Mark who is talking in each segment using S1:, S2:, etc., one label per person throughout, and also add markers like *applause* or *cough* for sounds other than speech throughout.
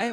S1: 哎，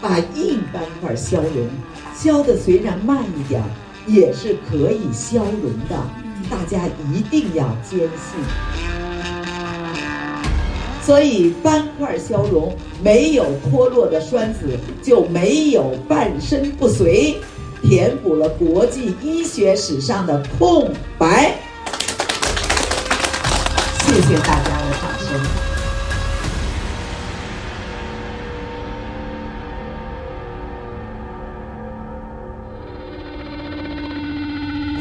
S2: 把硬斑块消融，消的虽然慢一点儿，也是可以消融的。大家一定要坚信。所以斑块消融，没有脱落的栓子，就没有半身不遂，填补了国际医学史上的空白。谢谢大家的掌声。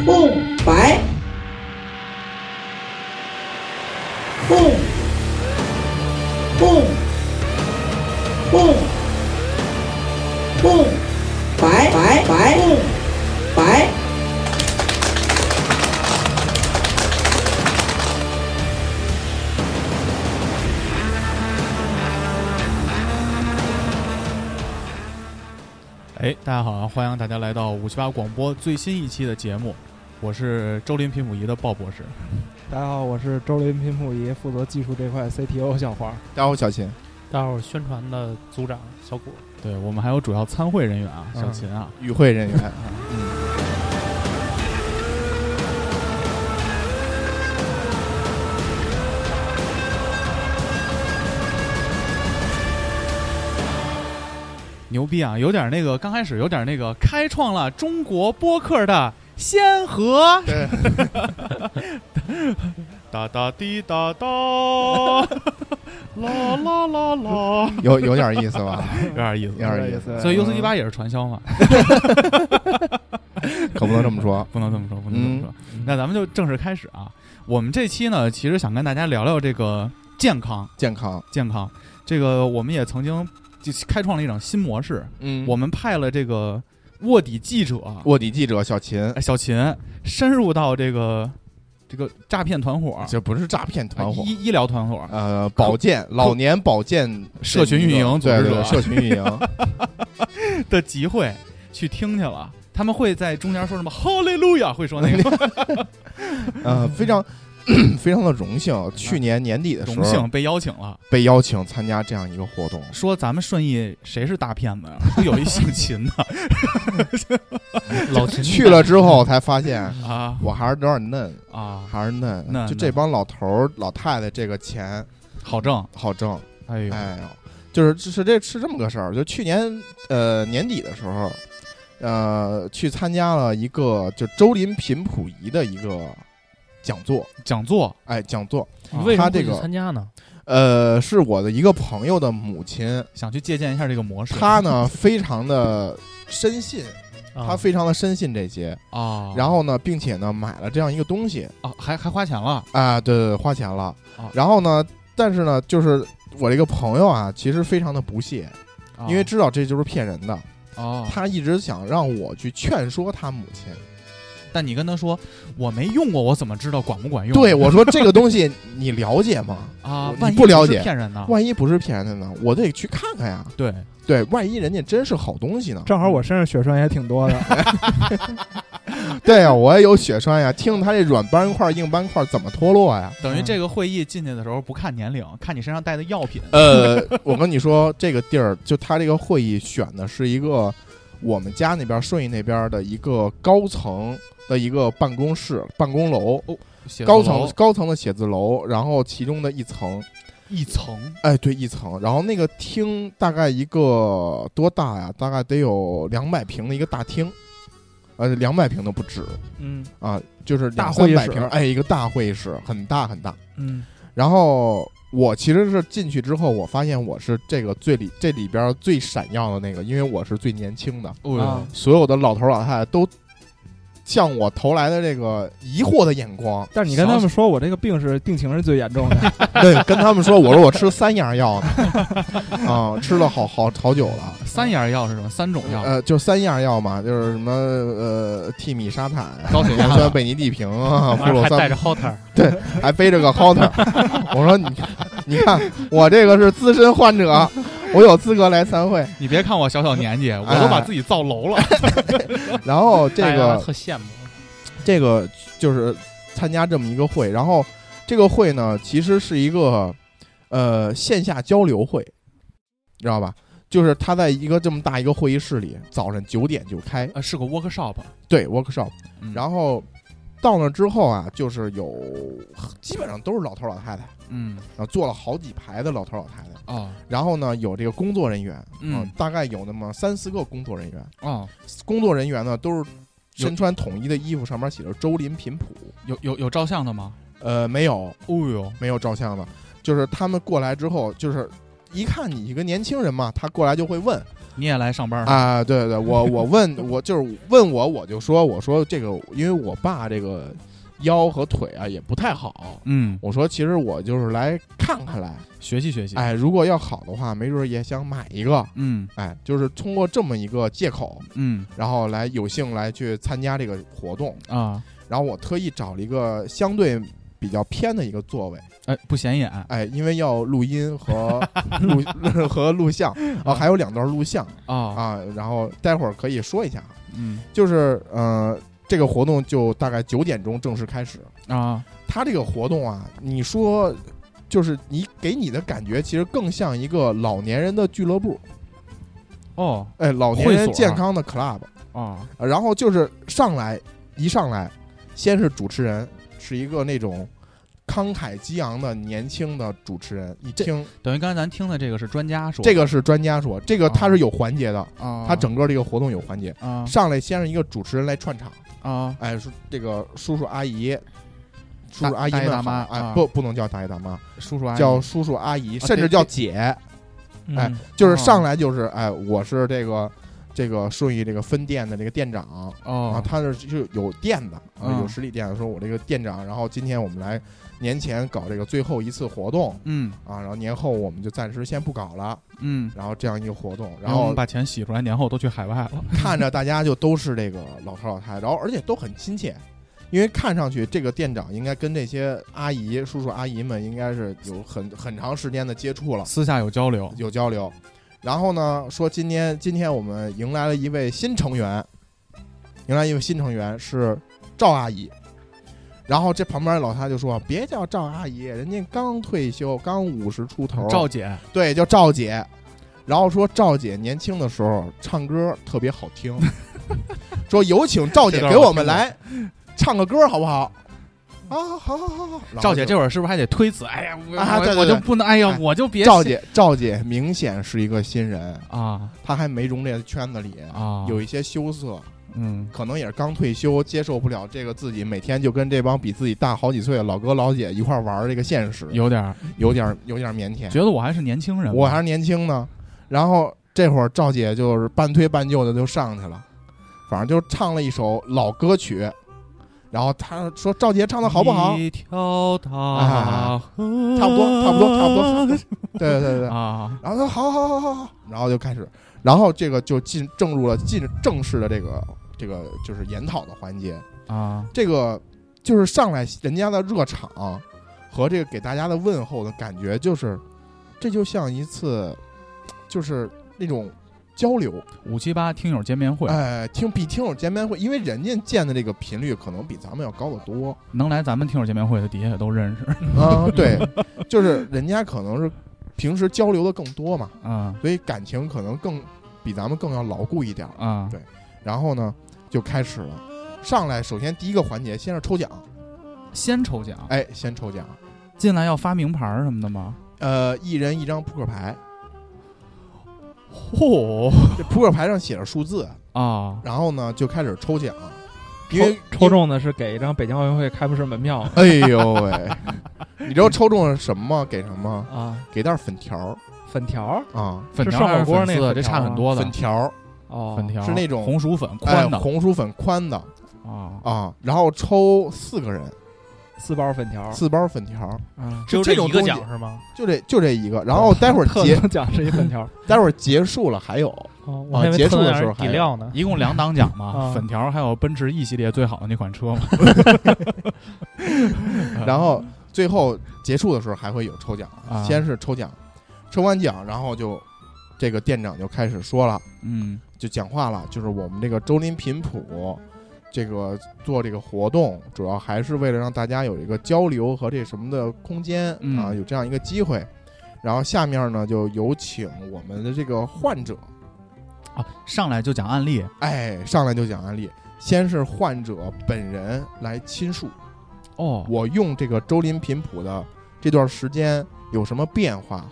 S2: 空白，空，空，空，空，白白白，空白。
S3: 哎，大家好啊，欢迎大家来到五七八广播最新一期的节目，我是周林频谱仪的鲍博士。
S4: 大家好，我是周林频谱仪，负责技术这块 CTO 小黄。
S5: 大家好，小秦。
S6: 大家伙儿宣传的组长小谷，
S3: 对我们还有主要参会人员啊，小秦啊，
S5: 与会人员，
S3: 牛逼啊，有点那个刚开始有点那个开创了中国播客的先河。
S5: 对，
S3: *laughs* 哒哒滴哒哒，啦啦啦啦，
S5: 有有点意思吧？
S3: 有点意
S5: 有
S3: 思。嗯
S5: 点意思，
S3: 所以 U 四一八也是传销嘛，
S5: 可不能这么说。
S3: 不能这么说，不能这么说。
S5: 嗯
S3: 那咱们就正式开始啊。我们这期呢，其实想跟大家聊聊这个健康，
S5: 健康，
S3: 健康这个，我们也曾经就开创了一种新模式，
S5: 嗯
S3: 我们派了这个卧底记者
S5: 卧底记者小秦
S3: 哎，小秦深入到这个这个诈骗团伙、
S5: 这不是诈骗团伙
S3: 啊，医医疗团
S5: *laughs*
S3: 伙，
S5: 呃，保健老年保健
S3: 社群运营组
S5: 对
S3: 织
S5: 对，对
S3: 者
S5: 社群运营，
S3: 的集会去听去了。他们会在中间说什么“哈利路亚”，会说那个
S5: 呃，非常 *clears throat* 非常的荣幸，去年年底的时 *laughs*
S3: 荣
S5: 候
S3: 幸被邀请了，
S5: 被邀请参加这样一个活动，
S3: 说咱们顺义谁是大骗子呀？说 *laughs* 有一姓秦
S5: *laughs*
S3: 的
S6: 老秦
S5: 去了之后才发现，
S3: 啊
S5: 我还是有点嫩，
S3: 啊，
S5: 还是嫩。
S3: 嫩
S5: 就这帮老头儿老太太，这个钱
S3: 好挣，
S5: 好挣，
S3: 哎呦，
S5: 哎呦，就是是是这是这么个事儿，就去年呃年底的时候，呃去参加了一个就周林频谱仪的一个讲座，
S3: 讲座
S5: 哎，讲座，
S6: 你啊为什
S5: 他
S6: 么
S5: 这
S6: 会
S5: 个
S6: 去参加呢？
S5: 呃，是我的一个朋友的母亲，
S3: 想去借鉴一下这个模式，*laughs*
S5: 她呢非常的深信，她
S6: 啊，
S5: 非常的深信这些，
S3: 啊，
S5: 然后呢，并且呢买了这样一个东西，
S3: 啊还还花钱了，
S5: 啊，对对，对花钱了
S3: 哦，
S5: 然后呢，但是呢，就是我这个朋友啊，其实非常的不屑，
S3: 啊
S5: 因为知道这就是骗人的。
S3: 哦，
S5: 他一直想让我去劝说他母亲。
S3: 但你跟他说我没用过，我怎么知道管不管用？
S5: 对我说：“这个东西你了解
S4: *laughs*
S5: 吗？
S3: 啊
S5: 我，
S3: 万一
S5: 你不了
S3: 是
S5: 解
S3: 骗人
S4: 啊
S3: 呢？
S5: 万一不是骗人的呢？我得去看看呀。
S3: 对，
S5: 对，万一人家真是好东西呢？
S4: 正好我身上血栓也挺多的，
S5: *laughs* 对呀，我也有血栓呀。听他这软斑块、硬斑块怎么脱落呀？
S3: 等于这个会议进去的时候不看年龄，看你身上带的药品。
S5: 呃， *laughs* 我跟你说，这个地儿就他这个会议选的是一个我们家那边顺义那边的一个高层的一个办公室、办公楼，
S3: 写字
S5: 高
S3: 楼
S5: 层高层的写字楼，然后其中的一层。”
S3: 一层
S5: 哎，对，一层。然后那个厅大概一个多大呀？大概得有两百平的一个大厅，呃，两百平都不止
S4: 嗯
S5: 啊，就是
S4: 大
S5: 两
S4: 会
S5: 三
S4: 议
S5: 百
S4: 室
S5: 平。哎，一个大会议室，很大很大。
S4: 嗯，。
S5: 然后我其实是进去之后，我发现我是这个最里这里边最闪耀的那个，因为我是最年轻的，
S1: 啊
S3: 哦哟，
S5: 所有的老头老太太都向我投来的这个疑惑的眼光
S4: 但是你跟他们说我这个病是病情是最严重的，
S6: *laughs*
S5: 对，跟他们说，我说我吃三样药呢， *laughs* 啊、吃了好好好久了。
S3: 三样药是什么？三种
S6: 啊
S3: 药？
S5: 呃，就三样药嘛，就是什么呃，替米沙
S6: *laughs*
S5: 坦、
S3: 高血压
S5: 盐酸
S3: 的
S5: 贝尼地平、啊，布
S6: 完了
S5: 洛
S6: 还带
S5: 三
S6: 着 hotter，
S5: 还背着个 counter。我 *laughs* 说你，你看我这个是资深患者，我有资格来参会。
S3: 你别看我小小年
S5: *laughs* 哎
S3: 纪，我都把自己造楼了。
S5: 然后这
S6: 大家
S5: 个
S6: 特羡慕。
S5: 这个就是参加这么一个会，然后这个会呢，其实是一个呃线下交流会，知道吧？就是他在一个这么大一个会议室里，早上九点就开，
S3: 呃，是个 workshop，
S5: 对 workshop，
S3: 嗯
S5: 然后到那之后啊，就是有基本上都是老头老太太，
S3: 嗯
S5: 然后坐了好几排的老头老太太，
S3: 哦
S5: 然后呢有这个工作人员，
S3: 嗯
S5: 大概有那么三四个工作人员，
S3: 哦，
S5: 工作人员呢都是身穿统一的衣服，上面写着周林频谱，
S3: 有有有照相的吗？
S5: 呃，没有
S3: 哦哟，
S5: 没有照相的，就是他们过来之后，就是一看你一个年轻人嘛，他过来就会问。
S3: 你也来上班了？
S5: 啊，对对，我我问我就是问我，我就说我说这个，因为我爸这个腰和腿啊也不太好，
S3: 嗯，
S5: 我说其实我就是来看看来，
S3: 学习学习。
S5: 哎，如果要好的话，没准也想买一个，
S3: 嗯
S5: 哎，就是通过这么一个借口，
S3: 嗯
S5: 然后来有幸来去参加这个活动，
S3: 啊，
S5: 然后我特意找了一个相对。比较偏的一个座位，
S3: 哎，不显眼。
S5: 哎，因为要录音和录 *laughs* 和录像啊，还有两段录像
S3: 哦，
S5: 啊，然后待会儿可以说一下啊。
S3: 嗯
S5: 就是呃，这个活动就大概九点钟正式开始。
S3: 啊，
S5: 它这个活动啊，你说就是你给你的感觉，其实更像一个老年人的俱乐部，
S3: 哦
S5: 哎，老年
S3: 会
S5: 人
S3: 所啊
S5: 健康的 club。
S3: 哦，
S5: 呃然后就是上来一上来，先是主持人是一个那种慷慨激昂的年轻的主持人，一
S3: 这
S5: 听
S3: 等于刚才咱听的这个是专家说
S5: 这个是专家说，这个他是有环节的，
S3: 啊，
S5: 他整个这个活动有环节。
S3: 啊
S5: 上来先是一个主持人来串场。
S3: 啊
S5: 哎，说这个叔叔阿姨、叔叔
S3: 大
S5: 阿姨
S3: 大爷
S5: 们
S3: 大
S5: 好
S3: 妈
S5: 哎
S3: 啊，
S5: 不不能叫大爷大妈，
S3: 叔叔阿姨嗯
S5: 叫叔叔阿姨，甚
S3: 对啊
S5: 至叫姐，哎
S6: 嗯，
S5: 就是上来就是哎，我是这个这个顺义这个分店的这个店长。啊，
S3: 哦
S5: 他是就是有店的啊，有
S3: 嗯
S5: 实体店的，说我这个店长，然后今天我们来年前搞这个最后一次活动
S3: 嗯
S5: 啊，然后年后我们就暂时先不搞了，
S3: 嗯，
S5: 然后这样一个活动，然
S3: 然后我
S5: 后
S3: 们把钱洗出来，年后都去海外了。
S5: 看着大家就都是这个老头老太太，然后而且都很亲切，因为看上去这个店长应该跟这些阿姨、叔叔阿姨们应该是有很很长时间的接触了，
S3: 私下有交流，
S5: 有交流。然后呢，说今天今天我们迎来了一位新成员，迎来一位新成员是赵阿姨。然后这旁边老太太就说：“别叫赵阿姨，人家刚退休，刚五十出头。
S3: 赵姐
S5: 对，叫赵姐。然后说赵姐年轻的时候唱歌特别好
S3: *laughs*
S5: 听，说有请赵姐
S3: 这段
S5: 给
S3: 我
S5: 我们来唱个歌好不好？啊，好好好好。
S3: 赵姐
S5: 然后就
S3: 这会儿是不是还得推辞？哎呀，我
S5: 啊对对
S3: 我我
S5: 对
S3: 就不能，哎呀
S5: 哎，
S3: 我就别
S5: 赵姐赵姐明显是一个新人，
S3: 啊
S5: 她还没融这圈子里，
S3: 啊，
S5: 有一些羞涩，
S3: 嗯
S5: 可能也是刚退休，接受不了这个自己每天就跟这帮比自己大好几岁的老哥老姐一块儿玩儿这个现实，
S3: 有点儿
S5: 有点有点腼腆。
S3: 觉哎得我还是年轻人吧，
S5: 我还是年轻呢。然后这会儿赵姐就是半推半就的就上去了，反正就唱了一首老歌曲。然后她说：“赵姐唱的好不好
S3: 一条大
S5: 啊
S3: 河？”，
S5: 差不多，差不多，差不多差不
S3: *laughs*
S5: 多。对对对对。
S3: 啊，
S5: 然后她说：“好好好好好。”然后就开始，然后这个就进正入了进正式的这个这个就是研讨的环节。
S3: 啊，
S5: 这个就是上来人家的热场和这个给大家的问候的感觉，就是这就像一次就是那种交流，
S3: 五七八听友见面会，
S5: 哎，听比听友见面会，因为人家见的这个频率可能比咱们要高得多。
S3: 能来咱们听友见面会的底下也都认识，
S5: 啊，对，就是人家可能是平时交流的更多嘛，
S3: 啊
S5: 所以感情可能更比咱们更要牢固一点儿。
S3: 啊
S5: 对然后呢，就开始了。上来，首先第一个环节先是抽奖，
S3: 先抽奖，
S5: 哎，先抽奖，
S3: 进来要发名牌儿什么的吗？
S5: 呃，一人一张扑克牌，
S3: 嚯
S5: 这扑克牌上写着数字，
S3: 啊！
S5: 然后呢就开始抽奖，因
S4: 抽
S5: 为
S4: 抽，中的是给一张北京奥运会开幕式门票，
S5: 哎呦喂， *laughs* 你知道抽中了什么吗？给什么？
S4: *laughs* 啊，
S5: 给袋粉条
S4: 粉条
S5: 儿啊，
S3: 粉
S4: 是
S3: 条
S4: 涮
S3: 还是
S4: 火锅
S3: 粉
S4: 那
S3: 丝
S4: 粉
S3: 这
S4: 条
S3: 差很
S4: 吗
S3: 多的。
S5: 粉条儿，
S4: 哦，
S3: 粉条
S5: 是那种
S3: 红薯粉
S5: 哎
S3: 宽，的
S5: 红薯粉宽的
S3: 啊，
S5: 啊，然后抽四个人，
S4: 四包粉条，
S5: 四包粉条儿，
S4: 嗯，
S6: 只有
S5: 这
S6: 这
S5: 种
S6: 一个
S5: 东西
S6: 奖是吗？
S5: 就这就这一个。然后
S1: *laughs*
S5: 待会儿
S4: 特
S5: 结
S4: 能讲是一粉条，
S5: 待会儿结束了还有，
S6: 哦，
S5: 啊
S6: 我还以
S5: 结
S6: 为
S5: 束
S6: 特
S5: 的
S6: 能
S5: 时
S6: 让
S5: 候
S6: 人底
S5: 还有
S6: 料呢。
S3: 一共两档奖嘛，
S6: 啊
S3: 粉条还有奔驰 E 系列最好的那款车嘛。
S5: *laughs* 然后最后结束的时候还会有抽奖
S3: 嗯啊，
S5: 先是抽奖，抽完奖然后就这个店长就开始说了。
S3: 嗯，
S5: 就讲话了，就是我们这个周林频谱，这个做这个活动，主要还是为了让大家有一个交流和这什么的空间、
S3: 嗯
S5: 啊，有这样一个机会。然后下面呢，就有请我们的这个患者，
S3: 啊，上来就讲案例
S5: 哎，上来就讲案例，先是患者本人来亲述，
S3: 哦
S5: 我用这个周林频谱的这段时间有什么变化？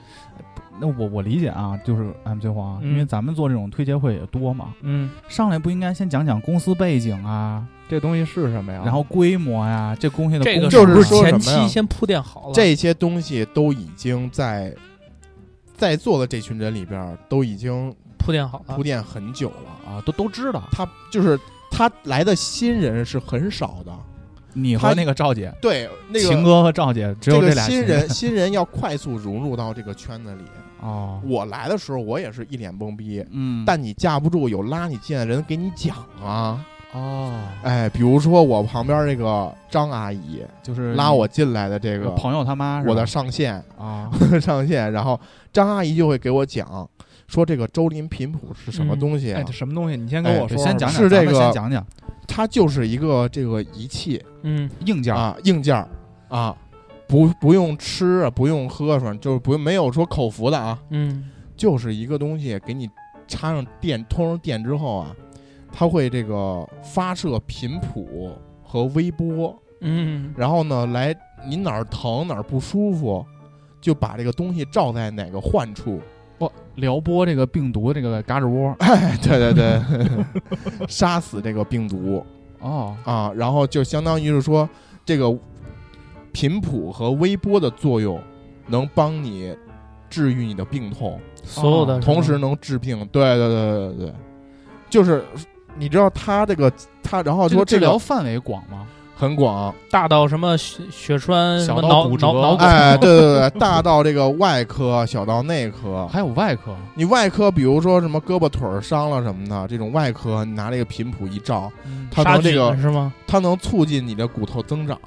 S3: 那我我理解啊，就是俺们翠花，
S4: 嗯
S3: 因为咱们做这种推介会也多嘛，
S4: 嗯，
S3: 上来不应该先讲讲公司背景啊，
S4: 这东西是什么呀？
S3: 然后规模呀、这东西的
S6: 这
S3: 功能
S6: 个
S5: 就是
S6: 不
S3: 啊
S6: 是
S5: 说什
S6: 前
S5: 么呀
S6: 期先铺垫好了？
S5: 这些东西都已经在在座的这群人里边儿都已经
S6: 铺垫好了
S5: 铺，垫很久了。
S3: 啊，都都知道。
S5: 他就是他来的新人是很少的。
S3: 你和
S5: 他
S3: 那个赵姐、
S5: 对，那
S3: 秦
S5: 个
S3: 哥和赵姐只
S5: 这
S3: 有
S5: 个
S3: 俩
S5: 新
S3: 新
S5: 人， *laughs* 新人要快速融入到这个圈子里。
S3: *laughs* 哦，
S5: 我来的时候，我也是一脸懵逼。
S3: 嗯，
S5: 但你架不住有拉你进来的人给你讲啊，
S3: 哦，
S5: 哎，比如说我旁边这个张阿姨
S3: 就是
S5: 拉我进来的这
S3: 这
S5: 个
S3: 朋友他妈是吧，
S5: 我的上线 *laughs*
S3: 啊，
S5: 上线，然后张阿姨就会给我讲说这个周林频谱是什么
S4: 嗯
S5: 东西啊
S4: 哎，这，什么东西？你先
S5: 哎
S4: 跟我
S3: 对
S4: 说，
S3: 先讲讲，
S5: 是这
S3: 咱们
S5: 个
S3: 先讲讲
S5: 它就是一个这个仪器，
S6: 嗯，
S3: 硬件儿
S5: 啊，硬件儿啊，不不用吃，不用喝，反正就是不没有说口服的啊，
S6: 嗯
S5: 就是一个东西给你插上电，通上电之后啊，它会这个发射频谱和微波，
S6: 嗯，
S5: 然后呢，来你哪儿疼哪儿不舒服，就把这个东西照在哪个患处。
S3: 哦，撩拨这个病毒这个嘎吱窝
S5: 哎， *laughs* 对对对， *laughs* 杀死这个病毒
S3: 哦，
S5: 啊，然后就相当于是说这个频谱和微波的作用，能帮你治愈你的病痛，
S6: 所有的
S5: 同时能治病。对对对对对对，就是你知道他这个他，然后
S3: 这
S5: 说
S3: 个治
S5: 这
S3: 疗
S5: 个
S3: 范围广吗？
S5: 很广，
S6: 大到什么血血栓，什
S3: 小
S6: 么
S3: 到
S6: 脑
S3: 骨折
S6: 脑脑
S3: 哦
S6: 梗，
S5: 哎，对对对，大到这个外科，小到内科。
S3: 还有外科
S5: 你外科，比如说什么胳膊腿儿伤了什么的，这种外科，你拿这个频谱一照，它
S6: 杀
S5: 能这
S6: 菌
S5: 个，
S6: 是吗？
S5: 它能促进你的骨头增长。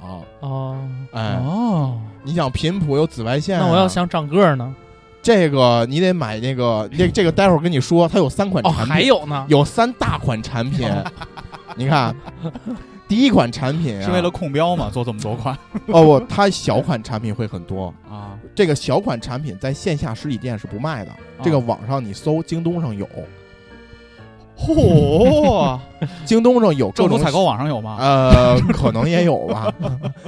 S6: 哦，
S5: 哎，
S3: 哦，
S5: 你想频谱有紫外线、啊
S6: 那我要想长个儿呢？
S5: 这个你得买那个，这这个待会儿跟你说，它有三款
S6: 哦，
S5: 产品，
S6: 还有呢？
S5: 有三大款
S3: *laughs*
S5: 产品。你看，第一款产品、啊、
S3: 是为了控标嘛，做这么多款
S5: 哦不，它小款产品会很多。
S3: 啊，
S5: 这个小款产品在线下实体店是不卖的，
S3: 哦
S5: 这个网上你搜，京东上有，
S3: *laughs* 嚯，
S5: 京东上有各
S3: 政府
S5: 种
S3: 采购网上有
S4: 啊
S3: 吗
S5: 呃，可能也有吧。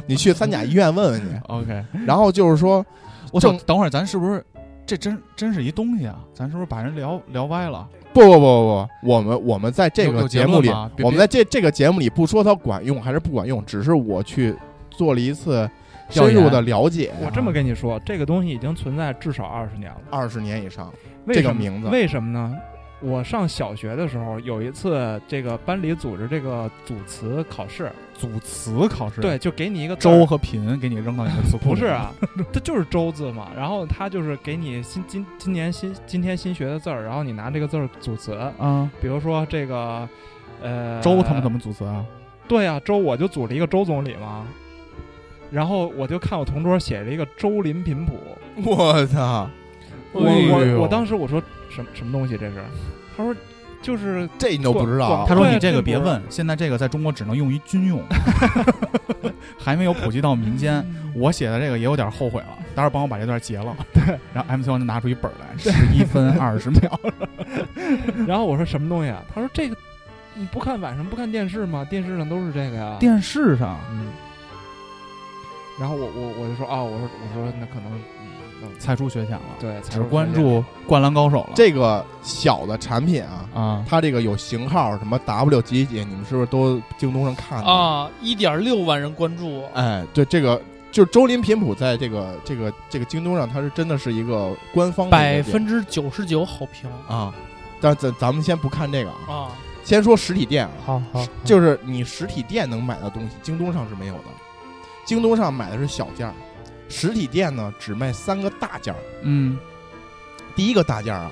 S5: 你去三甲医院问问去。
S3: ？OK，
S4: *laughs*
S5: 然后就是说，
S3: 我操
S5: 正
S3: 等会儿咱是不是这真真是一东西啊？咱是不是把人聊聊歪了？
S5: 不不不不不，我们我们在这
S3: 有
S5: 个
S3: 有
S5: 节
S3: 结
S5: 目
S3: 论
S5: 里
S3: 吗，别
S5: 我们在这这个节目里不说它管用还是不管用，只是我去做了一次深入的了解，
S4: 我这么跟你说，这个东西已经存在至少二十年了。
S5: 二十年以上，
S4: 为
S5: 这个
S4: 什么
S5: 名字
S4: 为什么呢？我上小学的时候有一次，这个班里组织这个组词考试，
S3: 组词考试
S4: 对，就给你一个字儿
S3: 周和品给你扔
S4: *laughs*
S3: 到一个词库，
S4: 不是？
S3: *laughs*
S4: 啊，它就是周字嘛。然后他就是给你新今今年新今天新学的字儿，然后你拿这个字儿组词，
S3: 啊，
S4: 比如说这个，呃，
S3: 周他们怎么组词啊？
S4: 对啊，周我就组了一个周总理嘛。然后我就看我同桌写了一个周林频谱，
S5: 我操，
S4: 我
S5: 哎呦
S4: 我我当时我说什么什么东西这是？他说就是
S5: 这你都不知道
S4: 广
S5: 啊？
S3: 他说
S4: 哦对
S3: 你这个
S4: 并不
S3: 别
S4: 是
S3: 问，现在这个在中国只能用于军用， *laughs* 还没有普及到民间。
S4: 嗯
S3: 我写的这个也有点后悔了，待会儿帮我把这段截了。对，然后 MC 王就拿出一本来，十一分二十
S4: *laughs*
S3: 秒。
S4: 然后我说什么东西啊？他说这个你不看晚上不看电视吗？电视上都是这个呀。
S3: 电视上
S4: 嗯。然后我我我就说啊，我说我说那可能，嗯那
S3: 才疏学浅了，
S4: 对，才
S3: 只
S4: 是
S3: 关注《灌篮高手》了。
S5: 这个小的产品啊，
S3: 啊，
S5: 它这个有型号，什么 W
S3: 啊
S5: 几几，你们是不是都京东上看的？
S6: 啊，一点六万人关注，
S5: 哎，对这个就是周林频谱在这个这个这个京东上，它是真的是一个官方的一
S6: 百
S5: 个店
S6: 分之九十九好评
S5: 啊。但咱咱们先不看这个啊，
S6: 啊，
S5: 先说实体店啊，
S6: 好好，
S5: 就是你实体店能买到东西，京东上是没有的。京东上买的是小件儿，实体店呢只卖三个大件儿。
S3: 嗯，
S5: 第一个大件儿啊，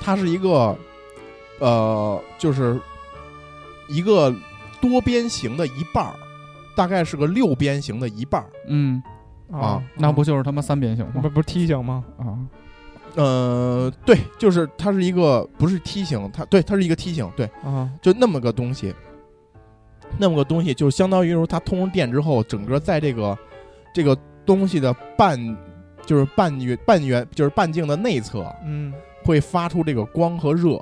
S5: 它是一个，呃，就是一个多边形的一半儿，大概是个六边形的一半儿。
S3: 嗯，
S5: 啊
S3: 那不就是他妈三边形吗
S4: 不？不是梯形吗？
S3: 啊，
S5: 呃，对，就是它是一个不是梯形，它对它是一个梯形，对，
S4: 啊，
S5: 就那么个东西，那么个东西，就相当于说它通上电之后，整个在这个这个东西的半就是半圆半圆就是半径的内侧
S4: 嗯，
S5: 会发出这个光和热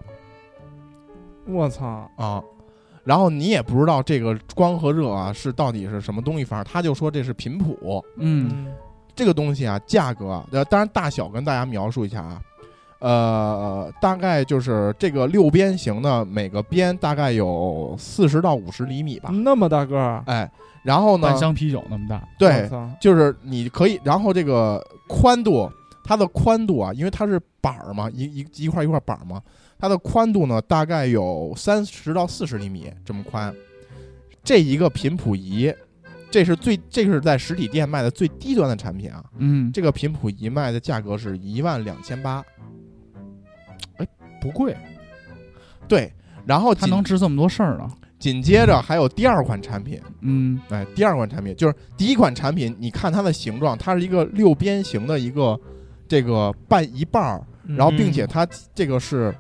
S4: 我操，
S5: 啊。然后你也不知道这个光和热啊是到底是什么东西，反正他就说这是频谱，
S3: 嗯，
S5: 这个东西啊，价格啊呃，当然大小跟大家描述一下啊，呃，大概就是这个六边形的每个边大概有四十到五十厘米吧，
S4: 嗯那么大个儿，
S5: 哎，然后呢
S3: 半，箱啤酒那么大，
S5: 对
S4: 我，操
S5: 就是你可以，然后这个宽度，它的宽度啊，因为它是板儿嘛，一一一块一块板儿嘛，它的宽度呢大概有三十到四十厘米这么宽，这一个频谱仪，这是最这是在实体店卖的最低端的产品啊。
S3: 嗯，
S5: 这个频谱一卖的价格是一万两千八，
S3: 不贵，
S5: 哎对。然后
S3: 他
S5: 紧
S3: 能治这么多事儿呢。
S5: 紧接着还有第二款产品，
S3: 嗯
S5: 哎，第二款产品就是第一款产品，你看它的形状，它是一个六边形的一个这个半一半儿，
S4: 嗯
S5: 然后并且它这个是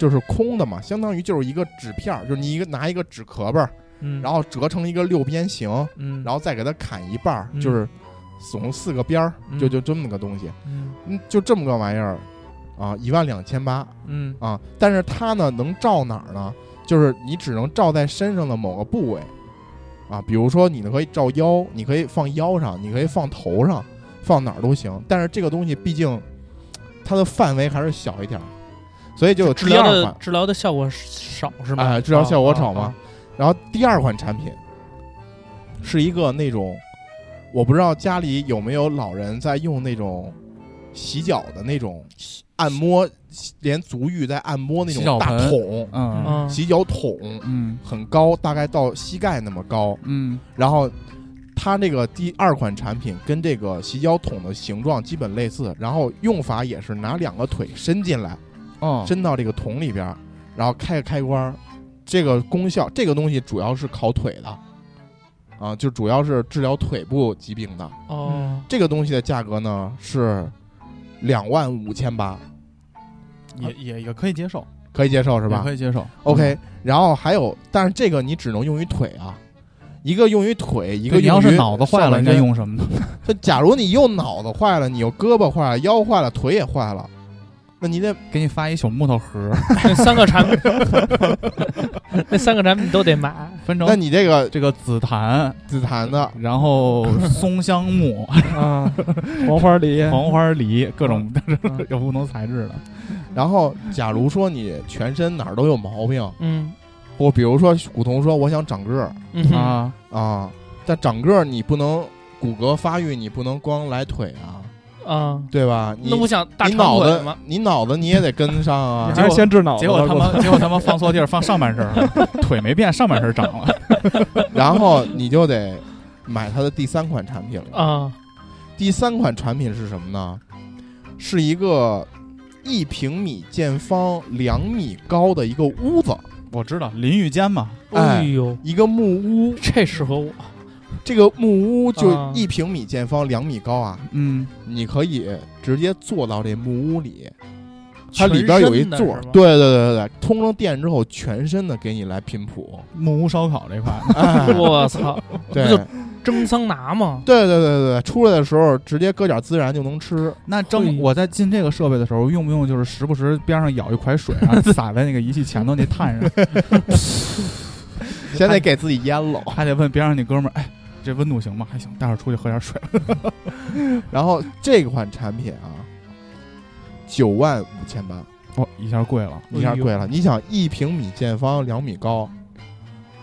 S5: 就是空的嘛，相当于就是一个纸片儿，就是你一个拿一个纸壳儿，
S4: 嗯，
S5: 然后折成一个六边形，
S4: 嗯，
S5: 然后再给它砍一半儿，
S4: 嗯
S5: 就是耸四个边儿，
S4: 嗯
S5: 就就这么个东西，
S4: 嗯
S5: 嗯，就这么个玩意儿啊，一万两千八。
S4: 嗯
S5: 啊，但是它呢能照哪儿呢？就是你只能照在身上的某个部位，啊，比如说你可以照腰，你可以放腰上，你可以放头上，放哪儿都行。但是这个东西毕竟它的范围还是小一点儿，所以就有
S6: 治
S5: 第
S6: 疗
S5: 二
S6: 的
S5: 款，
S6: 治疗的效果少是吗？
S5: 哎，治疗效果
S4: 啊
S5: 少嘛。然后第二款产品是一个那种，我不知道家里有没有老人在用那种洗脚的那种按摩，连足浴在按摩那
S3: 洗脚
S5: 种大
S3: 盆
S5: 桶，
S3: 嗯
S6: 嗯
S5: 洗脚桶
S3: 嗯
S5: 很高，大概到膝盖那么高。
S3: 嗯
S5: 然后它这个第二款产品跟这个洗脚桶的形状基本类似，然后用法也是拿两个腿伸进来，
S3: 哦，
S5: 伸到这个桶里边儿，然后开个开关儿。这个功效，这个东西主要是烤腿的，啊，就主要是治疗腿部疾病的。
S6: 哦，
S5: 这个东西的价格呢是两万五千八，
S3: 也也也可以接受，
S5: 可以接受是吧
S3: 也？可以接受。
S5: OK，然后还有，但是这个你只能用于腿啊，一个用于腿，一
S3: 一
S5: 个
S3: 你要
S5: 用于
S3: 是脑子坏了，
S5: 上半
S3: 你
S5: 身
S3: 该。用什么呢？
S5: 那假如你又脑子坏了，你又胳膊坏了，腰坏了，腿也坏了，那你得
S3: 给你发一小木头 *laughs* 盒，
S6: 那三个产品，那三个产品都得买。
S3: 分成
S5: 那你这个
S3: 这个紫檀，
S5: 紫檀的，
S3: 然后 *laughs* 松香木、
S4: 啊，黄花梨，
S3: 黄花梨，各种 *laughs*
S4: 嗯
S3: 有不同材质的。
S5: 然后假如说你全身哪儿都有毛病，
S6: 嗯
S5: 或比如说古潼说我想长个儿
S6: 嗯哼
S3: 啊，
S5: 啊，但长个儿你不能骨骼发育，你不能光来腿啊，
S6: 啊，
S5: 对吧？你
S6: 那我想大
S5: 你
S6: 长
S5: 脑
S6: 腿
S5: 子
S6: 吗？
S5: 你脑子你也得跟上啊，
S6: *laughs*
S4: 你还是先治脑子
S3: 结果
S4: 吧
S3: 他妈，结果他妈放错地儿，放上半身 *laughs* 了，腿没变，上半身长了。
S5: 然后你就得买它的第三款产品了。
S6: 啊，
S5: 第三款产品是什么呢？是一个一平米见方、两米高的一个屋子，
S3: 我知道淋浴间嘛，
S5: 哎
S6: 哎呦，
S5: 一个木屋。
S6: 这适合我。
S5: 这个木屋就
S6: 啊
S5: 一平米见方、两米高啊，
S3: 嗯，
S5: 你可以直接坐到这木屋里，它
S6: 全
S5: 里边有一
S6: 身的
S5: 座儿
S6: 是。吗
S5: 对对对对对，通上电之后，全身的给你来频
S4: *laughs*
S5: 谱。
S3: 木屋烧烤这块，
S5: 哎
S6: 我操，
S5: 对
S6: 不就蒸桑拿吗？
S5: 对对对对对，出来的时候直接搁点孜然就能吃。
S3: 那蒸
S6: 嘿
S3: 我在进这个设备的时候，用不用就是时不时边上舀一块水，
S5: *laughs*
S3: 然后洒在那个仪器前头那炭上，
S5: 先得给自己腌
S4: *laughs*
S5: 了。
S3: 还得问边上那哥们儿，哎，这温度行吗？还行，待会儿出去喝点水。
S5: 然后这款产品啊，九万五千八，嗯
S4: 哎
S3: 哦，一下贵了，
S5: 一下贵了。你想一平米见方，两米高，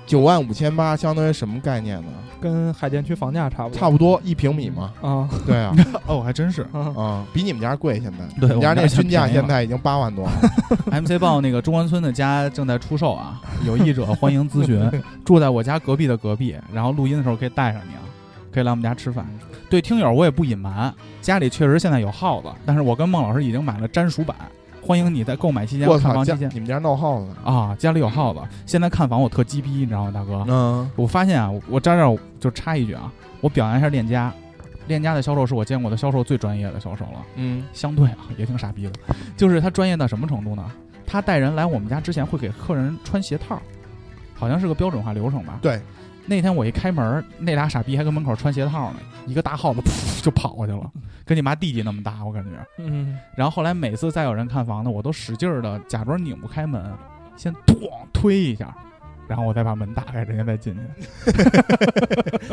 S5: 九万五千八相当于什么概念呢？
S4: 跟海淀区房价差不多。
S5: 差不多一平米嘛。
S4: 不啊
S5: 对啊，
S3: 哦，还真是。
S4: 啊，
S5: 啊，比你们家贵现在。
S3: 对
S5: 你们家
S3: 我们
S5: 那
S3: 家
S5: 均价
S3: 便宜了
S5: 现在已经八万多了。
S3: MC 报那个中关村的家正在出售啊，有意者欢迎咨
S5: *laughs*
S3: 询。住在我家隔壁的隔壁，然后录音的时候可以带上你啊，可以来我们家吃饭。对听友我也不隐瞒，家里确实现在有耗子，但是我跟孟老师已经买了粘鼠板，欢迎你在购买期间
S5: 我
S3: 和看
S5: 操，
S3: 房
S5: 家
S3: 期间
S5: 你们家闹耗子呢？
S3: 啊，家里有耗子。现在看房我特鸡逼，你知道吗，大哥？
S5: 嗯，
S3: 我发现啊，我我在这儿就插一句啊，我表扬一下链家，链家的销售是我见过的销售最专业的销售了。
S5: 嗯，
S3: *laughs* 相对啊，也挺傻逼的，就是他专业到什么程度呢？他带人来我们家之前会给客人穿鞋套，好像是个标准化流程吧。
S5: 对，
S3: 那天我一开门，那俩傻逼还跟门口穿鞋套呢，一个大耗子 *laughs* 噗就跑过去了，跟你妈弟弟那么大，我感觉。
S4: 嗯，
S3: 然后后来每次再有人看房呢，我都使劲儿的假装拧不开门，先咣推一下，然后我再把门打开，人家再进去。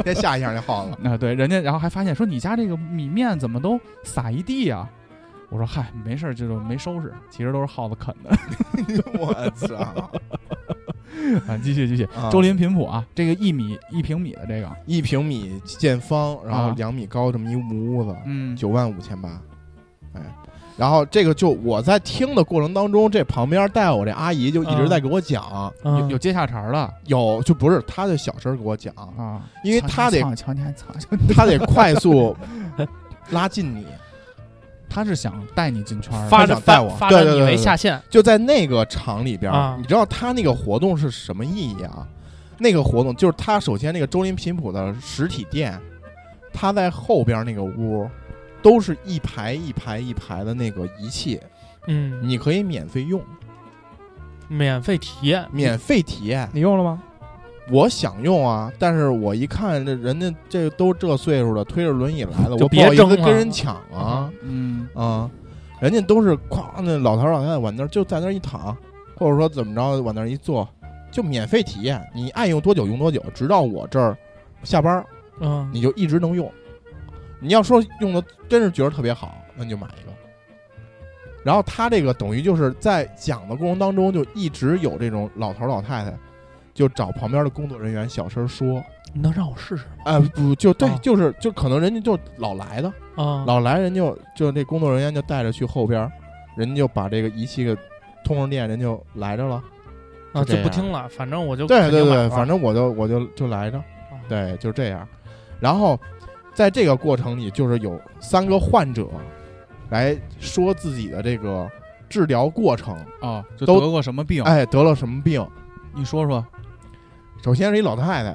S5: 先吓一下那耗子。
S3: 啊，对，人家然后还发现说你家这个米面怎么都撒一地啊？我说嗨，没事儿，这就没收拾，其实都是耗子啃的。
S5: *laughs*
S3: *laughs*
S5: 我操！ *laughs*
S3: 啊，继续继续，
S5: 啊
S3: 周林频谱啊，这个一米一平米的这个，
S5: 一平米见方，然后
S3: 啊
S5: 两米高这么一木屋子，
S3: 嗯，
S5: 九万五千八，哎，然后这个就我在听的过程当中，这旁边带我这阿姨就一直在给我讲，
S6: 嗯
S3: 有有接下茬儿了
S5: 有就不是她就小声给我讲，
S3: 啊，
S5: 因为他得
S3: 瞧瞧你还操，瞧你
S5: 她得快速拉近你，
S3: 他是想带你进圈儿的，
S6: 发
S5: 他
S6: 展
S5: 想带我
S6: 发发
S5: 对
S6: 展
S5: 对
S6: 你
S5: 对
S6: 为
S5: 对
S6: 下线，
S5: 就在那个场里边儿，
S6: 啊
S5: 你知道他那个活动是什么意义啊？那个活动就是他首先那个周林频谱的实体店，他在后边那个屋，都是一排一排一排的那个仪器，
S6: 嗯，
S5: 你可以免费用，
S6: 免费体验，
S5: 免费体验。
S4: 你用了吗？
S5: 我想用啊，但是我一看这人家这都这岁数了，推着轮椅来的，
S6: 就
S5: 我不
S6: 别
S5: 好意思
S6: 争了
S5: 跟人抢啊
S3: 嗯，
S5: 啊！人家都是哐，那老头老太太往那儿就在那儿一躺，或者说怎么着往那儿一坐，就免费体验，你爱用多久用多久，直到我这儿下班儿
S6: 嗯，
S5: 你就一直能用。你要说用的真是觉得特别好，那你就买一个。然后他这个等于就是在讲的过程当中，就一直有这种老头老太太，就找旁边的工作人员小声说。
S6: 你能让我试试
S5: 啊、不就对，
S6: 啊
S5: 就是就可能人家就老来的，
S6: 啊？
S5: 老来人就就那工作人员就带着去后边儿，人家就把这个仪器给通上电，人就来着了。
S6: 啊，
S5: 这
S6: 就不
S5: 样
S6: 听了，反正我就
S5: 对
S6: 肯定
S5: 对
S6: 买
S5: 对，
S6: 了哦
S5: 反正我就我就就来着，对，就这样。然后在这个过程里，就是有三个患者来说自己的这个治疗过程，
S3: 哦，就
S5: 都
S3: 得过什么病？
S5: 哎，得了什么病。
S3: 你说说，
S5: 首先是一老太太，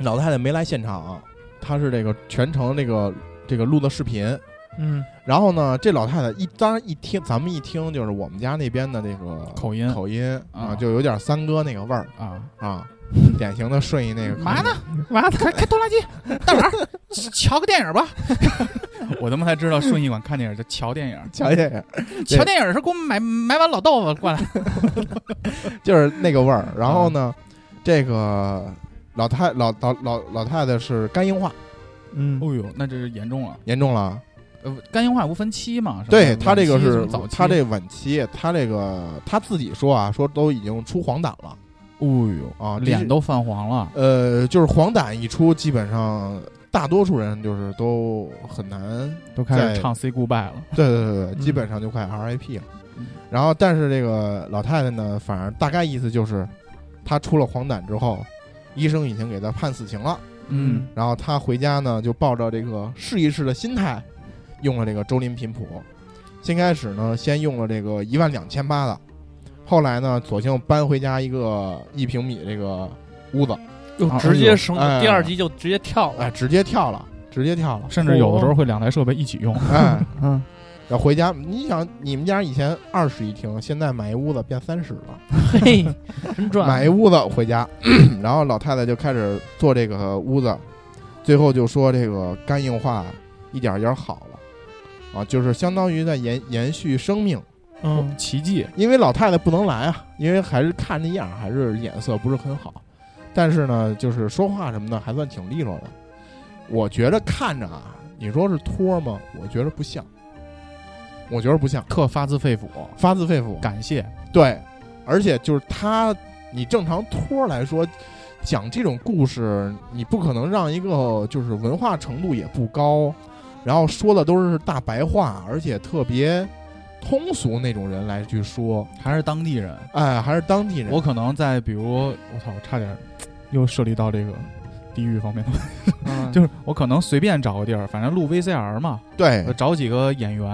S5: 老太太没来现场，她是这个全程那个这个录的视频。
S6: 嗯
S5: 然后呢，这老太太一当然一听，咱们一听就是我们家那边的那个
S3: 口音
S5: 口音啊，
S3: 啊
S5: 就有点三哥那个味儿
S3: 啊， *laughs*
S5: 啊，典型的顺义那个口音
S3: 嘛呢？完了，开开拖拉机，大碗儿，瞧个电影吧。 *laughs* 我他妈才知道顺义馆看电影叫瞧电影，
S5: 瞧见没对
S3: 瞧电影是给我买买碗老豆腐过来。
S5: 就是那个味儿。然后
S3: 啊
S5: 呢，这个老太老老老老太太是肝硬化
S4: 嗯
S3: 哦呦，那这是严重了。
S5: 严重了，
S3: 呃，肝硬化无分期嘛？是吧
S5: 对她这个
S3: 晚期什
S5: 是
S3: 么早期，
S5: 她这晚期，她这个她自己说啊，说都已经出黄疸了
S3: 哦呦，
S5: 啊，
S3: 脸都泛黄了。
S5: 呃，就是黄疸一出，基本上大多数人就是都很难
S3: 都开始
S5: 在
S3: 唱 Say Goodbye 了，
S5: *laughs* 对对对对，
S6: 嗯
S5: 基本上就快 RIP 了。
S3: 嗯
S5: 然后，但是这个老太太呢，反而大概意思就是，她出了黄疸之后，医生已经给她判死刑了。
S3: 嗯，
S5: 然后她回家呢，就抱着这个试一试的心态，用了这个周林频谱。先开始呢，先用了这个一万两千八的，后来呢，索性搬回家一个一平米这个屋子，
S6: 就
S3: 啊
S6: 直接升
S5: 哎
S6: 第二集就直接跳
S5: 哎，
S6: 了， *laughs*
S5: 直接跳了，直接跳了，
S3: 甚至有的时候会两台设备一起用。
S5: 哎，
S4: 嗯，
S5: 然后回家，你想你们家以前二室一厅，现在买一屋子变三室了。
S6: 嘿，真赚，
S5: 买一屋子回家， *clears throat* 然后老太太就开始做这个屋子，最后就说这个肝硬化一点儿一点儿好了，啊，就是相当于在延延续生命，
S6: 嗯，
S3: 奇迹，
S5: 因为老太太不能来啊，因为还是看那样儿还是脸色不是很好，但是呢，就是说话什么的还算挺利落的，我觉着看着啊，你说是托儿吗？我觉着不像，我觉着不像，
S3: 特发自肺腑，
S5: 发自肺腑，
S3: 感谢。
S5: 对，而且就是他你正常托儿来说，讲这种故事，你不可能让一个就是文化程度也不高，然后说的都是大白话，而且特别通俗那种人来去说，
S3: 还是当地人。
S5: 哎，还是当地人。
S3: 我可能在比如，我操，我差点又涉及到这个地域方面的，
S4: 嗯
S3: 就是我可能随便找个地儿，反正录 VCR 嘛，
S5: 对
S3: 呃，找几个演员，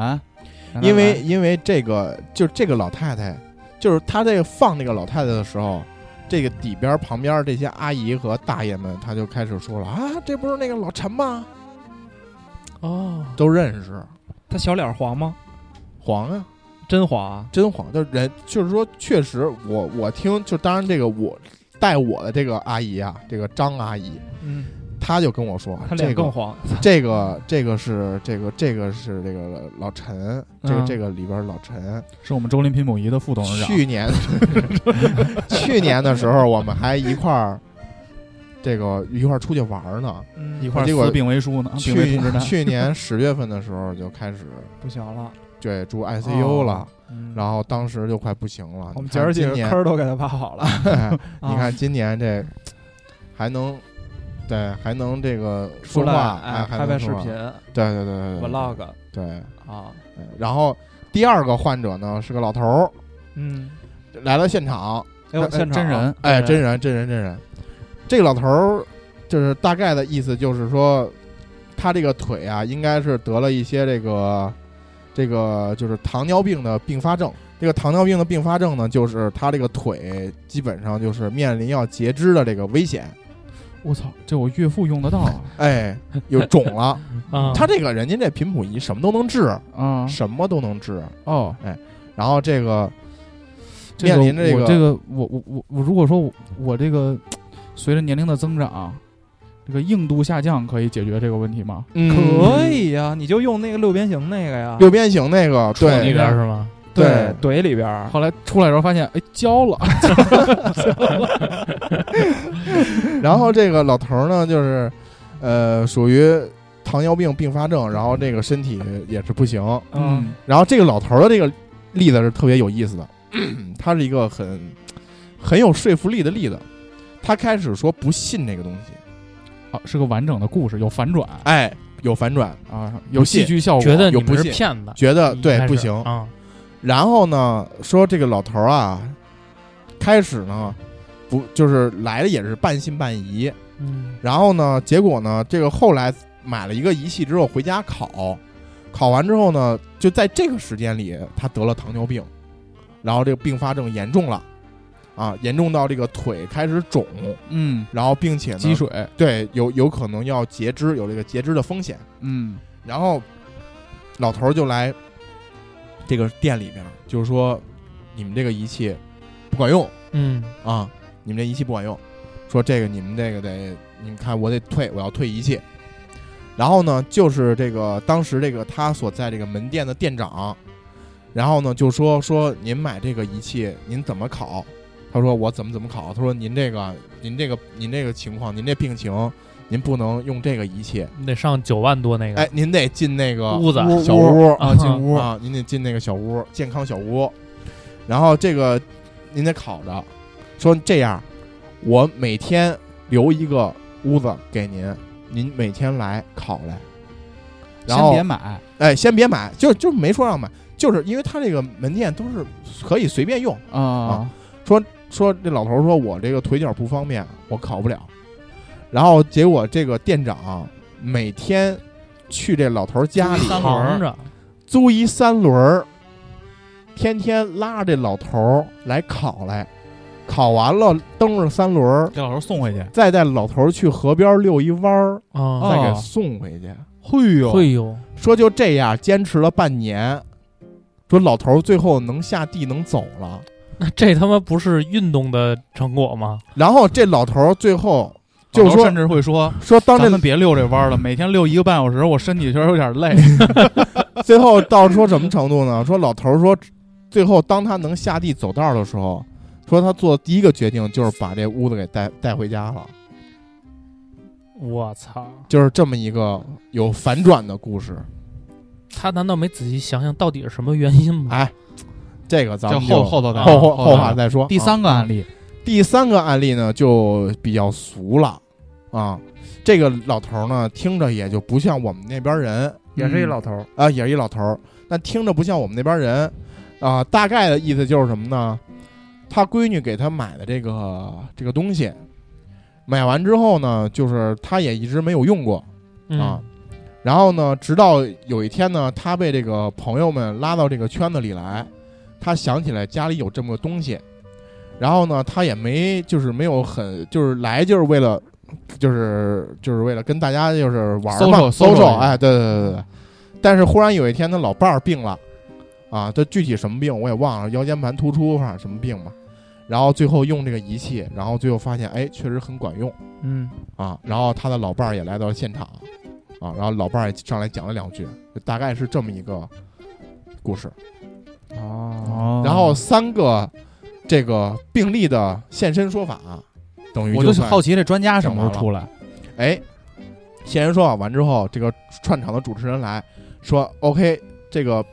S3: 让他
S5: 因为
S3: 来
S5: 因为这个就是这个老太太，就是她这个放这个老太太的时候，这个底边儿旁边儿这些阿姨和大爷们，她就开始说了啊，这不是那个老陈吗？
S4: 哦，
S5: 都认识，
S4: *laughs* 他小脸黄吗？
S5: 黄啊，
S4: 真黄啊！
S5: 真黄，就是人，就是说，确实我，我听，就当然这个我带我的这个阿姨啊，这个张阿姨，
S4: 嗯，
S5: 她就跟我说，
S4: 他
S5: 这
S4: 脸更
S5: 个
S4: 黄。
S5: 这个这个是这个这个是这个老陈，这个、
S4: 嗯
S5: 这个里边儿老陈，
S3: 是我们周林品某仪的副董事长，
S5: 去年 *laughs* 去年的时候，我们还一块儿这个一块儿出去玩儿呢，
S4: 嗯
S3: 一块儿
S5: 结果
S3: 撕病危书呢，病危
S5: 去
S3: 通知单。
S5: 去年十月份的时候就开始
S4: 不行了。
S5: 对住 ICU 了。
S4: 嗯
S5: 然后当时就快不行了，
S4: 我们
S5: 你
S4: 姐
S5: 看
S4: 儿几
S5: 今
S4: 个
S5: 年哎
S4: 坑儿都啊给他挖好了。
S5: 你看今年这还能，对，还能这个说
S4: 出来
S5: 话，
S4: 哎，
S5: 还
S4: 拍
S5: 能
S4: 拍视
S5: 说话
S4: 频
S5: 对对对对对
S4: vlog
S5: 对。
S4: 啊，
S5: 哎然后第二个患者呢是个老头儿，
S4: 嗯，
S5: 来到现场，
S4: 哎呦，
S5: 哎
S4: 现场
S3: 啊真人，
S5: 哎，真人真人真人，这个老头儿就是大概的意思就是说，他这个腿啊应该是得了一些这个这个就是糖尿病的并发症。这个糖尿病的并发症呢，就是他这个腿基本上就是面临要截肢的这个危险，
S3: 我操，这我岳父用得到
S5: *laughs*
S3: 啊
S5: 哎，有肿了。
S6: 啊，
S5: 嗯他这个人家这频谱仪什么都能治，
S3: 啊！
S5: 什么都能治。
S3: 哦，
S5: 然后这个
S3: 这个
S5: 面临这
S3: 我
S5: 个
S3: 这个我我我我如果说我我这个随着年龄的增长，这个硬度下降可以解决这个问题吗？
S4: 可以啊呀，你就用那个六边形那个呀，
S5: 嗯六边形那个，
S6: 那
S5: 对
S6: 边儿是吗？
S5: 对
S4: 怼里边
S5: 啊
S4: 儿，
S3: 后来出来的时候发现，哎，焦了， *laughs*
S5: 然后这个老头儿呢，就是呃，属于糖尿病并发症，然后这个身体也是不行。
S4: 嗯，
S5: 然后这个老头儿的这个例子是特别有意思的，他是一个很很有说服力的例子。他开始说不信这个东西，
S3: 啊，是个完整的故事，有反转
S5: 哎，有反转，
S3: 啊，有戏
S5: 信
S3: 剧效果，
S6: 觉得你
S5: 有哦不
S6: 们是
S5: 信
S6: 骗子，
S5: 觉得
S6: 一
S5: 对
S6: 开
S5: 不
S6: 始
S5: 行，
S6: 啊，
S5: 然后呢，说这个老头儿啊，开始呢，不就是来的也是半信半疑，
S6: 嗯，
S5: 然后呢，结果呢，这个后来买了一个仪器之后回家烤，烤完之后呢，就在这个时间里，他得了糖尿病，然后这个并发症严重了，啊，严重到这个腿开始肿，
S3: 嗯，
S5: 然后并且呢，
S3: 积水，
S5: 对，有有可能要截肢，有这个截肢的风险。
S3: 嗯，
S5: 然后老头儿就来这个店里面，就是说你们这个仪器不管用
S6: 嗯，
S5: 啊，你们这仪器不管用，说这个你们这个得，你们看我得退，我要退仪器。然后呢，就是这个当时这个他所在这个门店的店长，然后呢就说说您买这个仪器您怎么考？他说我怎么怎么考？他说您这个您这个您这个情况，您这病情，您不能用这个仪器，
S6: 你得上九万多那个
S5: 哎，您得进那个
S6: 屋子，
S5: 小屋
S6: 啊进
S5: 屋啊，您得进那个小屋，健康小屋。然后这个您得考着，说这样，我每天留一个屋子给您，您每天来考来。
S3: 先
S5: 然后
S3: 别买，
S5: 哎，先别买，就就没说让买，就是因为他这个门店都是可以随便用。
S3: 啊，
S5: 说这老头儿说我这个腿脚不方便，我考不了。然后结果这个店长每天去这老头儿家里
S6: 三轮着，啊
S5: 租一三轮儿，天天拉着这老头儿来烤来，烤完了蹬着三轮儿，
S3: 给老头送回去，
S5: 再带老头儿去河边儿遛一弯儿，
S6: 啊，
S5: 再给
S3: 哦
S5: 送回去。
S3: 嘿呦
S6: 会有
S5: 说就这样坚持了半年，说老头儿最后能下地能走了。
S6: 那这他妈不是运动的成果吗？
S5: 然后这老头儿最后就说
S3: 甚至会说，
S5: 说当
S3: 咱
S5: 这
S3: 们别溜这弯儿了，每天溜一个半小时，我身体确实有点累。
S5: *laughs* 最后到说什么程度呢？说老头儿说，最后当他能下地走道儿的时候，说他做的第一个决定就是把这屋子给带带回家了。
S6: 我操，
S5: 就是这么一个有反转的故事。
S6: 他难道没仔细想想到底是什么原因吗？
S5: 哎，这个咱
S3: 就
S5: 们
S3: 后后头再
S5: 后
S3: 说
S5: 后
S3: 后
S5: 后
S3: 头
S5: 话再说。
S3: 第
S5: 啊
S3: 三个案例，
S5: 第三个案例呢，就比较俗了啊。这个老头儿呢，听着也就不像我们那边人
S4: 也是一老头
S3: 嗯
S4: 儿，
S5: 啊，也是一老头儿，但听着不像我们那边人啊。大概的意思就是什么呢？他闺女给他买的这个这个东西，买完之后呢，就是他也一直没有用过，啊
S6: 嗯，。
S5: 然后呢，直到有一天呢，他被这个朋友们拉到这个圈子里来，他想起来家里有这么个东西，然后呢，他也没就是没有很就是来就是为了就是就是为了跟大家就是玩儿嘛
S3: social- social
S5: ，social，哎，对对对对对。但是忽然有一天，他老伴儿病了，啊，这具体什么病我也忘了，腰间盘突出啊什么病吧。然后最后用这个仪器，然后最后发现，哎，确实很管用。
S6: 嗯，
S5: 啊，然后他的老伴儿也来到现场，啊，然后老伴儿也上来讲了两句，就大概是这么一个故事。
S4: 哦，
S3: 哦
S5: 然后三个这个病例的现身说法，等于
S3: 我就
S5: 算
S3: 好奇这专家什么时候
S5: 讲
S3: 出来？
S5: 哎，现身说法完之后，这个串场的主持人来说，OK，这个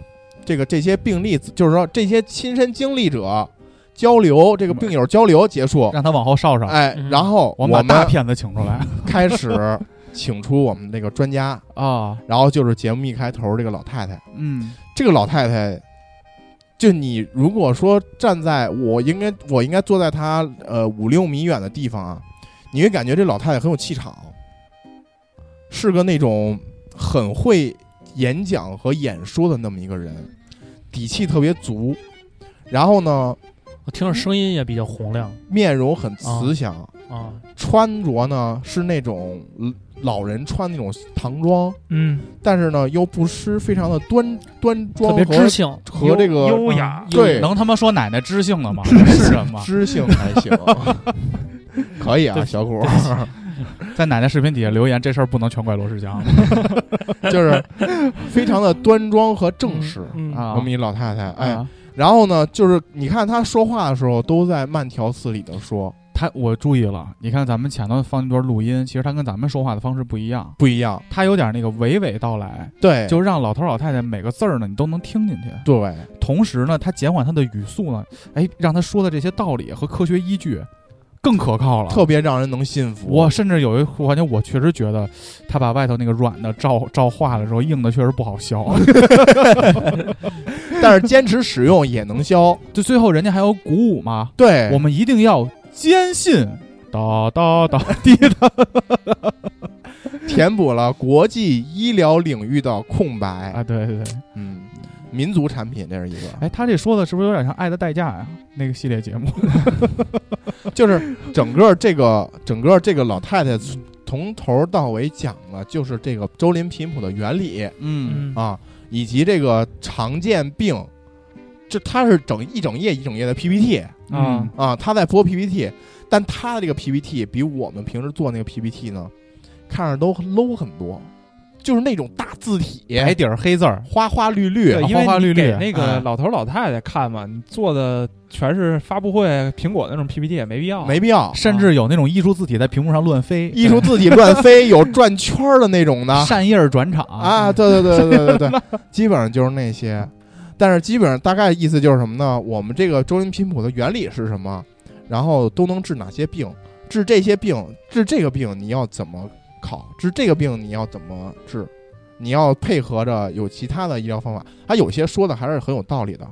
S5: 这个这些病例，就是说这些亲身经历者交流，这个病友交流结束，
S3: 让他往后稍稍。
S5: 哎，
S6: 嗯
S5: 然后
S3: 我
S5: 我
S3: 们
S5: 们
S3: 把大骗子请出来
S5: 开始请出我们那个专家。
S3: 啊，
S5: 然后就是节目一开头这个老太太，
S3: 嗯，
S5: 这个老太太，就你如果说站在我应该我应该坐在她呃五六米远的地方啊，你会感觉这老太太很有气场，是个那种很会演讲和演说的那么一个人，底气特别足，然后呢
S6: 我听着声音也比较洪亮
S5: 面容很慈祥，
S6: 啊，
S5: 穿着呢是那种老人穿那种唐装。
S6: 嗯，
S5: 但是呢，又不失非常的端端庄
S6: 特别
S5: 和
S6: 知性，
S5: 和这个
S4: 优雅，
S5: 呃嗯对
S3: 能他妈说奶奶知性了吗？
S5: *laughs*
S3: 是人吗？
S5: 知性还行， *laughs* 可以啊，小虎，
S3: 在奶奶视频底下留言，这事儿不能全怪罗志祥
S5: *laughs* 就是非常的端庄和正式。
S6: 嗯
S3: 啊
S5: 我们一老太太，哎，
S3: 啊！
S5: 然后呢，就是你看她说话的时候都在慢条斯理的说，
S3: 他我注意了，你看咱们前头放一段录音，其实他跟咱们说话的方式不一样，
S5: 不一样，
S3: 他有点那个娓娓道来，
S5: 对，
S3: 就让老头老太太每个字儿呢你都能听进去。
S5: 对，
S3: 同时呢，他减缓他的语速呢，哎，让他说的这些道理和科学依据更可靠了。
S5: 特别让人能信服。
S3: 我甚至有一我感觉，我确实觉得他把外头那个软的照照化了之后，硬的确实不好削。
S5: *laughs* 但是坚持使用也能消，
S3: 就最后人家还有鼓舞嘛，
S5: 对
S3: 我，们一定要坚信。哒哒
S5: *laughs*
S3: 哒，滴答，
S5: 填补了国际医疗领域的空白。
S3: 啊，对对对，
S5: 嗯，民族产品这是一个，
S3: 哎，他这说的是不是有点像《爱的代价》呀？那个系列节目，
S5: 就是整个这个整个这个老太太从头到尾讲的就是这个周林频谱的原理
S3: 嗯，
S6: 嗯
S5: 啊，以及这个常见病，这她是整一整页一整页的 PPT
S3: 啊
S6: 嗯
S4: 啊，
S5: 啊，她在播 PPT，但她的这个 PPT 比我们平时做那个 PPT 呢，看着都 low 很多，就是那种大字体，
S3: 白底儿哎黑字儿，
S5: 花花绿绿
S4: 对，
S3: 啊，
S4: *laughs* 因
S3: 花
S4: 为
S3: 花
S4: 你
S3: 绿绿
S4: 给那
S5: 哎
S4: 个老头儿老太太看嘛，你做的全是发布会、苹果那种 PPT 也没必要，
S5: 没必要。
S3: 甚至有那种艺术字体在屏幕上乱飞，
S5: 艺术字体乱飞，有转圈儿的那种的，
S3: *laughs* 扇叶儿转场
S5: 啊，，对对对对对对，对， *laughs* 基本上就是那些。但是基本上大概意思就是什么呢？我们这个周林频谱的原理是什么？然后都能治哪些病？治这些病，治这个病你要怎么考？治这个病你要怎么治？你要配合着有其他的医疗方法。它有些说的还是很有道理的，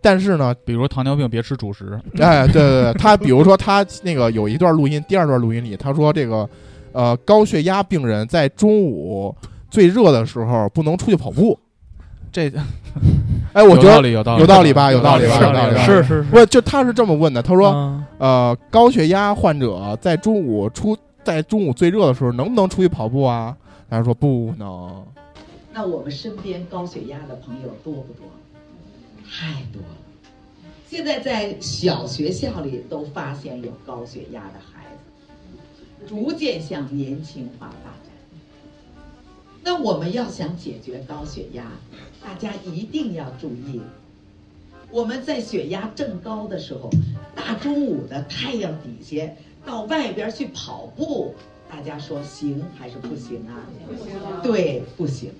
S5: 但是呢，
S3: 比如糖尿病别吃主食，
S5: 哎，对对对，他比如说他那个有一段录音，第二段录音里他说这个，呃，高血压病人在中午最热的时候不能出去跑步。
S3: 这
S5: *laughs* 哎，我觉
S3: 有道
S5: 得
S3: 理，有道理，
S5: 有道理吧，
S3: 有
S5: 有
S3: 道
S5: 道
S3: 理
S5: 理吧，有道理吧。
S6: 是是是，
S5: 不就他是这么问的？他说，
S6: 嗯
S5: 呃，高血压患者在中午出在中午最热的时候能不能出去跑步啊？他说不能。
S2: 那我们身边高血压的朋友多不多？太多了。现在在小学校里都发现有高血压的孩子，逐渐向年轻化发展。那我们要想解决高血压，大家一定要注意，我们在血压正高的时候，大中午的太阳底下到外边去跑步，大家说行还是不行啊？对，不行。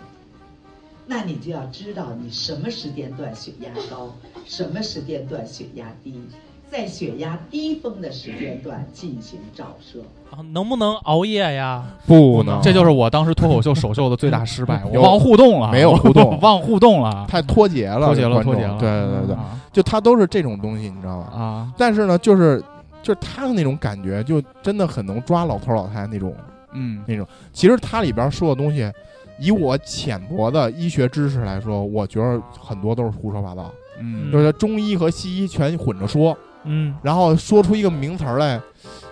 S2: 那你就要知道你什么时间段血压高，什么时间段血压低，在血压低峰的时间段进行照射。
S6: 啊能不能熬夜呀？
S5: 不能
S3: 这就是我当时脱口秀首秀的最大失败，我
S5: 嗯 *laughs* 有
S3: 忘互动了，
S5: 没有互动
S3: 忘互动了，
S5: *laughs* 太脱节了，
S3: 脱节了，
S5: 观众
S3: 脱节了，
S5: 对对对对，
S3: 啊
S5: 就它都是这种东西，你知道吗？
S3: 啊，
S5: 但是呢，就是就是它的那种感觉，就真的很能抓老头老太太那种。
S3: 嗯
S5: 其实它里边说的东西，以我浅薄的医学知识来说，我觉得很多都是胡说八道，
S3: 嗯，
S5: 就是中医和西医全混着说，
S6: 嗯，
S5: 然后说出一个名词儿来，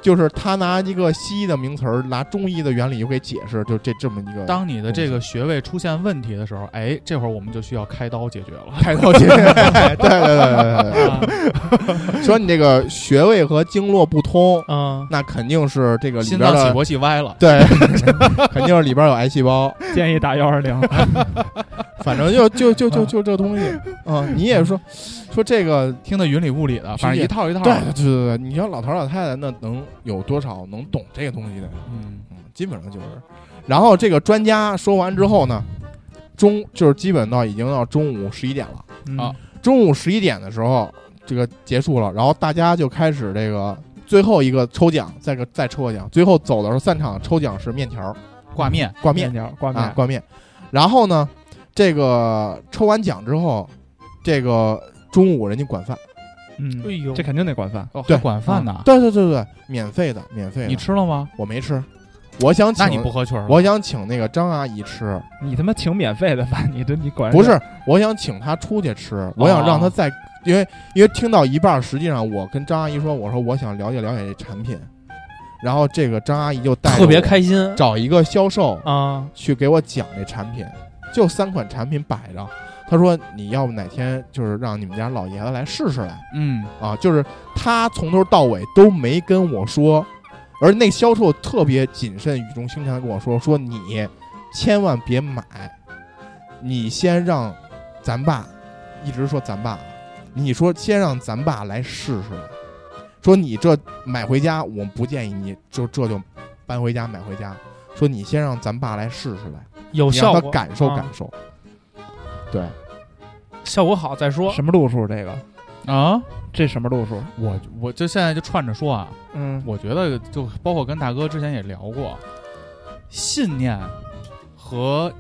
S5: 就是他拿一个西医的名词儿，拿中医的原理又给解释，就这这么一个
S3: 当你的这个穴位出现问题的时候，哎，这会儿我们就需要开刀解决了。*laughs*
S5: 开刀解对对对对对
S3: 啊
S5: 对，说你这个穴位和经络不通，
S6: 嗯，
S5: 那肯定是这个 *laughs* 里
S3: 心
S5: 边
S3: 脏起
S5: 的
S3: 搏器歪 *laughs* 了，
S5: 对， *laughs* 肯定是里边有癌细胞，
S3: *laughs*
S4: 建议打幺二零。
S5: 反正就就就就就这东西啊，你也说说这个
S3: 听得云里雾里
S4: *laughs*
S3: 的，反
S5: 徐
S3: 正
S5: 姐
S3: 一套一套
S5: 对
S3: 的。
S5: 对对对，你要老头儿老太太，那能有多少能懂这个东西的？
S3: 嗯，
S5: 嗯，基本上就是。然后这个专家说完之后呢，中就是基本到已经到中午十一点了。
S6: 嗯
S3: 啊
S5: 中午十一点的时候，这个结束了，然后大家就开始这个最后一个抽奖，再个再抽个奖。最后走的时候，散场抽奖是面条儿
S3: 挂面，
S5: 挂面
S4: 嗯面条挂
S5: 啊
S4: 面，
S5: 挂面。然后呢，这个抽完奖之后，这个中午人家管饭，
S6: 哎
S4: 嗯，
S6: 呦
S4: 这，肯定得管饭。啊
S3: 哦，
S5: 对啊
S3: 还管饭呢。
S5: 对对对对，免费的，免费的。
S3: 你吃了吗？
S5: 我没吃，我想请
S3: 那你不合群儿了？
S5: 我想请那个张阿姨吃，
S4: 你他妈请免费的饭，你这你
S3: 哎
S4: 管人
S5: 不是，我想请她出去吃，我想
S3: 哦
S5: 让她再，因为因为听到一半儿，实际上我跟张阿姨说，我说我想了解了解这产品，然后这个张阿姨就带着
S6: 特别
S5: 我
S6: 开心
S5: 找一个销售
S6: 啊，
S5: 去给我讲这产品，就三款产品摆着，她说你要不哪天就是让你们家老爷子来试试来
S3: 嗯，
S5: 啊，就是她从头到尾都没跟我说，而那销售特别谨慎，语重心长地跟我说，说你千万别买。你先让咱爸，一直说咱爸，你说先让咱爸来试试，说你这买回家，我不建议你就这就搬回家买回家，说你先让咱爸来试试来，
S6: 有
S5: 你让
S6: 效
S5: 他
S6: 果，
S5: 感受
S6: 啊
S5: 感受。对，
S6: 效果好再说。
S4: 什么路数？这个
S3: 啊，
S4: 这什么路数？
S3: 我我就现在就串着说啊，
S4: 嗯，
S3: 我觉得就包括跟大哥之前也聊过，信念和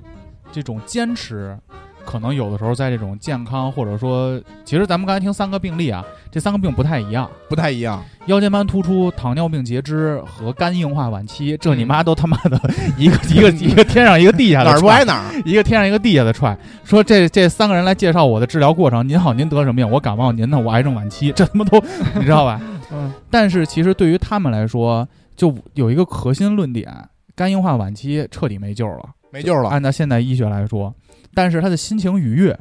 S3: 这种坚持，可能有的时候在这种健康或者说，其实咱们刚才听三个病例啊，这三个病不太一样。
S5: 不太一样。
S3: 腰间盘突出、糖尿病截肢和肝硬化晚期，这你妈都他妈的
S5: *laughs*
S3: 一个一个一个天上一个地下的
S5: 嗯哪儿不
S3: 踹
S5: 挨哪儿，
S3: 一个天上一个地下的踹。说这这三个人来介绍我的治疗过程，您好，您得什么病？我感冒，您呢？我癌症晚期，这他妈
S5: *laughs*
S3: 都你知道吧？
S4: 嗯。
S3: 但是其实对于他们来说，就有一个核心论点：肝硬化晚期彻底没救了。
S5: 没救了。
S3: 按照现代医学来说，但是他的心情愉悦、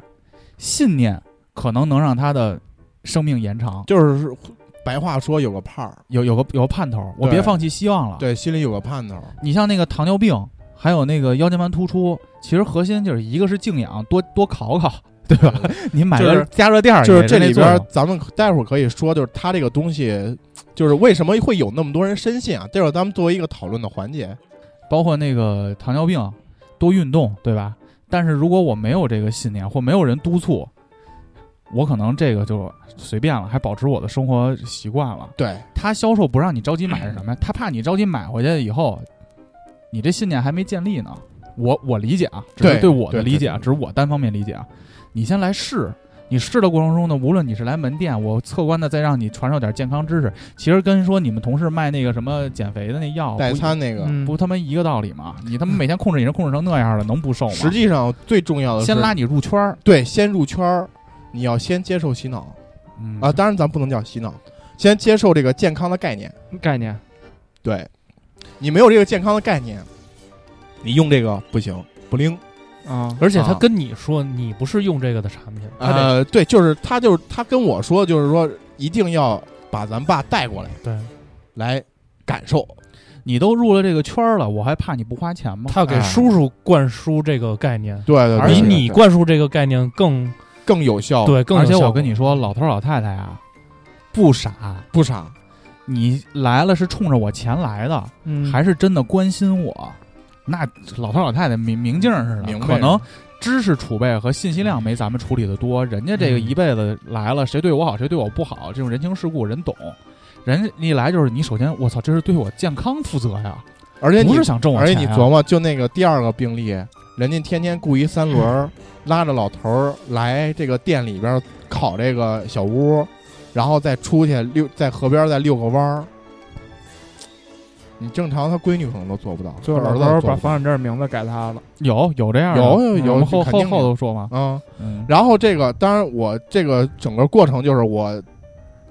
S3: 信念可能能让他的生命延长。
S5: 就是白话说有个盼儿，
S3: 有有个有个盼头，我
S5: 对
S3: 别放弃希望了。
S5: 对，心里有个盼头。
S3: 你像那个糖尿病，还有那个腰间盘突出，其实核心就是一个是静养，多多烤烤，对吧？你买
S5: 就
S3: 个
S5: 是
S3: 加热垫儿也
S5: 就
S3: 那作用，
S5: 是这里边儿，咱们待会儿可以说，就是它这个东西，就是为什么会有那么多人深信啊？待会儿咱们作为一个讨论的环节，
S3: 包括那个糖尿病，多运动，对吧？但是如果我没有这个信念，或没有人督促，我可能这个就随便了，还保持我的生活习惯了。
S5: 对，
S3: 他销售不让你着急买是什么 *clears throat* 呀？他怕你着急买回去以后，你这信念还没建立呢。我我理解啊，只是
S5: 对
S3: 对我的
S5: 对
S3: 理解啊，
S5: 对
S3: 只
S5: 对
S3: 是我单方面理解啊。你先来试，你试的过程中呢，无论你是来门店，我客观的再让你传授点健康知识，其实跟说你们同事卖那个什么减肥的那药
S5: 代
S3: 不
S5: 餐那个。
S4: 嗯
S3: 不他妈一个道理吗？你他妈每天控制饮食控制成那样了，能不瘦吗？
S5: 实际上最重要的是
S3: 先拉你入圈儿
S5: 对，先入圈儿，你要先接受洗脑
S3: 嗯
S5: 啊，当然咱不能叫洗脑，先接受这个健康的概念。
S4: 概念
S5: 对，你没有这个健康的概念，你用这个不行，不灵。
S4: 啊，
S6: 而且他
S5: 啊
S6: 跟你说，你不是用这个的产品，他得
S5: 呃，对，就是他就是他跟我说，就是说一定要把咱爸带过来
S6: 对，
S5: 来感受。
S3: 你都入了这个圈儿了，我还怕你不花钱吗？
S6: 他要给
S5: 哎
S6: 叔叔灌输这个概念，
S5: 对哎对
S3: 而
S5: 对，
S3: 且
S6: 比
S5: 对
S6: 你
S5: 对
S6: 灌输这个概念更
S5: 更有效，，
S6: 对更有
S3: 而且
S6: 效
S3: 我
S6: 果
S3: 跟你说，老头儿老太太啊，不傻，
S5: 不傻。
S3: 你来了是冲着我钱来的，
S4: 嗯
S3: 还是真的关心我？那老头老太太明明镜儿似的，
S5: 明白
S3: 可能知识储备和信息量没咱们处理的多，人家这个
S4: 嗯
S3: 一辈子来了，谁对我好，谁对我不好，这种人情世故人懂。人家一来就是你，首先我操，这是对我健康负责呀，
S5: 而且你
S3: 不是想挣我
S5: 而且
S3: 钱、啊。
S5: 你琢，磨，就那个第二个病例，人家天天雇一三轮儿，拉着老头儿来这个店里边儿烤这个小屋，然后再出去溜，在河边儿再遛个弯儿。你正常，他闺女可能都做不到，
S4: 最后
S5: 他儿
S4: 老
S5: 子
S4: 头儿
S5: 做不到
S4: 把房产证儿名字改他了，
S3: 有有这样的，
S5: 有有有
S3: 我们后
S5: 肯
S3: 后
S5: 定有
S3: 后头说嘛。
S5: 嗯。
S3: 嗯，
S5: 然后这个，当然我这个整个过程就是我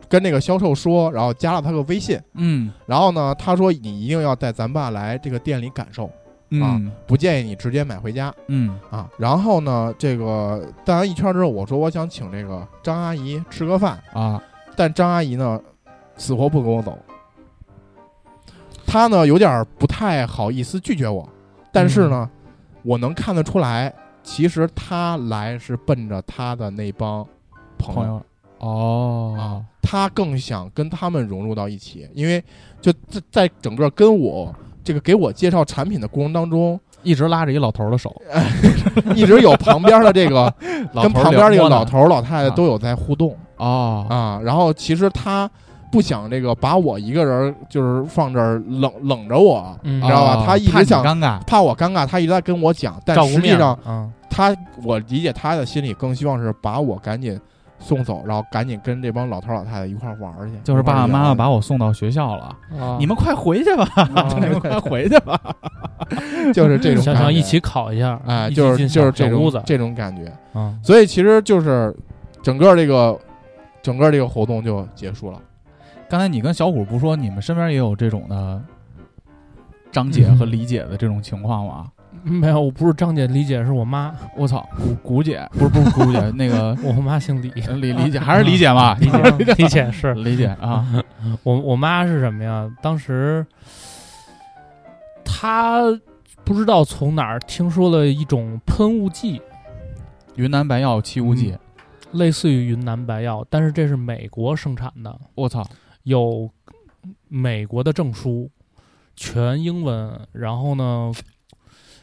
S5: 跟那个销售说，然后加了他个微信，
S3: 嗯
S5: 然后呢，他说你一定要带咱爸来这个店里感受，
S3: 嗯
S5: 不建议你直接买回家。
S3: 嗯
S5: 啊，然后呢，这个带完一圈之后，我说我想请这个张阿姨吃个饭，
S3: 啊，
S5: 但张阿姨呢，死活不跟我走。她呢有点儿不太好意思拒绝我，但是呢，我能看得出来，其实她来是奔着她的那帮朋
S3: 朋友哦
S5: 啊，她更想跟他们融入到一起，因为就在在整个跟我这个给我介绍产品的过程当中，
S3: 一直拉着一老头儿的手，
S5: 一直有旁边的这个
S3: 老
S5: 跟
S3: 头儿
S5: 旁边这
S3: 聊摸
S5: 个
S3: 呢
S5: 老头儿老太
S3: 啊
S5: 太都有在互动
S3: 哦
S5: 啊。然后其实他不想这个把我一个人儿就是放这儿冷冷着我，
S6: 嗯
S5: 你知道吧？他一
S3: 怕
S5: 直
S3: 你
S5: 想
S3: 尴尬，
S5: 怕我尴尬，他一直在跟我讲，但
S6: 照顾
S5: 实际
S6: 面
S5: 上
S4: 啊，
S5: 他我理解他的心里更希望是把我赶紧送走，然后赶紧跟这帮老头儿老太太一块儿玩儿去，啊
S3: 就是爸爸妈妈
S5: *laughs*
S3: 把
S5: 我
S3: 我送到学校了，
S6: 啊
S3: 你们快回去
S5: *laughs*
S3: 吧，你们快回去吧。
S5: 就是这种
S6: 想
S5: 感
S6: 想
S5: 觉
S6: 一起烤一下，
S5: 哎，
S6: 一起
S5: 就是
S6: 进
S5: 就是
S6: 小
S5: 这
S6: 小屋子
S5: 种，这种感觉，
S6: 啊，
S5: 所以其实就是整个这个整个这个活动就结束了。
S3: 刚才你跟小虎不说，你们身边也有这种的张姐和李姐的这种情况吗？
S6: 没有，我不是张姐，李姐是我妈，
S3: 我操，谷谷姐不是不是谷
S5: *laughs*
S3: 姐，那个
S6: 我妈姓李，
S3: 呃李李姐还是李姐
S5: 啊
S3: 吧？ *laughs*
S6: 李姐，李姐是
S3: 李姐啊，
S6: 我我妈是什么呀？当时她不知道从哪儿听说了一种喷雾剂，
S3: 云南白药七无
S5: 嗯
S3: 忌，
S6: 类似于云南白药，但是这是美国生产的，
S3: 我操，
S6: 有美国的证书，全英文。然后呢，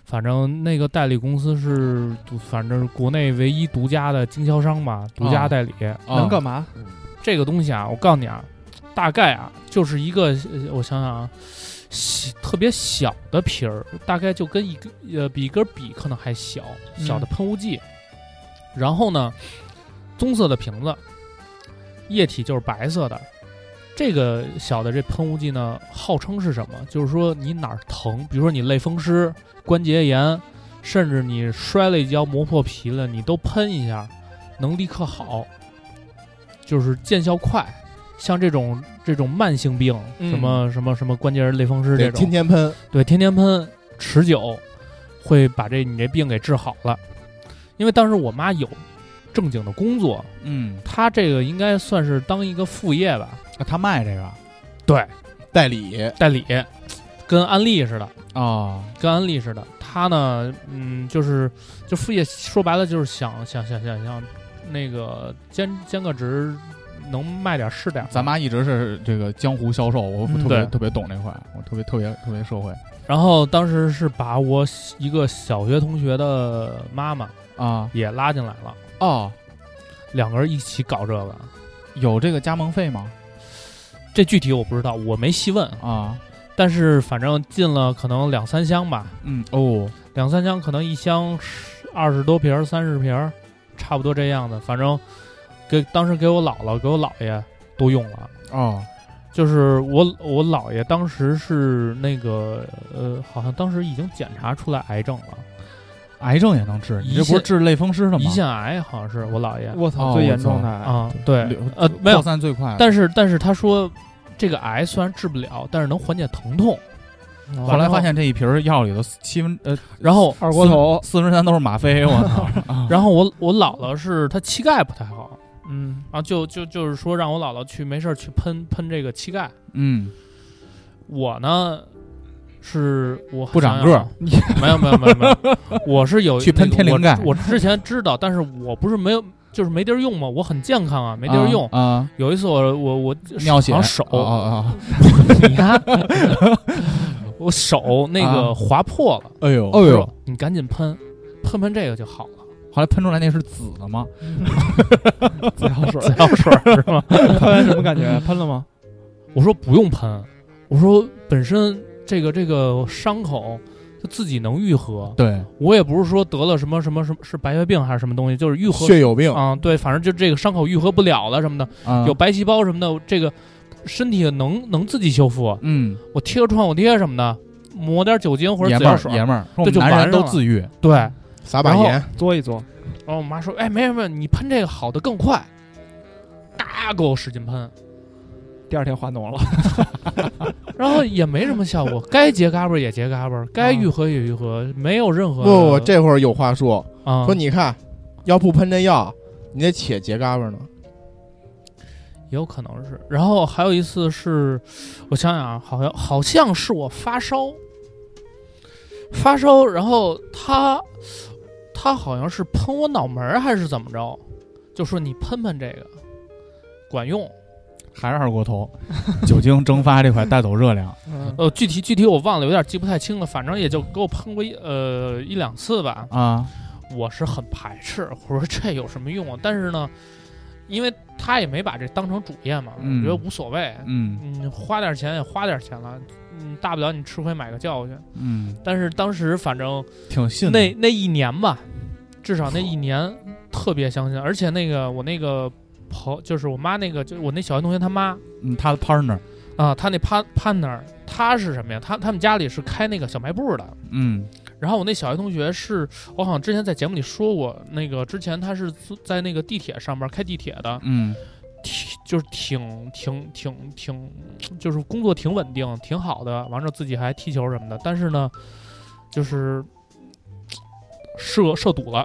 S6: 反正那个代理公司是，反正是国内唯一独家的经销商嘛，独家代理。
S3: 啊
S1: 能干嘛？
S6: 这个东西啊，我告诉你啊，大概啊，就是一个，呃我想想啊，小特别小的瓶儿，大概就跟一个呃比一根笔可能还小，
S1: 嗯
S6: 小的喷雾剂。然后呢，棕色的瓶子，液体就是白色的。这个小的这喷雾剂呢，号称是什么？就是说你哪儿疼，比如说你类风湿、关节炎，甚至你摔了一跤磨破皮了，你都喷一下，能立刻好，就是见效快。像这种这种慢性病，
S1: 嗯
S6: 什么什么什么关节炎类风湿这
S5: 得
S6: 种
S5: 天，天喷，
S6: 对，天天喷，持久会把这你这病给治好了。因为当时我妈有正经的工作，
S3: 嗯，
S6: 她这个应该算是当一个副业吧，
S3: 啊他卖这个
S6: 对，
S5: 代理
S6: 代理，跟安利似的，
S3: 哦，
S6: 跟安利似的。她呢，嗯，就是就副业，说白了就是想想想想想那个兼兼个职，能卖点儿是点儿。
S3: 咱妈一直是这个江湖销售，我
S6: 嗯
S3: 特别
S6: 对
S3: 特别懂这块，我特别特别特别社会
S6: 然后当时是把我一个小学同学的妈妈
S3: 啊
S6: 也拉进来了，
S3: 哦，
S6: 两个人一起搞这个。
S3: 有这个加盟费吗？
S6: 这具体我不知道，我没细问。
S3: 啊，
S6: 但是反正进了可能两三箱吧，
S3: 嗯哦，
S6: 两三箱可能一箱十二十多瓶儿、三十瓶儿，差不多这样的。反正给当时给我姥姥、给我姥爷都用了。
S3: 哦，
S6: 就是我我姥爷当时是那个呃，好像当时已经检查出来癌症了，
S3: 癌症也能治？你
S6: 胰
S3: 这不是
S6: 腺
S3: 治类风湿的吗？
S6: 胰腺癌好像是我姥爷
S4: 我
S3: 哦
S4: 操，最严重的癌
S6: 啊，对
S3: 流，
S6: 呃，没有
S3: 扩，散最快。
S6: 但
S3: 是
S6: 是但是他说这个癌虽然治不了，但是能缓解疼痛。
S3: 后来发现这一瓶药里头七分呃
S6: 然后
S4: 二锅头，
S3: 四分之三都是吗啡，我
S6: *laughs*
S3: 操！啊
S6: 然后我我姥姥是她膝盖不太好，
S4: 嗯，
S6: 然后就就就是说让我姥姥去没事儿去喷喷这个膝盖。
S3: 嗯，
S6: 我呢是我
S3: 不长
S6: 想想啊没有没有没有没有，
S3: *laughs*
S6: 我是有
S3: 去喷
S6: 那个
S3: 天灵盖
S6: 我我之前知道，但是我不是没有，就是没地儿用嘛，我很健康啊，没地儿用。
S3: 啊啊，
S6: 有一次我我我
S3: 尿血
S6: 好像手，
S3: 哦哦
S6: *laughs* 你看，我手那个划破了，
S3: 哦，哎呦
S6: 我说你赶紧喷，喷喷这个就好了，
S3: 后来喷出来那是紫的吗？
S4: 紫药水儿，
S6: *laughs* 紫药水儿是吗？
S4: 喷完什么感觉？喷了吗？
S6: *laughs* 我说不用喷，我说本身这个这个伤口就自己能愈合，
S3: 对，
S6: 我也不是说得了什么什么什么是白血病还是什么东西，就是愈合
S5: 血友病，
S6: 啊、对，反正就这个伤口愈合不了了什么的，
S3: 啊
S6: 有白细胞什么的，这个身体能能自己修复。
S3: 嗯，
S6: 我贴个创口贴什么的，抹点酒精或者
S3: 爷
S6: 紫
S3: 们
S6: 药
S3: 儿
S6: 水
S3: 爷
S6: 儿。
S3: 们儿，说我们
S6: 这就
S3: 男
S6: 完
S3: 人都
S6: 了
S3: 自愈，
S6: 对，
S5: 撒把
S6: 然后
S5: 盐，
S4: 嘬一嘬，
S6: 然后我妈说：“哎，没什么，你喷这个好的更快。”嘎，给我使劲喷，
S4: 第二天化脓了。
S6: *laughs* 然后也没什么效果，该结嘎巴儿也结嘎巴儿，该愈合也愈合，没有任何
S5: 不不，这会儿有话说，
S6: 啊，
S5: 说你看，要不喷这药，你得且结嘎巴呢。
S6: 也有可能是。然后还有一次是，我想想啊，好像好像是我发烧，发烧，然后他他好像是喷我脑门儿还是怎么着，就说你喷喷这个管用。
S3: 还是二锅头， *laughs* 酒精蒸发这块带走热量，
S6: 呃，具体具体我忘了，有点记不太清了，反正也就给我喷过一呃一两次吧。
S3: 啊，
S6: 我是很排斥，我说这有什么用啊？但是呢，因为他也没把这当成主业嘛，
S3: 嗯
S6: 我觉得无所谓。
S3: 嗯
S6: 嗯，花点钱也花点钱了，嗯，大不了你吃亏买个教训。
S3: 嗯，
S6: 但是当时反正
S3: 挺信的
S6: 那那一年吧，至少那一年特别相信，而且那个我那个朋，就是我妈那个，就我那小学同学他妈
S3: 嗯他的 partner，
S6: 啊，他那 pa- partner，他是什么呀？他他们家里是开那个小卖部的，
S3: 嗯
S6: 然后我那小学同学是我好像之前在节目里说过，那个之前他是租在那个地铁上班开地铁的，
S3: 嗯
S6: 挺就是挺挺挺挺，就是工作挺稳定，挺好的。完之后自己还踢球什么的，但是呢，就是涉涉赌了，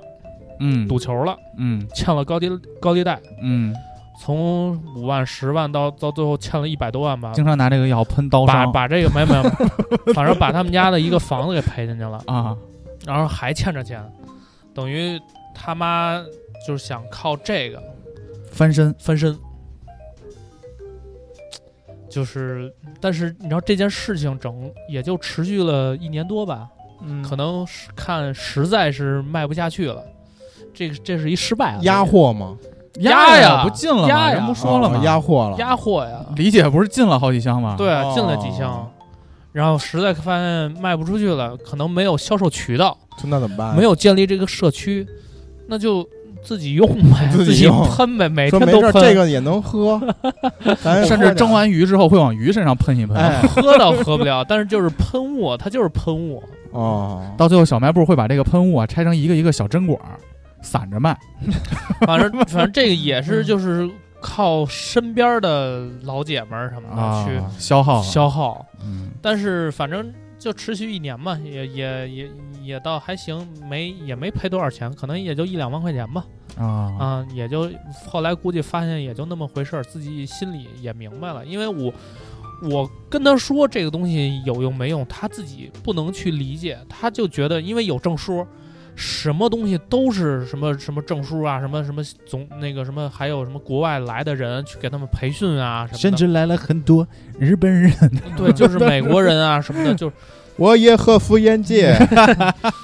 S3: 嗯
S6: 赌球了，
S3: 嗯
S6: 欠了高利高利贷，
S3: 嗯，
S6: 从五万、十万到到最后欠了一百多万吧。
S3: 经常拿这个药喷刀
S6: 把
S3: 伤
S6: 把这个没有没有， *laughs* 反正把他们家的一个房子给赔进去了。
S3: 啊，
S6: 然后还欠着钱，等于他妈就是想靠这个
S3: 翻身，
S6: 翻身。就是，但是你知道这件事情整也就持续了一年多吧，
S4: 嗯，
S6: 可能是看实在是卖不下去了，这个这是一失败啊，
S5: 压货吗？
S6: 压呀
S3: 不进了
S6: 压
S3: 吗？
S6: 呀
S3: 人不说了
S5: 哦
S3: 吗？
S5: 压货了。
S6: 压货呀，
S3: 李姐不是进了好几箱吗？
S6: 对，啊
S5: 哦
S6: 进了几箱，然后实在发现卖不出去了，可能没有销售渠道，
S5: 就那怎么办？
S6: 没有建立这个社区，那就自己用呗，
S5: 自己
S6: 自
S5: 用
S6: 喷呗，每
S5: 说
S6: 天
S5: 没
S6: 哎都
S5: 事儿，
S6: 喷，
S5: 这个也能喝，咱也
S3: 甚
S5: 喝
S3: 至
S5: 点
S3: 蒸完鱼之后会往鱼身上喷一喷，
S5: 哎
S6: 喝倒喝不了，但是就是喷雾，它就是喷雾，
S5: 哦，
S3: 到最后小卖部会把这个喷雾啊拆成一个一个小针管儿，散着卖。
S6: *laughs* 反正反正这个也是就是靠身边的老姐们儿什么
S3: 啊
S6: 的，
S3: 消耗
S6: 去消耗，
S3: 嗯
S6: 但是反正就持续一年嘛，也也也也倒还行，没也没赔多少钱，可能也就一两万块钱吧，
S3: 啊
S6: 啊，也就后来估计发现也就那么回事儿，自己心里也明白了，因为我我跟他说这个东西有用没用，他自己不能去理解，他就觉得因为有证书，什么东西都是什么什么证书啊，什么什么总那个什么，还有什么国外来的人去给他们培训啊什
S3: 甚 *laughs*
S6: 么的，
S3: 至来了很多日本人，
S6: 对，就是美国人啊什么的，就是
S5: 我也喝福烟戒，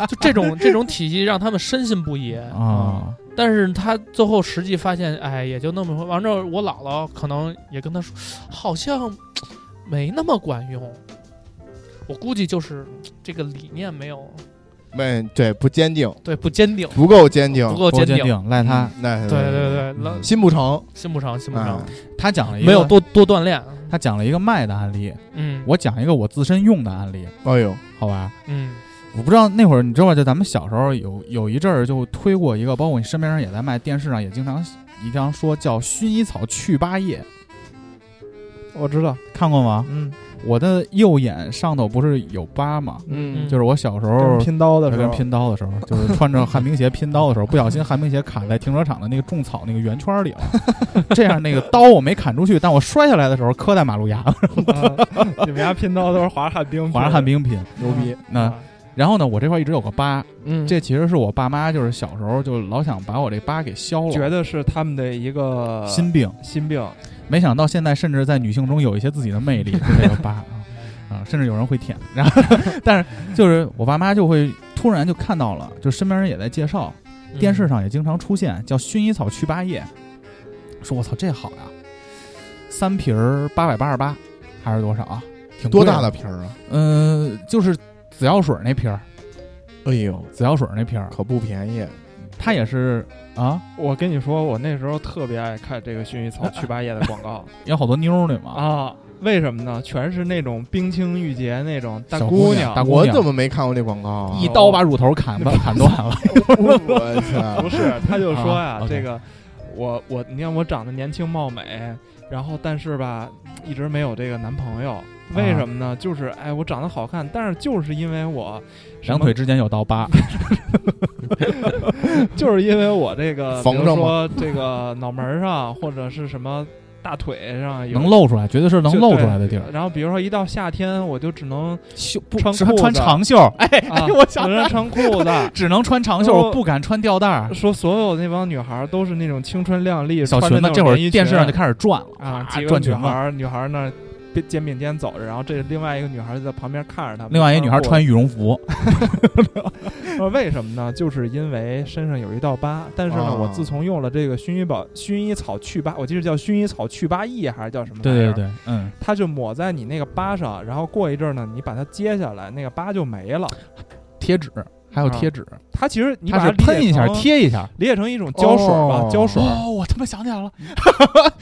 S6: 就这种这种体系让他们深信不疑
S3: 啊，
S6: 但是他最后实际发现，哎，也就那么回。完之后，我姥姥可能也跟他说，好像没那么管用。我估计就是这个理念没有
S5: 没对不坚定，
S6: 对不坚定，
S5: 不够坚定，嗯
S6: 不够
S3: 不
S6: 坚
S3: 坚定，嗯赖他。
S5: 那
S6: 对对对，老
S5: 心不成，
S6: 心不诚，心不
S5: 哎
S6: 诚，
S3: 他讲了一个
S6: 没有，多多锻炼。
S3: 他讲了一个卖的案例，
S6: 嗯，
S3: 我讲一个我自身用的案例，
S5: 哎呦，
S3: 好吧？
S6: 嗯
S3: 我不知道那会儿你知道吧？就咱们小时候有有一阵儿就推过一个，包括你身边人也在卖，电视上也经常经常说叫薰衣草去疤液，
S4: 我知道，
S3: 看过吗？
S4: 嗯
S3: 我的右眼上头不是有疤吗？
S4: 嗯
S6: 嗯
S3: 就是我小时候
S4: 跟拼刀的时
S3: 跟
S4: 候，
S3: 拼刀的时候，就是穿着旱冰鞋拼刀的时候，不小心旱冰鞋卡在停车场的那个种草那个圆圈里了。 *laughs* 这样那个刀我没砍出去，但我摔下来的时候磕在马路牙子，
S4: 嗯你们家拼刀都是 *laughs* 滑旱冰，
S3: 划着旱冰拼。
S5: 牛逼，
S3: 那然后呢，我这块一直有个疤，
S6: 嗯，
S3: 这其实是我爸妈就是小时候就老想把我这疤给消
S4: 觉
S3: 了，
S4: 得是他们的一个
S3: 心病。
S4: 心病，
S3: 没想到现在甚至在女性中有一些自己的魅力， *laughs* 就这个疤啊啊，甚至有人会舔。然后，但是就是我爸妈就会突然就看到了，就身边人也在介绍，电视
S6: 上
S3: 上也经常出现，叫薰衣草祛疤液。说我操，这好呀，三瓶儿八百八十八，还是多少啊？挺
S5: 多
S3: 贵
S5: 大的？瓶儿啊？
S3: 嗯、就是紫药水那瓶儿，
S5: 哎呦，
S3: 紫药水那瓶儿，
S5: 可不便宜。
S3: 它也是啊，
S4: 我跟你说，我那时候特别爱看这个薰衣 *laughs* 草祛疤液的广告
S3: 有好多妞儿呢嘛。
S4: 啊，为什么呢？全是那种冰清玉洁那种大
S3: 小
S4: 姑
S3: 姑
S4: 娘
S3: 娘，大
S5: 我怎么没看过这广告
S6: *laughs*
S5: 啊？
S3: 一刀把乳头砍断，砍断了。
S5: 我
S4: *laughs* 不
S5: 去，
S4: 是，他就说呀、
S3: 啊，OK
S4: 这个我我你看我长得年轻貌美，然后但是吧，一直没有这个男朋友，
S3: 啊
S4: 为什么呢？就是哎，我长得好看，但是就是因为我 *laughs* 什
S3: 两
S4: 么
S3: 腿，之间有刀疤，
S4: *laughs* 就是因为我这
S3: *laughs*
S4: 个，比
S5: 缝
S4: 如
S5: 着
S4: 说这个脑门儿上或者是什么大腿上有
S3: 能。露出来，绝对是能
S4: 就
S3: 露
S4: 对
S3: 出来的地儿。
S4: 然后比如说一到夏天，我就只能
S3: 袖不
S4: 穿
S3: 只
S4: 裤
S3: 穿
S4: 子 *laughs*
S3: 长袖，哎，
S4: 啊，
S3: 我想
S4: 只能穿裤子。
S3: 只能穿长袖，
S4: 哦
S3: 我不敢穿吊带儿、
S4: 说所有那帮女孩儿都是那种青春靓丽，
S3: 小
S4: 穿
S3: 裙子
S4: 着那。种
S3: 这会儿
S4: 连衣
S3: 电视
S4: 裙
S3: 上就开始转了
S4: 啊，几个
S3: 转
S4: 女
S3: 裙
S4: 孩
S3: 子。
S4: 儿，女孩儿那儿并肩并肩走着，然后这另外一个女孩儿就在旁边看着他们。
S3: 另外一女孩
S4: 着
S3: 穿羽绒服，
S4: 啊裤子，呃为什么呢？就是因为身上有一道疤。但是呢，
S5: 啊
S4: 我自从用了这个薰衣宝、薰衣草去疤，我记得叫薰衣草去疤液还是叫什么？
S3: 对对，对，嗯，
S4: 它就抹在你那个疤上，然后过一阵儿呢，你把它揭下来，那个疤就没了。
S3: 贴纸还有贴纸，
S4: 它其啊实你把
S3: 它是
S4: 理解
S3: 喷一下
S4: 成
S3: 贴一下。
S4: 理解成一种胶水儿吧，
S5: 哦
S4: 胶水
S3: 哦，我他妈想起来了！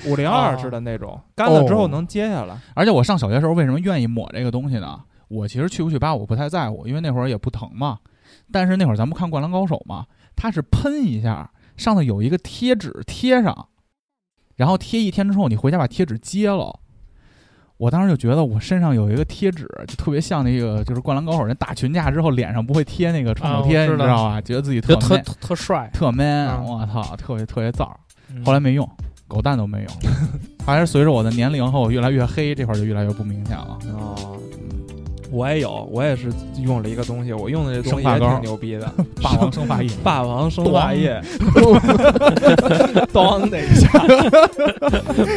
S4: 五零二似的那种，干了
S3: 哦
S4: 之后能揭下来。
S3: 而且我上小学时候为什么愿意抹这个东西呢？我其实去不去疤我不太在乎，因为那会儿也不疼嘛。但是那会儿咱们看《灌篮高手》嘛，它是喷一下，上头有一个贴纸贴上，然后贴一天之后，你回家把贴纸揭了。我当时就觉得我身上有一个贴纸，就特别像那个就是《灌篮高手》人打群架之后脸上不会贴那个创可贴，
S6: 啊我
S3: 你
S6: 知道
S3: 知道吧？觉得自己特
S6: 就特
S3: 特
S6: 特特帅，
S3: 特 man，
S6: 嗯
S3: 我操，特别特别燥。
S4: 嗯
S3: 后来没用，狗蛋都没 *laughs* 用，还是随着我的年龄和我越来越黑这块儿就越来越不明显了。
S4: 哦，我也有，我也是用了一个东西，我用的这东
S3: 生
S4: 西
S3: 发
S4: 也
S3: 膏
S4: 挺牛逼的， *laughs*
S3: 霸王生发液，
S4: 霸王生发液，当的一下，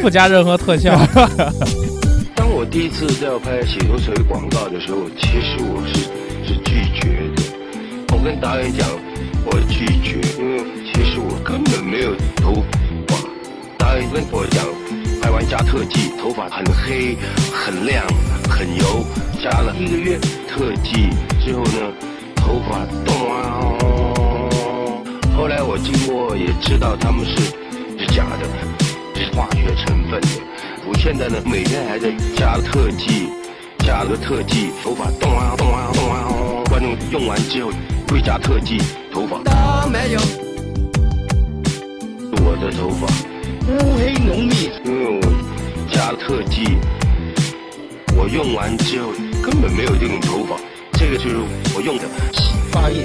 S6: 不加任何特效。
S3: *laughs*
S7: 当我第一次要拍洗头水广告的时候，其实我是是拒绝的。我跟导演讲，我拒绝，因为其实我根本没有头发。导演跟我讲，拍完加特技，头发很黑、很亮、很油，加了一个月特技之后呢，头发动啊、后来我经过也知道他们是是假的，是化学成分的。我现在呢，每天还在加特技，加了个特技，头发动啊动啊动啊、观众用完之后会加特技，头发都没有。我的头发乌黑浓密，因为我加特技，我用完之后根本没有这种头发。这个就是我用的洗发液，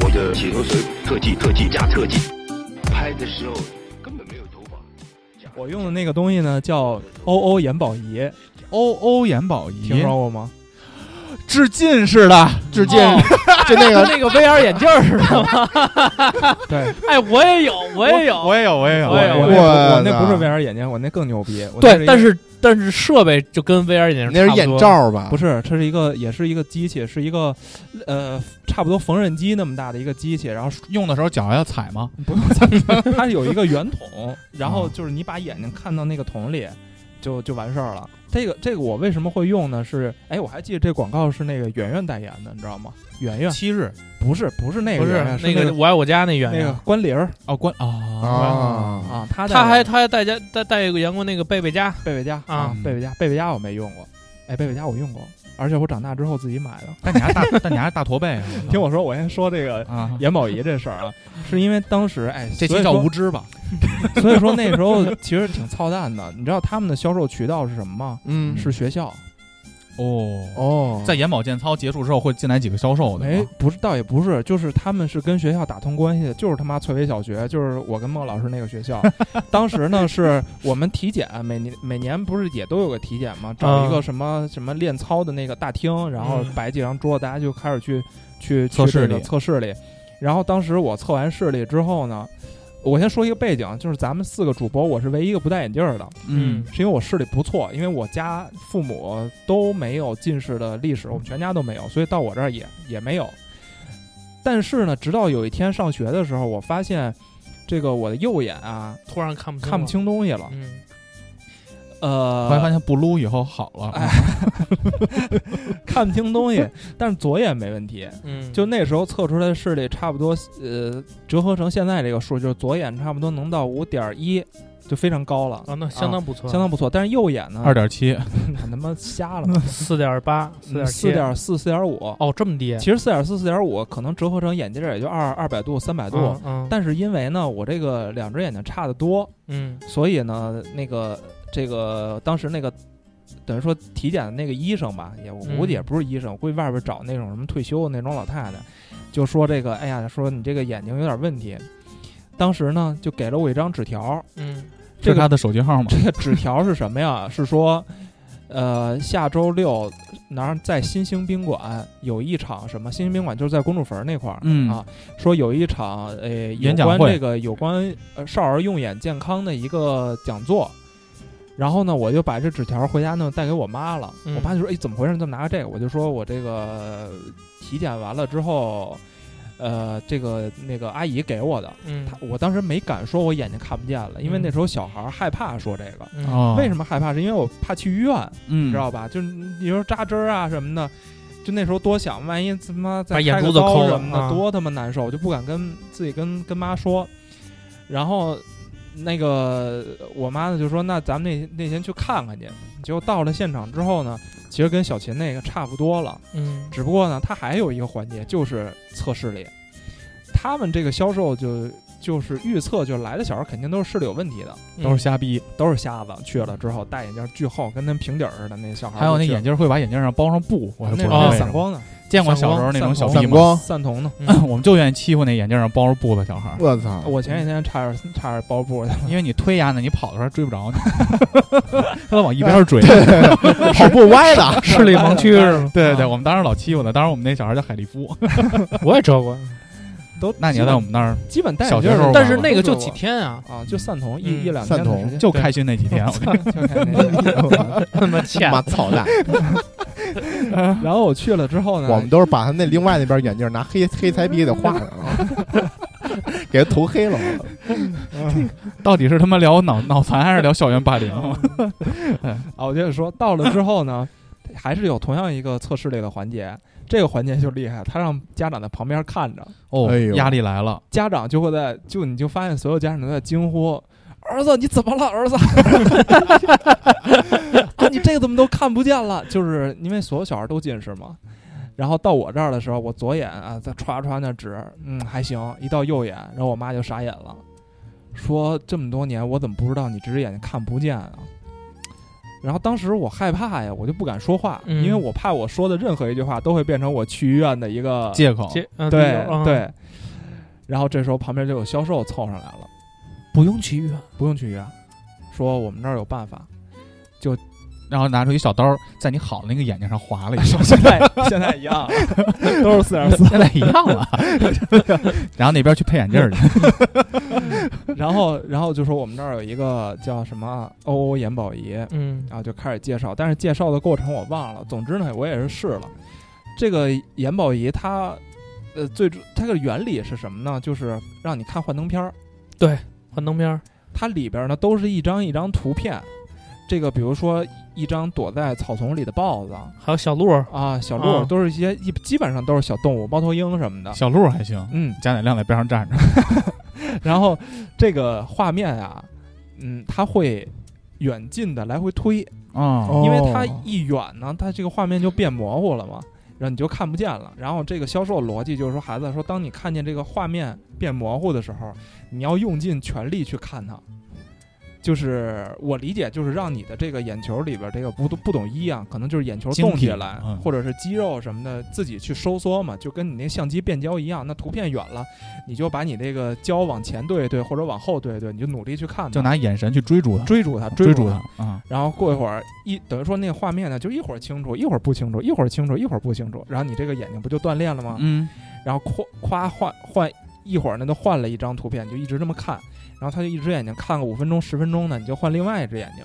S7: 我的洗头水特技特技加特技，拍的时候根本没有头发。
S4: 我用的那个东西呢叫欧欧眼保仪，
S3: *laughs* 欧欧眼保仪，
S4: 听说过吗？
S3: 致敬似的，
S5: 致敬，
S6: 哦
S5: 就那
S6: 跟
S5: 个
S6: 那个 VR 眼镜儿似的
S3: *laughs*
S6: 吗？
S4: 对，
S6: 哎，我也有，我也有，
S3: 也有，我也有
S6: 我也有
S4: 我
S5: 我
S4: 那我啊那不是
S5: 操
S4: VR 眼镜，我那更牛逼。我那
S6: 对，
S4: 一
S6: 但是但是设备就跟 VR 眼镜
S5: 那
S6: 差
S5: 是
S6: 不
S5: 眼
S6: 多，
S5: 罩吧？
S4: 不是，这是一个也是一个机器，是一个呃差不多缝纫机那么大的一个机器，然后
S3: 用的时候脚还要踩吗？
S4: *laughs* 它有一个圆筒，然后就是你把眼睛看到那个桶里，就就完事儿了。这个这个我为什么会用呢？是哎，我还记得这广告是那个圆圆代言的，你知道吗？圆圆
S3: 七日
S4: 不是不是那个
S6: 不是
S4: 圆圆，是
S6: 那个我爱我家那
S4: 那
S6: 圆
S4: 个
S6: 圆，
S4: 关玲儿
S3: 哦，关啊，
S5: 啊，
S4: 啊，他
S6: 他还他还代家代代言过那个贝贝家，
S4: 贝贝佳
S6: 啊
S4: 贝贝佳贝贝佳我没用过，哎，贝贝佳我用过，而且我长大之后自己买的。
S3: 但你还大， *laughs* 但你还是大驼背啊，
S4: *laughs* 听我说，我先说这 *laughs* 个
S3: 啊，
S4: 眼保仪这事儿 *laughs* 啊，是因为当时哎，
S3: 这
S4: 所
S3: 期
S4: 以
S3: 叫
S4: 说
S3: 无知吧？
S4: *laughs* 所以说那时候其实挺操蛋的，你知道他们的销售渠道是什么吗？
S5: 嗯，
S4: 是学校，
S3: 哦，哎
S5: 哦，
S3: 在眼保健操结束之后会进来几个销售的吗，
S4: 没哎不是，倒也不是，就是他们是跟学校打通关系的，就是他妈翠微小学，就是我跟孟老师那个学
S3: *laughs*
S4: 校。当时呢，是我们体检，每年每年不是也都有个体检
S3: 嗯
S4: 吗？找一个什么什么练操的那个大厅，然后
S6: 嗯
S4: 摆几张桌子，大家就开始去去
S3: 测
S4: 去
S3: 试
S4: 这个
S3: 里
S4: 测试里。然后当时我测完视力之后呢，我先说一个背景，就是咱们四个主播，我是唯一一个不戴眼镜儿的。
S3: 嗯，
S4: 是因为我视力不错，因为我家父母都没有近视的历史，我们全家都没有，所以到我这儿也也没有。但是呢，直到有一天上学的时候，我发现这个我的右眼啊
S6: 突然看不
S4: 看不
S6: 清
S4: 清东西了
S6: 了，。嗯，
S4: 呃，
S3: 后来发现不撸以后好了，
S4: 哎， *laughs* 看不清
S6: *laughs*
S4: 东西，但是左眼没问题。
S6: 嗯，
S4: 就那时候测出来的视力差不多，呃，折合成现在这个数，就是左眼差不多能到五点一，就非常高了，
S6: 啊，那相当不错，
S4: 相当不错。但是右眼呢，
S3: 二点七，
S6: *laughs*
S4: 他妈瞎了，
S6: 四点八， *laughs* 四点
S4: 嗯四点四、四点五。
S6: 哦，这么低，
S4: 其实四点四、四点五可能折合成眼睛这儿也就二二百度、三百度。
S6: 嗯嗯，
S4: 但是因为呢，我这个两只眼睛差得多，
S6: 嗯
S4: 所以呢，那个这个当时那个等于说体检的那个医生吧，也我
S6: 嗯
S4: 估计也不是医生，我估计外边找那种什么退休的那种老太太，就说这个，哎呀，说你这个眼睛有点问题。当时呢，就给了我一张纸条，
S6: 嗯
S4: 这
S3: 是
S4: 个
S3: 他的手机号吗
S4: 这？个纸条是什么呀？是说，呃，下周六哪儿在新兴宾馆有一场什么？新兴宾馆就是在公主坟那块儿，
S3: 嗯
S4: 啊，说有一场呃有
S3: 演讲
S4: 关
S3: 会
S4: 这个有关呃少儿用眼健康的一个讲座。然后呢，我就把这纸条回家呢带给我妈了。
S6: 嗯
S4: 我爸就说：“哎，怎么回事？你怎么拿着这个？”我就说我这个呃体检完了之后，呃，这个那个阿姨给我的。
S6: 嗯
S4: 她，我当时没敢说我眼睛看不见了，因为
S6: 嗯
S4: 那时候小孩儿害怕说这个。
S6: 嗯
S3: 哦，
S4: 为
S3: 么？
S4: 什么害怕？是因为我怕去医院，
S3: 嗯，
S4: 你知道吧？就是你说扎针儿啊什么的，就那时候多想，万一他妈再
S6: 把眼
S4: 开个
S6: 珠子
S4: 刀
S6: 抠
S4: 什
S6: 了
S4: 么
S6: 啊
S4: 的，多他妈难受，我就不敢跟自己跟跟妈说。然后那个我妈呢就说：“那咱们那那天去看看去。”结果到了现场之后呢，其实跟小琴那个差不多了，
S6: 嗯
S4: 只不过呢，它还有一个环节就是测视力，他们这个销售就就是预测，就来的小孩肯定都是视力有问题的。
S3: 都是瞎逼，
S4: 都是瞎子，去了之后戴眼镜巨厚，跟那平底儿似的那小
S3: 啊
S4: 孩儿就去了。
S3: 还有那眼镜会把眼镜上包上啊布，我也不知
S4: 那种
S3: 道为什
S4: 散
S3: 么。
S4: 光的，
S3: 见过小时候那种小
S6: 散，
S3: 逼
S5: 散
S3: 吗？
S5: 光，
S4: 散瞳的。
S3: *laughs* 我们就愿意欺负那眼镜上包着布的小孩儿，
S5: 我操！
S4: 我前几天差点差点包布了，
S3: 因为你推压呢，你跑的时候追 *laughs* 不着你，他老往一边儿追，
S5: 跑步歪了
S6: 视力盲区是吗？
S3: 对对对，我们当时老欺负他，当时我们那小孩叫海利夫，
S6: *laughs* 我也折过，
S4: 都
S3: 那你要在我们那儿
S4: 基本戴
S3: 小
S4: 眼
S3: 学
S4: 镜儿
S3: 时候
S4: 的，
S6: 但
S3: 玩
S6: 是
S3: 过
S6: 那个就几天啊，
S4: 啊，就散瞳
S6: 嗯
S4: 一一两天
S5: 散
S4: 的
S5: 瞳
S4: 时间
S3: 就开心那几天，我 *laughs* 跟你
S4: 就看那个
S6: *laughs*
S5: *laughs*
S6: 那么欠
S5: 妈操蛋！
S4: 然后我去了之后呢，
S5: 我们都是把他那另外那边眼镜拿黑黑彩笔给画上了，给他涂黑了。
S3: 到底是他妈聊脑脑残还是聊校园霸 *laughs* 凌？
S4: *laughs* 啊，我接着说，到了之后呢，还是有同样一个测试类的环节，这个环节就厉害，他让家长在旁边看着，
S3: 哦
S5: 哎呦
S3: 压力来了，
S4: 家长就会在就你就发现所有家长都在惊呼：“儿子，你怎么了？儿子， *laughs* 啊，你这个怎么都看不见了？”就是因为所有小孩都近视嘛。然后到我这儿的时候，我左眼啊在歘歘那指，嗯还行。一到右眼，然后我妈就傻眼了，说这么多年我怎么不知道你这只眼睛看不见啊？然后当时我害怕呀，我就不敢说话，
S6: 嗯
S4: 因为我怕我说的任何一句话都会变成我去医院的一个
S3: 借口
S6: 接嗯
S4: 对
S6: 理由啊
S4: 对。然后这时候旁边就有销售凑上来了，
S6: 不用去医院，
S4: 不用去医院，说我们这儿有办法。
S3: 然后拿出一小刀在你好的那个眼睛上划了一 *laughs* 下，
S4: 现在现在一样，都是四点
S3: *laughs*
S4: 四。
S3: 现在一样了，然后那边去配眼镜儿 *laughs* 去，
S4: 然后然后就说我们这儿有一个叫什么 OO 眼保仪，
S6: 嗯
S4: 然后就开始介绍，但是介绍的过程我忘了。总之呢，我也是试了这个眼保仪它，呃，最主它的原理是什么呢？就是让你看幻灯片儿。
S6: 幻灯片儿，
S4: 它里边呢都是一张一张图片，这个比如说一张躲在草丛里的豹子
S6: 还有小鹿儿，
S4: 啊，小鹿、
S6: 啊
S4: 都是一些一基本上都是小动物，猫头鹰什么的。
S3: 小鹿还行。
S4: 嗯，
S3: 贾乃亮在边上站着，
S4: 然后这个画面啊，嗯，它会远近的来回推，
S3: 哦，
S4: 因为它一远呢，它这个画面就变模糊了嘛，然后你就看不见了。然后这个销售逻辑就是说，孩子说，当你看见这个画面变模糊的时候，你要用尽全力去看它。就是我理解，就是让你的这个眼球里边这个不不懂医啊，可能就是眼球
S3: 晶
S4: 动
S3: 体
S4: 起来，
S3: 嗯
S4: 或者是肌肉什么的自己去收缩嘛，就跟你那相机变焦一样。那图片远了，你就把你这个焦往前对一对，或者往后对一对，你就努力去看它，
S3: 就拿眼神去追逐他，
S4: 追逐它，
S3: 哦追
S4: 逐
S3: 逐他啊，
S4: 然后过一会儿一等于说那个画面呢，就一会儿清楚，一会儿不清楚，一会儿清楚，一会儿不清楚，然后你这个眼睛不就锻炼了吗？
S3: 嗯，
S4: 然后夸夸换换一会儿呢，就换了一张图片，就一直这么看，然后他就一只眼睛看个五分钟十分钟呢，你就换另外一只眼睛，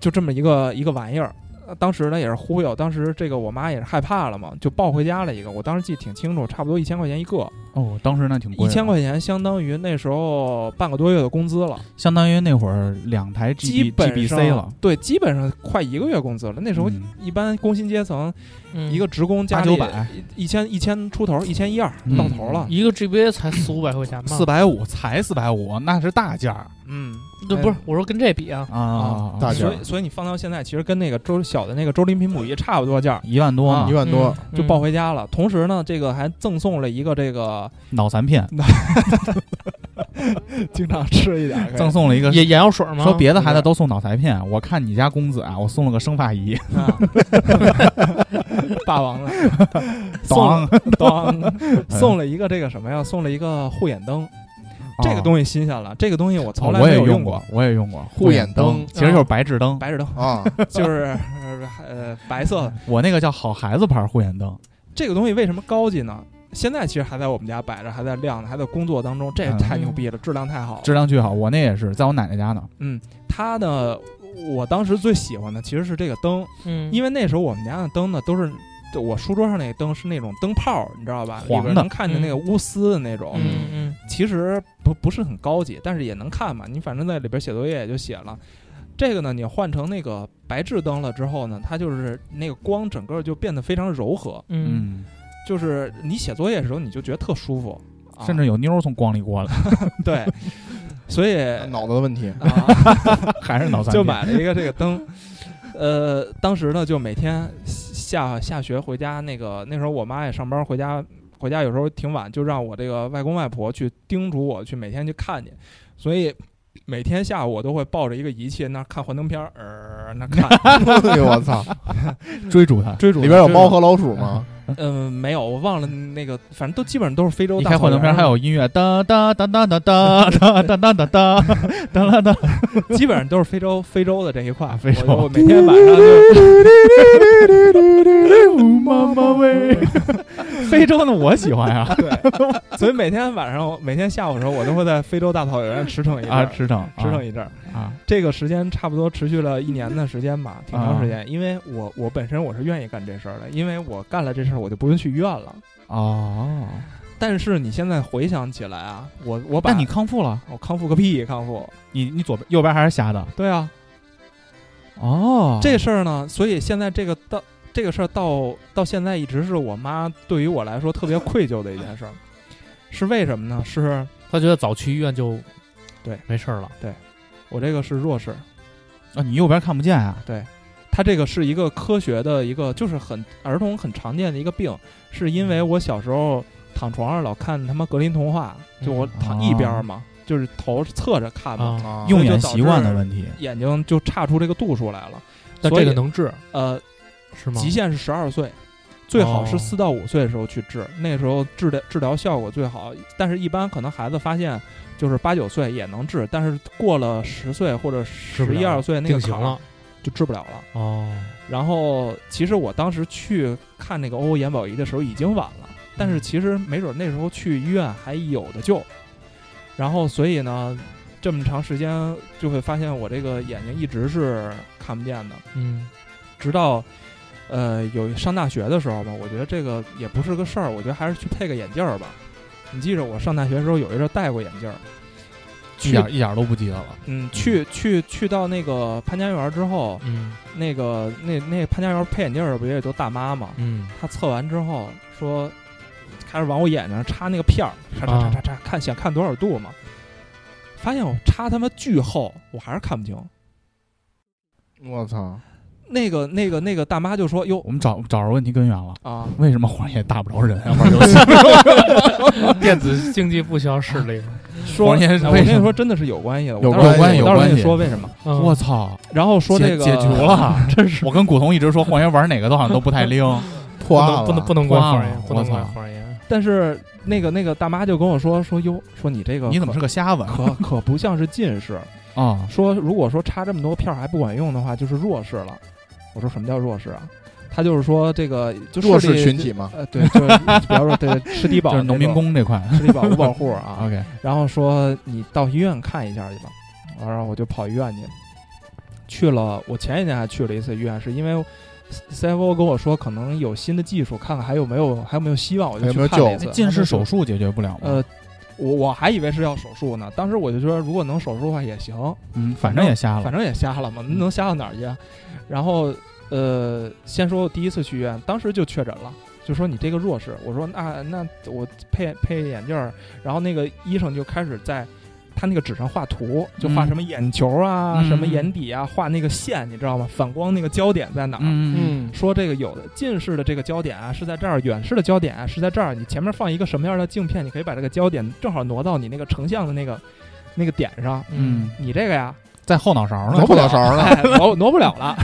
S4: 就这么一个一个玩意儿。呃当时呢也是忽悠，当时这个我妈也是害怕了嘛，就抱回家了一个。我当时记得挺清楚，差不多一千块钱一个，
S3: 哦，当时那挺贵
S4: 一
S3: 的，
S4: 千块钱相当于那时候半个多月的工资了，
S3: 相当于那会儿两台 G
S4: 基
S3: B G B
S4: 本
S3: C
S4: 上
S3: 了。
S4: 对，基本上快一个月工资了。那时候
S3: 嗯
S4: 一般工薪阶层
S6: 嗯
S4: 一个职工家里嗯
S3: 800
S4: 一一千一千出头，一千一二
S3: 嗯
S4: 到头了。
S6: 一个 GBA 才四五百块钱吧？
S3: 四百五才四百五，那是大件儿
S4: 嗯，哎
S6: 对，不是，我说跟这比啊，
S3: 啊，
S5: 大件
S4: 所
S5: 儿
S4: 以所以你放到现在，其实跟那个周小的那个周林频谱仪差不多价儿，
S3: 一万多
S5: 一
S3: 呢，
S5: 万多，
S6: 嗯
S4: 就抱回家了。同时呢，这个还赠送了一个这
S3: *laughs*
S4: 个
S3: 脑残片，
S4: 经常吃一点
S3: 赠送了一个。
S6: 眼眼药水
S3: *laughs*
S6: 吗？
S3: 说别的孩子都送脑残片，我看你家公子啊，我送了个生发 *laughs* 仪，
S4: *laughs*
S3: *laughs*
S4: 霸王了，
S3: 当 *laughs*
S4: 送当送了一个这个什么呀？送了一个护眼灯，这个东西新鲜了，这个东西我
S3: 哦
S4: 从来
S3: 我
S4: 没
S3: 也
S4: 有
S3: 用
S4: 过
S3: 过。，我也用过
S5: 护眼灯
S3: 其实就是白炽灯，
S4: 白
S3: *laughs*
S4: 炽灯
S5: 啊，
S4: 就是呃白色的
S3: 我那个叫好孩子牌护眼灯，
S4: 这个东西为什么高级呢？现在其实还在我们家摆着，还在晾着，还在工作当中，这
S3: 嗯
S4: 太牛逼了，质量太好了。
S3: 质量巨好。我那也是在我奶奶家呢，
S4: 它呢，我当时最喜欢的其实是这个灯，
S6: 嗯，
S4: 因为那时候我们家的灯呢都是，就我书桌上那灯是那种灯泡，你知道吧？
S3: 黄的
S4: 里边能看见那个钨丝的那种。
S6: 嗯嗯
S4: 其实不不是很高级，但是也能看嘛。你反正在里边写作业也就写了。这个呢，你换成那个白炽灯了之后呢，它就是那个光整个就变得非常柔和，
S6: 嗯，
S3: 嗯，
S4: 就是你写作业的时候你就觉得特舒服，啊
S3: 甚至 *laughs* 有妞儿从光里过来，
S4: 对，所以
S5: 脑子的问题，
S4: 啊，
S3: 还是脑残片，
S4: *laughs* 就买了一个这个灯。呃，当时呢，就每天下下学回家，那个那时候我妈也上班，回家回家有时候挺晚，就让我这个外公外婆去叮嘱我去每天去看去，所以。每天下午我都会抱着一个仪器那儿看幻灯片儿，呃，那看
S5: 哎呦我操，
S3: 追逐他。
S4: 追逐
S5: 里边有猫
S4: 和
S5: 和老鼠吗？
S4: 嗯、没有，我忘了那个，反正都基本上都是非洲
S3: 一
S4: 大
S3: 开幻灯片还有音乐，哒哒哒哒哒哒哒哒哒哒哒哒哒，
S4: 有，基本上都是非洲非洲的这一块。
S3: 非洲
S4: 我我每天晚上就
S3: 妈妈喂！非洲的我喜欢呀，
S4: 所以每天晚上，每天下午的时候，我都会在非洲大草原驰骋一阵儿
S3: 啊，驰骋，
S4: 驰骋一阵儿。
S3: 啊，
S4: 这个时间差不多持续了一年的时间吧，挺长时间。因为我我本身我是愿意干这事儿的，因为我干了这事儿，我就不用去医院了。
S3: 哦，
S4: 但是你现在回想起来啊，我我把
S3: 但你康复了，
S4: 我康复个屁，康复。
S3: 你你左边右边还是瞎的
S4: 对啊，
S3: 哦，
S4: 这事儿呢，所以现在这个到这个事儿到到现在一直是我妈对于我来说特别愧疚的一件事儿，是为什么呢？是
S6: 他觉得早去医院就
S4: 对
S6: 没事儿了，
S4: 我这个是弱势。
S3: 啊，你右边看不见啊，
S4: 它这个是一个科学的一个，就是很儿童很常见的一个病，是因
S6: 嗯
S4: 为我小时候躺床上老看他妈格林童话，就我
S6: 嗯
S4: 躺一
S6: 哦
S4: 边儿嘛，就是头是侧着看嘛，
S6: 啊，
S5: 啊，
S3: 用眼习惯的问题，
S4: 眼睛就差出这个度数来了。
S6: 但
S4: 所以
S6: 这个能治
S4: 呃，
S6: 是吗？
S4: 极限是十二岁，最好
S6: 哦
S4: 是四到五岁的时候去治，那时候治疗治疗效果最好。但是，一般可能孩子发现就是八九岁也能治，但是过了十岁或者
S6: 治不
S4: 十
S6: 了
S4: 一二岁那个
S6: 定型
S4: 坎儿
S6: 了
S4: 就治不了了。
S6: 哦，
S4: 然后其实我当时去看那个欧欧眼保仪的时候已经晚了，但
S6: 嗯
S4: 是其实没准那时候去医院还有的救。然后所以呢，这么长时间就会发现我这个眼睛一直是看不见的，
S6: 嗯
S4: 直到。呃，有上大学的时候吧，我觉得这个也不是个事儿，我觉得还是去配个眼镜儿吧。你记着，我上大学的时候有一阵儿戴过眼镜儿，
S3: 一
S4: 去
S3: 点一点都不记得了，
S4: 嗯去去去到那个潘家园之后，
S6: 嗯
S4: 那个那那潘家园配眼镜儿的不也都大妈嘛， *laughs*
S6: 嗯，
S4: 他测完之后说，开始往我眼睛上插那个片儿，插插
S6: 啊
S4: 插插插，看想看多少度嘛。发现我插他妈巨厚，我还是看不清。
S5: 我操，
S4: 那个那个那个大妈就说：“哟
S3: 我们找找着问题根源了。
S4: 啊，
S3: 为什么黄爷打不着人啊？玩游戏
S4: *laughs*
S6: 电子竞技不需要视力，
S4: 说
S3: 王爷
S4: 哎我
S3: 为什
S4: 跟
S3: 么
S4: 你说，真的是有关系的，我
S5: 有
S4: 待会儿
S5: 关系
S4: 我
S3: 有
S4: 待会儿跟
S3: 关系
S4: 你说为什么。
S6: 嗯
S3: 我操，
S4: 然后说
S3: 解
S4: 这个
S3: 解决，了， *laughs* 真是。我跟古潼一直说，黄爷玩哪个都好像都不太 *laughs* 灵。
S5: 破案了，
S6: 不能不能怪
S3: 哇
S6: 黄爷，不能
S3: 我
S6: 怪
S3: 操
S6: 黄爷，
S4: 但是那个那个大妈就跟我说说哟，说你这个
S3: 你怎么是
S4: 可
S3: 个瞎子 *laughs*
S4: 可可不像是近视，
S3: 啊？
S4: 说如果说插这么多片儿还不管用的话，就是弱视了。我说什么叫弱视啊？他就是说这个就
S5: 弱
S4: 视
S5: 势
S4: 力
S5: 群体嘛，
S4: 呃，对，就是比方说对吃低
S3: *laughs*
S4: 保，
S3: 就是农民、工这块。
S4: 吃
S3: *laughs*
S4: 低保不保户啊。
S3: OK，
S4: 然后说你到医院看一下去吧，然后我就跑医院去，去了，我前几天还去了一次医院，是因为 CFO 跟我说可能有新的技术，看看还有没有还有没有希望，我就
S5: 还有没
S4: 去
S5: 有
S4: 看了一
S5: 救
S4: 次。
S3: 近视
S4: 他
S3: 手
S4: 们
S3: 术解决不了吗？
S4: 呃，我我还以为是要手术呢，当时我就觉得如果能手术的话也行，
S3: 嗯，反正也瞎了
S4: 反。正也瞎了嘛，
S3: 嗯
S4: 能瞎到哪儿去啊？然后呃，先说我第一次去医院，当时就确诊了。就说你这个弱视，我说那那我配配眼镜儿，然后那个医生就开始在他那个纸上画图，就画
S3: 嗯
S4: 什么眼球啊、
S3: 嗯
S4: 什么眼底啊，画那个线，你知道吗？反光那个焦点在哪儿？
S3: 嗯嗯
S6: 嗯
S4: 说这个有的近视的这个焦点啊是在这儿，远视的焦点啊是在这儿。你前面放一个什么样的镜片，你可以把这个焦点正好挪到你那个成像的那个那个点上。
S3: 嗯，
S4: 你这个呀，
S3: 在后脑勺呢，
S5: 挪，不了勺了，
S4: 哎，挪挪不了了。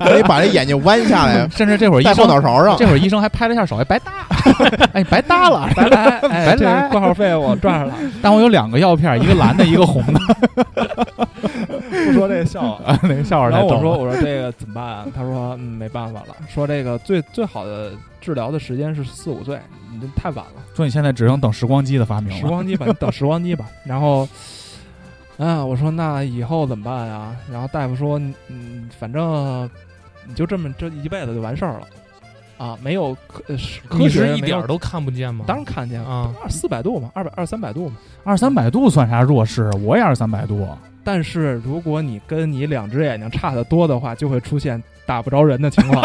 S5: 得把这眼睛弯下来
S3: 甚至这会儿医
S5: 戴后
S3: 生
S5: 脑勺上。
S3: 这会儿医生还拍了一下手，哎，白搭， *laughs* 哎，白搭 *laughs* 了。
S6: 啊 *laughs*
S4: 拜拜，哎，
S3: 拜拜
S4: 这挂号费我赚上了。
S3: 但我有两个药片，一个蓝的，一个红的， *laughs*
S4: 不说这个笑话。
S3: 那个笑话
S4: 然
S3: 太
S4: 后我
S3: 逗
S4: 说
S3: 了。
S4: 我说这个怎么办啊？他说嗯没办法了。说这个最最好的治疗的时间是四五岁，你这太晚了。
S3: 说你现在只能等时光机的发明
S4: 时
S3: 了。
S4: 光机吧，你等时光机吧。然后，啊，我说那以后怎么办啊？然后大夫说，嗯，反正你就这么这一辈子就完事儿了，啊，没有科呃是科
S6: 你
S4: 学
S6: 嗯是一
S4: 没
S6: 点
S4: 有
S6: 儿都看不见吗？
S4: 当然看见了，
S6: 啊，
S4: 二四百度嘛，二百二三百度嘛。
S3: 二三百度算啥弱视？我也二三百度。
S4: 但是如果你跟你两只眼睛差得多的话，就会出现打不着人的情况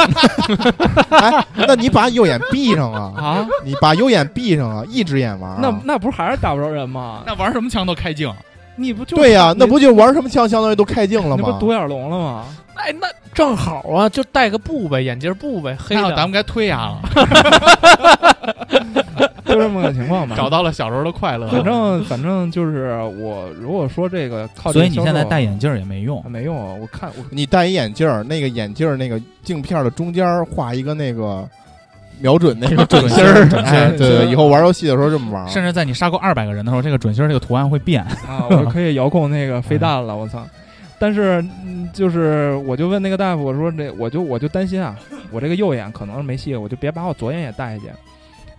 S5: 哎，那你把右眼闭上 *laughs*
S4: *laughs*
S5: 啊，
S4: 啊。
S5: 你把右眼闭上啊，一只眼玩啊。
S4: 那那不是还是打不着人吗？
S3: 那玩什么枪都开镜，
S4: 你不就
S5: 对呀、
S4: 你
S5: 那不就玩什么枪，相当于都开镜了
S4: 那不
S5: 吗？
S4: 独眼龙了吗？
S6: 哎，那正好啊，就戴个布呗，眼镜布呗，黑
S3: 那
S6: 的。
S3: 咱们该推压 *laughs* 了。
S4: 就这么个
S5: *laughs*
S4: 情况嘛。
S3: 找到了小时候的快乐。
S4: 反正反正就是我，如果说这个靠这
S3: 所
S4: 个
S3: 以你
S4: 销
S3: 现在
S4: 售
S3: 戴眼镜也没用
S4: 啊。没用啊，我看我
S5: 你戴一眼镜儿，那个眼镜儿那个镜片儿的中间儿画一个那个瞄准那个准心儿
S3: 准心儿，
S5: 哎，
S3: 准
S5: 对
S3: 心儿
S5: 对，以后玩游戏的时候这么玩啊
S3: 甚
S5: 儿。
S3: 至在你杀够二百个人的时候，这个准星儿这个图案会变。
S4: 啊，我可以遥控那个飞弹了，我操！但是嗯就是我就问那个大夫，我说这我就我就担心啊，我这个右眼可能是没戏，我就别把我左眼也带下去。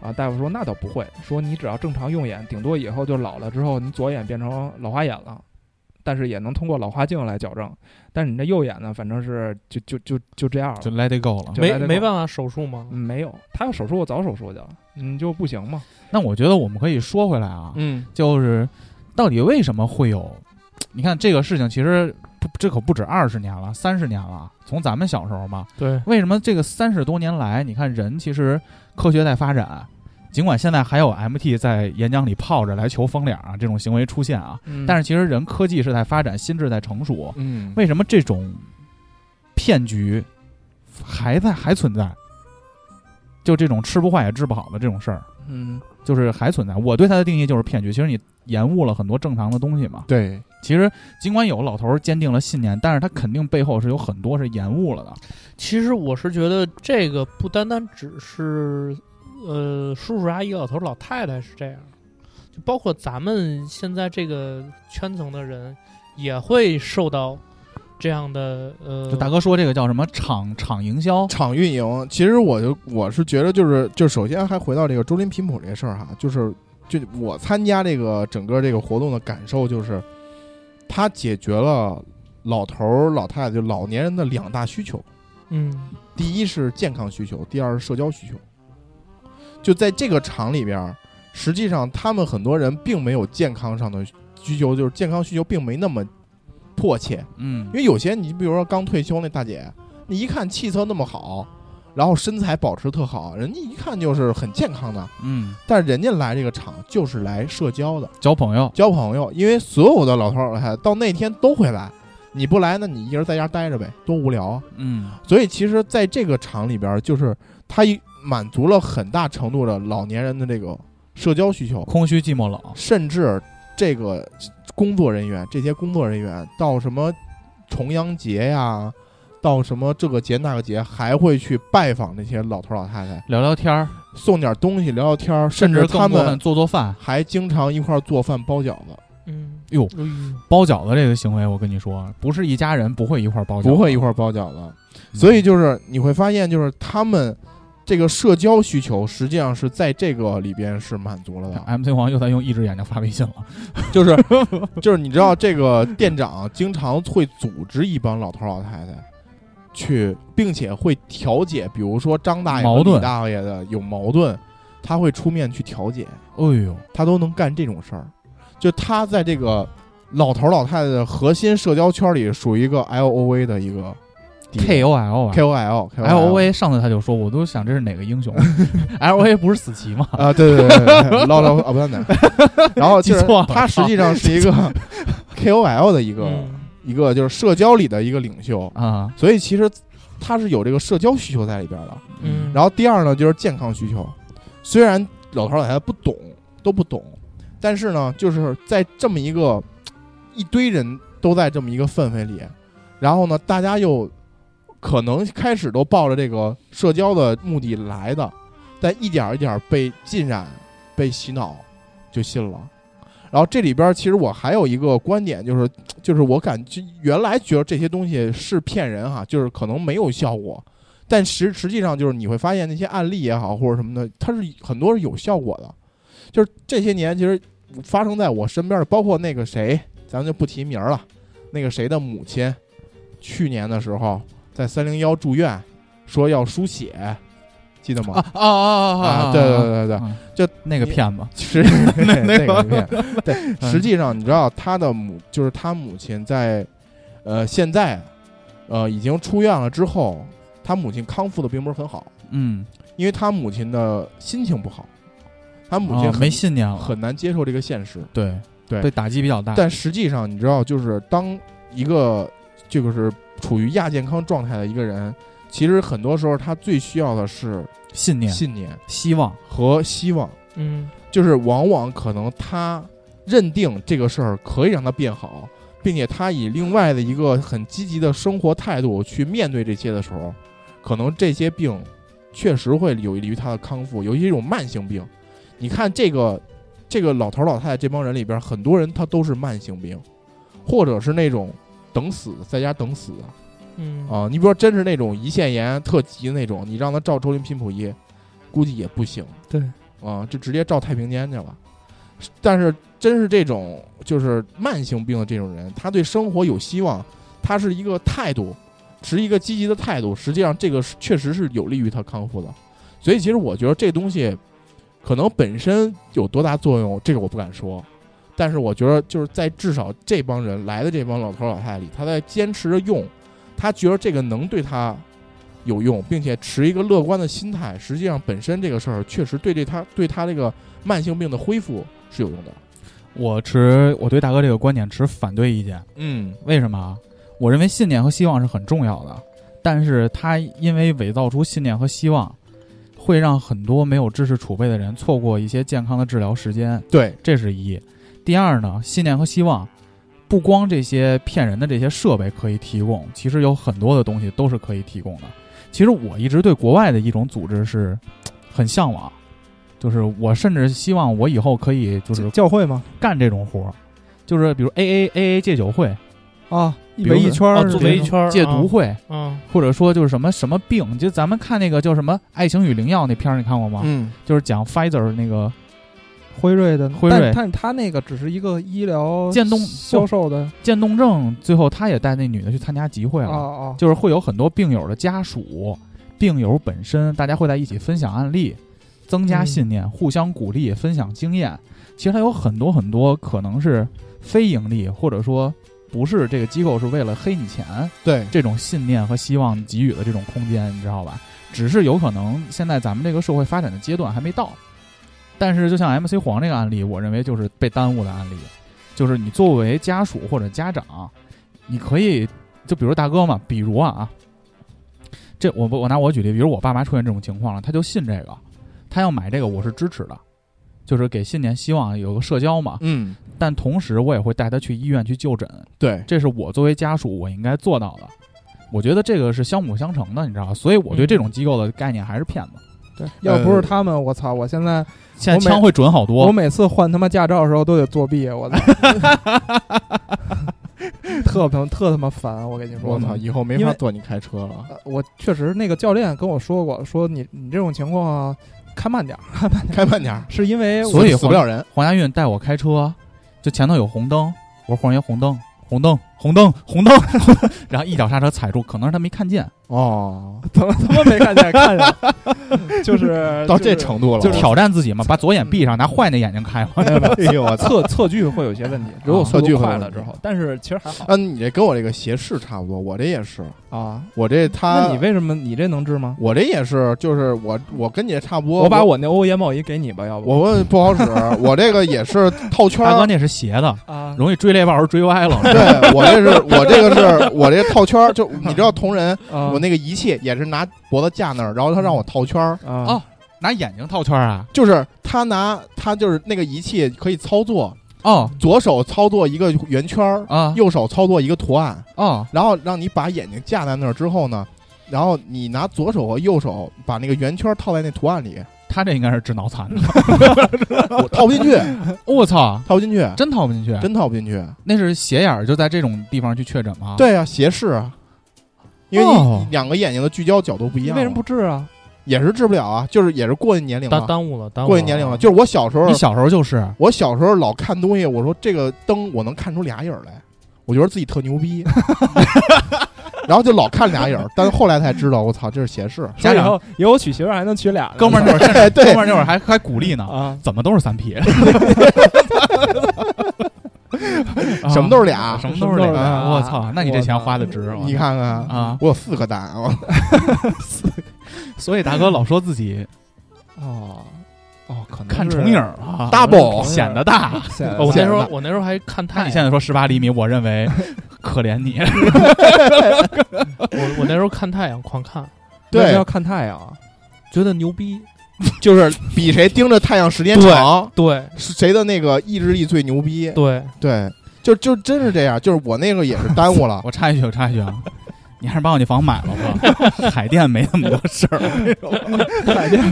S4: 啊，大夫说那倒不会，说你只要正常用眼，顶多以后就老了之后，你左眼变成老花眼了，但是也能通过老花镜来矫正。但是你这右眼呢，反正是就就就就这样了，
S3: 就 Let It Go 了。
S4: 就
S6: 没
S4: 戴这个
S6: 没办法手术吗？
S4: 嗯没有。他要手术，我早手术去了，你就不行嘛？
S3: 那我觉得我们可以说回来啊，
S6: 嗯，
S3: 就是到底为什么会有？你看这个事情，其实不这可不止二十年了，三十年了，啊从咱们小时候嘛。
S6: 对，
S3: 为什么这个三十多年来，你看人其实科学在发展，尽管现在还有 MT 在演讲里泡着来求风脸啊这种行为出现啊，
S4: 嗯
S3: 但是其实人科技是在发展，心智在成熟，
S5: 嗯，
S3: 为什么这种骗局还在还存在？就这种吃不坏也治不好的这种事儿，
S4: 嗯，
S3: 就是还存在。我对它的定义就是骗局。其实你延误了很多正常的东西嘛。
S5: 对，
S3: 其实尽管有老头儿坚定了信念，但是他肯定背后是有很多是延误了的。
S6: 其实我是觉得这个不单单只是呃叔叔阿姨、老头儿老太太是这样，就包括咱们现在这个圈层的人也会受到这样的呃
S3: 就大哥说这个叫什么场场营销，
S5: 场运营，其实我就我是觉得就是就首先还回到这个周林频谱这个事儿哈，就是就我参加这个整个这个活动的感受就是，它解决了老头儿老太太就老年人的两大需求。
S6: 嗯
S5: 第一是健康需求，第二是社交需求。就在这个厂里边儿，实际上他们很多人并没有健康上的需求，就是健康需求并没那么迫切。
S3: 嗯
S5: 因，为有些你比如说刚退休那大姐，你一看气色那么好，然后身材保持特好，人家一看就是很健康的，
S3: 嗯，
S5: 但是人家来这个厂就是来社交的，
S3: 交朋友，
S5: 交朋友。因为所有的老头儿老太太到那天都会来，你不来，那你一人在家待着呗，多无聊啊！
S3: 嗯，
S5: 所以其实在这个厂里边儿，就是它一满足了很大程度的老年人的这个社交需求，
S3: 空虚寂寞冷，
S5: 甚至这个工作人员，这些工作人员到什么重阳节呀，到什么这个节那个节，还会去拜访那些老头老太太，
S3: 聊聊天儿，
S5: 送点东西聊聊天儿，
S3: 甚
S5: 甚至
S3: 至
S5: 他
S3: 更过分
S5: 们
S3: 做做饭。
S5: 还经常一块儿做饭包饺子，
S6: 嗯，
S3: 哟
S6: 哎呦
S3: 包饺子这个行为，我跟你说，不是一家人不会一块儿包饺子，
S5: 不会一块儿包饺子。
S3: 嗯
S5: 所以就是你会发现，就是他们这个社交需求实际上是在这个里边是满足了
S3: *laughs*
S5: 的。啊
S3: MC 黄又在用一只眼睛发微信了，
S5: 就是
S3: *laughs*
S5: 就是，你知道这个店长经常会组织一帮老头老太太去，并且会调解，比如说张大爷、
S3: 矛盾
S5: 李大爷的有矛盾，他会出面去调解，
S3: 哎呦，
S5: 他都能干这种事儿。就他在这个老头老太太的核心社交圈里，属于一个 L O V 的一个地位
S3: K O L 啊
S5: K O L K
S3: L O A 上次他就说，我都想这是哪个英
S5: *laughs*
S3: 雄，L O A 不是死棋吗？
S5: 啊，对对对对对，唠唠啊不对对，
S3: *laughs*
S5: 然后就是
S3: 记错了啊
S5: 他实际上是一个
S3: *laughs*
S5: K O L 的一个。
S4: 嗯
S5: 一个就是社交里的一个领袖， *laughs*
S3: 啊，
S5: 所以其实他是有这个社交需求在里边的。
S4: 嗯，
S5: 然后第二呢，就是健康需求，虽然老头老太太不懂，都不懂，但是呢，就是在这么一个一堆人都在这么一个氛围里，然后呢，大家又可能开始都抱着这个社交的目的来的，但一点儿一点儿被浸染、被洗脑，就信了。然后这里边儿其实我还有一个观点，就是就是我感觉原来觉得这些东西是骗人哈，就是可能没有效果，但实实际上就是你会发现那些案例也好或者什么的，它是很多是有效果的。就是这些年其实发生在我身边的，包括那个谁，咱们就不提名儿了，那个谁的母亲，去年的时候在三零幺住院，说要输血，记得吗？
S3: 啊啊啊
S5: 啊，对对对对，
S3: 对，
S5: 就
S3: 那个骗子，
S5: 实
S3: *laughs*
S5: 那那个片，对，
S3: 嗯
S5: 实际上你知道他的母就是他母亲在，呃，现在，呃，已经出院了之后，他母亲康复的并不是很好，
S3: 嗯，
S5: 因为他母亲的心情不好，他母亲
S3: 啊
S5: 很
S3: 没信念了，嗯
S5: 很难接受这个现实。
S3: 对
S5: 对
S3: 被打击比较大，
S5: 但实际上你知道，就是当一个就是处于亚健康状态的一个人，其实很多时候他最需要的是
S3: 信念、
S5: 信念
S3: 希望，
S5: 和希望。
S4: 嗯，
S5: 就是往往可能他认定这个事儿可以让他变好，并且他以另外的一个很积极的生活态度去面对这些的时候，可能这些病确实会有利于他的康复，尤其这种慢性病。你看这个这个老头老太太这帮人里边，很多人他都是慢性病，或者是那种等死在家等死的。
S4: 嗯
S5: 啊，你比如说真是那种胰腺炎特急的那种，你让他照周林频谱仪，估计也不行。
S4: 对，
S5: 啊，就直接照太平间去了。但是真是这种就是慢性病的这种人，他对生活有希望，他是一个态度，持一个积极的态度，实际上这个是确实是有利于他康复的。所以其实我觉得这东西可能本身有多大作用，这个我不敢说。但是我觉得就是在至少这帮人来的这帮老头老太太里，他在坚持着用，他觉得这个能对他有用，并且持一个乐观的心态，实际上本身这个事儿确实对这他对他这个慢性病的恢复是有用的。
S3: 我持我对大哥这个观点持反对意见，
S5: 嗯
S3: 为什么啊？我认为信念和希望是很重要的，但是他因为伪造出信念和希望，会让很多没有知识储备的人错过一些健康的治疗时间，
S5: 对，
S3: 这是一。第二呢，信念和希望，不光这些骗人的这些设备可以提供，其实有很多的东西都是可以提供的。其实我一直对国外的一种组织是很向往，就是我甚至希望我以后可以就是
S4: 教会嘛，
S3: 干这种活儿，就是比如 A A A A 戒酒会，
S4: 啊，一
S3: 比如
S4: 围
S3: 说
S4: 一圈
S3: 哦
S4: 儿是
S3: 组
S4: 这
S6: 作
S4: 种，
S6: 为一圈儿
S3: 戒毒会，
S6: 啊，
S3: 或者说就是什么什么病，就咱们看那个叫什么《爱情与灵药》那片儿，你看过吗？
S5: 嗯，
S3: 就是讲 Pfizer 那个
S4: 辉瑞的，
S3: 辉瑞
S4: 但但他那个只是一个医疗
S3: 渐冻
S4: 销售的
S3: 渐冻症，最后他也带那女的去参加集会
S4: 啊
S3: 了，
S4: 啊，
S3: 就是会有很多病友的家属、病友本身，大家会在一起分享案例，增加信念，互相鼓励，分享经验。其实它有很多很多可能是非盈利，或者说不是这个机构是为了黑你钱，
S5: 对，
S3: 这种信念和希望给予的这种空间，你知道吧？只是有可能现在咱们这个社会发展的阶段还没到，但是就像 MC 黄这个案例，我认为就是被耽误的案例，就是你作为家属或者家长，你可以就比如大哥嘛，比如啊啊，这我我拿我举例，比如我爸妈出现这种情况了，他就信这个，他要买这个，我是支持的，就是给信念希望有个社交嘛，
S5: 嗯，
S3: 但同时我也会带他去医院去就诊，
S5: 对，
S3: 这是我作为家属我应该做到的。我觉得这个是相辅相成的，你知道吧？所以我对这种机构的概念还是骗子。
S4: 对，要不
S5: 呃
S4: 是他们，我操，我现在
S3: 现在
S4: 我每
S3: 枪会准好
S4: 我
S3: 多，
S5: *laughs*
S4: 每次换他妈驾照的时候都得作弊，我操，特他妈特他妈烦，我跟你说，
S5: 我操，以后没
S4: 因
S5: 法
S4: 为
S5: 坐你开车了。
S4: 呃我确实那个教练跟我说过，说你你这种情况啊，开慢点儿，开慢点
S5: *laughs*
S4: 儿，
S5: 开慢点儿，
S4: 是因为我
S3: 所以
S5: 死不了人。
S3: 黄家韵带我开车，就前头有红灯，我说黄爷红灯，红灯，红灯，红灯， *laughs* 然后一脚刹车踩住，可能是他没看见，
S5: 哦，*laughs*
S4: 怎么他妈没看见，看见了，就是
S5: 到
S4: 就是
S5: 这程度了，
S4: 就是
S3: 挑战自己嘛，把左眼闭上，拿坏那眼睛开嘛。
S5: *laughs* 哎呦我操！
S4: 测测距会有些问题，如果
S5: 啊
S4: 速
S5: 测距
S4: 度
S5: 会有
S4: 快
S5: 问
S4: 了
S5: 题
S4: 之后，但是其实还好
S5: 嗯，你这跟我这个斜视差不多，我这也是，
S4: 啊。
S5: 我这他，
S4: 那你为什么你这能治吗？
S5: 我这也是，就是我我跟你这差不多，
S4: 我把
S5: 我
S4: 我那欧眼帽仪给你吧，要不
S5: 我问不好使，我这个也是套圈
S3: 大哥
S5: 儿，
S3: 那是斜的，
S4: 啊，
S3: 容易追猎豹追歪了。
S5: 对我这
S4: *laughs*
S5: 是我这个是我这个套圈儿，就你知道同人，
S4: 啊
S5: 我那个仪器也是拿脖子架那儿，然后他让我套圈儿，
S4: 啊
S3: 哦 *laughs* 拿眼睛套圈啊？
S5: 就是他拿他就是那个仪器可以操作，
S3: 哦
S5: 左手操作一个圆圈儿，
S3: 啊
S5: 右手操作一个图案，
S3: 哦
S5: 然后让你把眼睛架在那儿之后呢，然后你拿左手和右手把那个圆圈套在那图案
S4: *laughs*
S5: 里，
S3: 他这应该是治脑残的。
S5: 我套不进去，
S3: 我操，
S5: 套不进去，
S3: 真套不进去，
S5: 真套不进
S4: 啊
S5: 去。
S3: 那是斜眼儿，就在这种地方去确诊吗？，
S5: 对啊，斜视啊，因为你
S3: 哦
S5: 两个眼睛的聚焦角度不一
S4: 你
S5: 样嘛，
S4: 为什么不治啊？
S5: 也是治不了啊？就是也是过一年龄
S6: 耽
S5: 了，
S6: 耽误了，耽误
S5: 过一
S6: 了
S5: 年龄了。就是我小时候
S3: 啊哦你，小时候就是
S5: 我小时候老看东西，我说这个灯我能看出俩影儿来，我觉得自己特牛
S3: *laughs*
S5: 逼，然后就老看俩影儿，但是后来才知道，我操，这是斜视。
S3: 家长
S4: 说以后以后娶媳妇儿还能娶俩呢，
S3: *laughs* 哥
S4: *laughs*
S3: 们儿那会儿，
S5: 哎，
S3: 哥
S5: 对
S3: 们儿那会儿还还鼓励呢，
S4: 啊，
S3: 怎么都是三 P，
S5: 什么都是俩
S3: 什么都是俩啊
S4: 什么都是俩
S3: 我操，那你这钱花的值
S5: 你看看，
S3: 啊！
S5: 我有四个蛋啊！
S3: 所以大哥老说自己
S4: 哦哦，可能
S3: 看
S4: 是
S3: 重影儿啊
S5: Double
S3: 显得大。
S4: 显得
S6: 哦我
S5: 显
S6: 那
S5: 得
S6: 时候
S5: 大
S6: 我那时候还看
S3: 那
S6: 太
S3: 你
S6: 阳，
S3: 现在说十八厘米，我认为可怜你。，
S6: 我我那时候看太阳狂看，
S4: 为什么
S5: 对
S4: 要，看太阳啊，
S6: 觉得牛逼，
S5: 就是比谁盯着太阳时间
S6: 对
S5: 长，
S6: 对
S5: 是谁的那个意志力最牛逼。
S6: 对，
S5: 对，就就真是这样。就是我那个也是耽误了
S3: *laughs* 我插一句，我插一句啊，你还是把我那房买了吧，海淀没那么多事儿，
S4: 海淀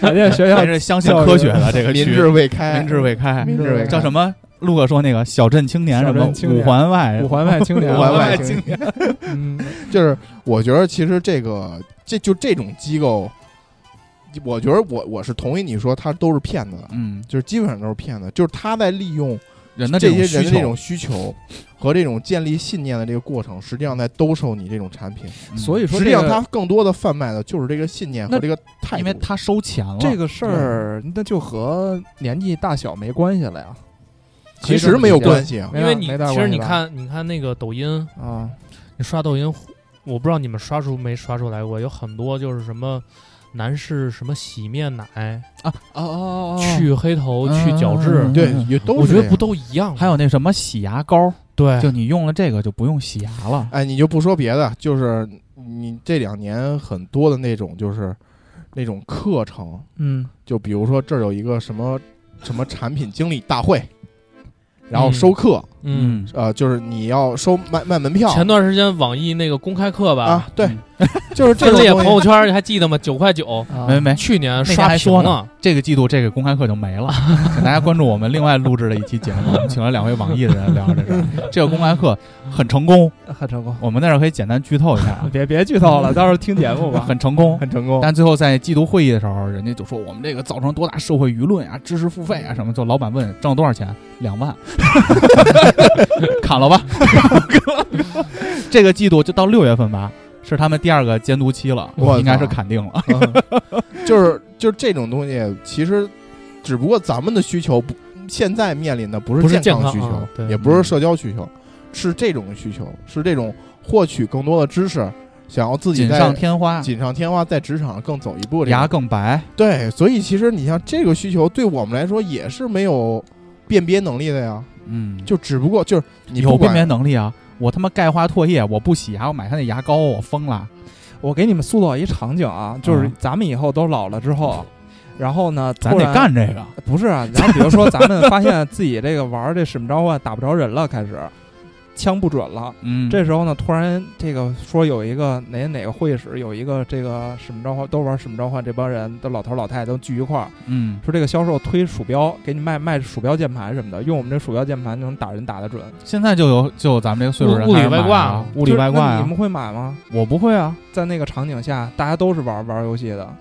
S4: 海淀学校
S3: 还是相信科学的这个
S5: 民
S3: 区，
S5: 智未开，
S3: 民智未开，
S5: 民智未开
S3: 叫什么？陆哥说那个小镇青年什
S4: 小
S3: 么
S4: 镇青
S3: 五
S4: 年
S3: 环外
S4: 五环外青年，
S5: 五环外
S3: 青年，
S4: 嗯，
S5: 就是我觉得其实这个这就这种机构，我觉得我我是同意你说他都是骗子的，
S3: 嗯，
S5: 就是基本上都是骗子，就是他在利用
S3: 人的
S5: 这
S3: 种
S5: 些
S3: 需
S5: 人的这
S3: 求
S5: 种，需求和这种建立信念的这个过程，实际上在兜售你这种产品。
S3: 嗯
S4: 所以说
S5: 实
S4: 这
S5: 际上，
S4: 个
S5: 他更多的贩卖的就是这个信念和
S4: 那
S5: 这个态度，
S3: 因为他收钱了，
S4: 这个事儿那就和年纪大小没关系了呀，
S5: 其实没有关
S4: 系，
S5: 系啊。
S4: 没
S6: 因为
S4: 大
S6: 你
S4: 没大
S6: 其
S4: 关
S6: 实
S4: 系
S6: 你
S4: 吧
S6: 看你看那个抖音，
S4: 啊，
S6: 你刷抖音，我不知道你们刷出没刷出来过，有很多就是什么男士什么洗面奶、
S3: 啊哦哦哦，
S6: 去黑头、
S3: 嗯
S6: 去角质
S3: 嗯，
S5: 对，也都
S6: 我
S5: 是
S6: 觉
S5: 这
S6: 得不
S5: 样。
S6: 都一样吗？
S3: 还有那什么洗牙膏，
S6: 对
S3: 就你用了这个就不用洗牙了。
S5: 哎，你就不说别的，就是你这两年很多的那种就是那种课程，
S4: 嗯，
S5: 就比如说这儿有一个什么什么产品经理大会，然后收课，
S6: 嗯。
S5: 呃，就是你要收卖卖门票
S6: 前段时间网易那个公开课吧，
S5: 啊，对
S3: 嗯，
S5: 就是这
S6: 分裂
S5: 种
S6: 朋
S5: 东
S6: 友
S5: 西。
S6: 圈，你还记得吗？九块九，
S4: 啊
S3: 嗯没没，
S6: 去年
S3: 哎那天
S6: 刷
S3: 还
S6: 屏
S3: 说
S6: 了
S3: 呢。，这个季度这个公开课就没了，请大家关注我们另外录制的一期节目，我们请了两位网易的人聊这事儿。这个公开课很成功，
S4: 很成功，
S3: 我们在这儿可以简单剧透一下啊，
S4: 别别剧透了，到时候听节目吧。
S3: *laughs* 很成功。
S5: 很成功，
S3: 但最后在季度会议的时候，人家就说我们这个造成多大社会舆论啊，知识付费啊什么，就老板问挣了多少钱，两万， *laughs* 砍了吧。 *laughs* 这个季度就到六月份吧，是他们第二个监督期了，
S5: 我操
S3: 应该是砍定了。
S5: 就是就是这种东西，其实只不过咱们的需求不，现在面临的不
S6: 不
S5: 是
S6: 是
S5: 健
S6: 健康
S5: 需求，
S6: 啊对
S5: 也不是社交需求，是这种需求，是这种获取更多的知识，想要自己
S3: 锦
S5: 在
S3: 上添花，
S5: 锦上添花，在职场上更走一步这
S3: 牙
S5: 个。
S3: 更白，
S5: 对，所以其实你像这个需求，对我们来说也是没有辨别能力的呀。
S3: 嗯，
S5: 就只不过就是你
S3: 有
S5: 不
S3: 辨
S5: 管
S3: 别能力啊。我他妈钙化唾液，我不洗牙，我买他那牙膏，我疯了。
S4: 我给你们塑造一场景啊，就是
S3: 嗯
S4: 咱们以后都老了之后，然后呢，
S3: 咱
S4: 突
S3: 得
S4: 然
S3: 干这个， *laughs*
S4: 不是啊，然后比如说咱们发现自己这个玩儿这使命召唤打不着人了，开始，枪不准了。
S3: 嗯，
S4: 这时候呢，突然这个说有一个哪哪个会议室有一个这个使命召唤都玩使命召唤这帮人的老头老太太都聚一块儿，
S3: 嗯，
S4: 说这个销售推鼠标给你卖卖鼠标键盘什么的，用我们这鼠标键盘就能打人打得准。
S3: 现在就有就有咱们这个岁数人
S6: 物物
S3: 开
S6: 理
S3: 始买
S6: 外挂
S3: 了
S6: 了，
S3: 物理
S4: 就是
S3: 外挂
S4: 那你
S3: 呀
S4: 们，啊会买吗？
S3: 我不会啊，
S4: 在那个场景下，大家都是玩玩游戏的，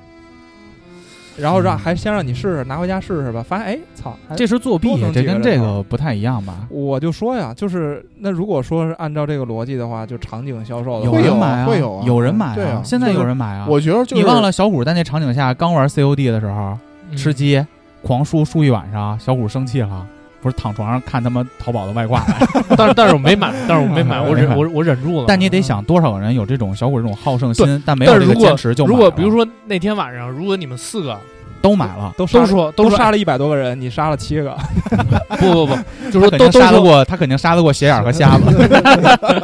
S4: 然后让
S3: 嗯
S4: 还先让你试试，拿回家试试吧，发现哎操，还
S6: 这是作弊
S4: 多能
S3: 这
S4: 几
S3: 跟
S4: 人
S3: 这
S4: 头
S3: 个不太一样吧？
S4: 我就说呀，就是那如果说是按照这个逻辑的话，就场景销售的
S3: 有
S4: 话
S5: 会有
S3: 人
S5: 啊
S3: 买啊，
S5: 会有啊
S3: 有人买
S5: 对啊
S3: 现在
S5: 就是
S3: 有人买啊。
S5: 我觉得就是
S3: 你忘了小虎在那场景下刚玩 COD 的时候
S6: 嗯
S3: 吃鸡，狂输输一晚上，小虎生气了，不是躺床上看他妈淘宝的外挂来。
S6: *laughs* 但是但是我没买，但是我没买，我
S3: 没
S6: 忍
S3: 买
S6: 我我忍住了。
S3: 嗯
S6: 嗯
S3: 但你得想多少人有这种小虎这种好胜心，但没
S6: 但
S3: 有这
S6: 是如
S3: 个
S6: 果
S3: 坚持就买
S6: 如果
S3: 了
S6: 比如说那天晚上，如果你们四个
S3: 都买了，
S4: 都杀
S6: 都
S4: 了
S6: 说
S4: 都
S6: 说
S4: 杀了一百多个人，你杀了七个，
S6: 哎不不不，就
S3: *laughs* 他
S6: 说
S3: 肯
S6: 都
S3: 定
S6: 都
S3: 杀得
S6: 说
S3: 过，他肯定杀得过斜眼和瞎子。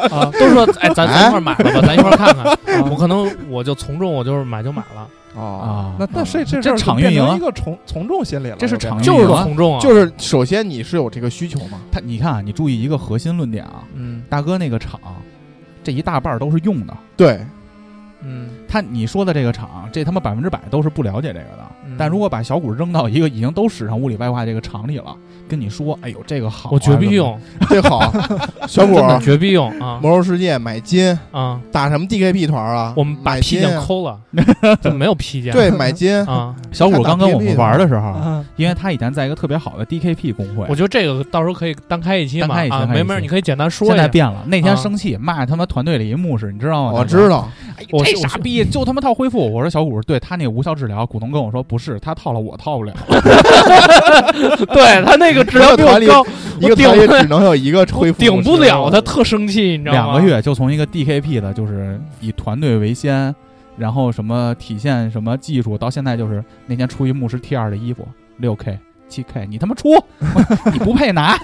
S6: 啊， *laughs* 都说哎，咱咱一块儿买了吧，咱一块儿看看。我
S4: 啊
S6: 可能我就从众，我就是买就买了，
S3: 啊
S4: 哦那那这
S3: 这
S4: 这事儿
S3: 场
S4: 就变
S3: 运营
S4: 成
S3: 啊
S4: 一个从从众心理了，
S3: 这是
S4: 就
S3: 场
S4: 变成
S6: 就是
S3: 运营啊
S6: 从众
S5: *laughs*
S6: 啊，
S5: 就是首先你是有这个需求嘛，
S3: 他你看啊，你注意一个核心论点啊，
S4: 嗯
S3: 大哥那个厂，这一大半儿都是用的。
S5: 对，
S4: 嗯
S3: 他你说的这个厂，这他妈百分之百都是不了解这个的。
S4: 嗯
S3: 但如果把小谷扔到一个已经都使上物理外挂这个厂里了，跟你说，哎呦，这个好啊、
S6: 我绝必用，
S5: 这好，小
S6: 真
S5: 果
S6: 的
S5: 儿
S6: 绝必用啊
S5: 魔兽世界买金
S6: 啊！
S5: 打什么 DKP 团儿啊？
S6: 我们把
S5: 买
S6: 披
S5: 金
S6: 肩
S5: 啊
S3: *laughs*
S6: 抠了，就没有披肩
S5: 对，买金，
S6: 啊。
S3: 什么的。小谷刚跟我们玩的时候，
S4: 啊
S3: 因为他以前在一个特别好的 DKP 工会
S6: 嗯我，觉得这个到时候可以单开一期
S3: 单
S6: 嘛
S3: 开一期
S6: 啊，
S3: 单开一
S6: 没门儿，
S3: 期
S6: 你可以简单说
S3: 现
S6: 一
S3: 在
S6: 下。
S3: 变了。那天
S6: 啊
S3: 生气骂他妈团队里一牧师，你知道吗？
S5: 我知道，
S3: 哎，
S6: 我
S3: 这
S6: 是我
S3: 傻逼就他妈套恢复。我说小谷，对他那个无效治疗，股东跟我说不是，他套了我套不了。
S6: 对他那个质量比我
S5: 团里
S6: 高，
S5: 一个
S6: 顶
S5: 团也只能有一个恢
S6: 我
S5: 复，
S6: 顶不了，他特生气，你知道
S3: 两
S6: 吗？
S3: 个月就从一个 DKP 的，就是以团队为先，然后什么体现什么技术，到现在就是那天出一牧师 T 二的衣服，六 K、七 K，你他妈出，你不配拿，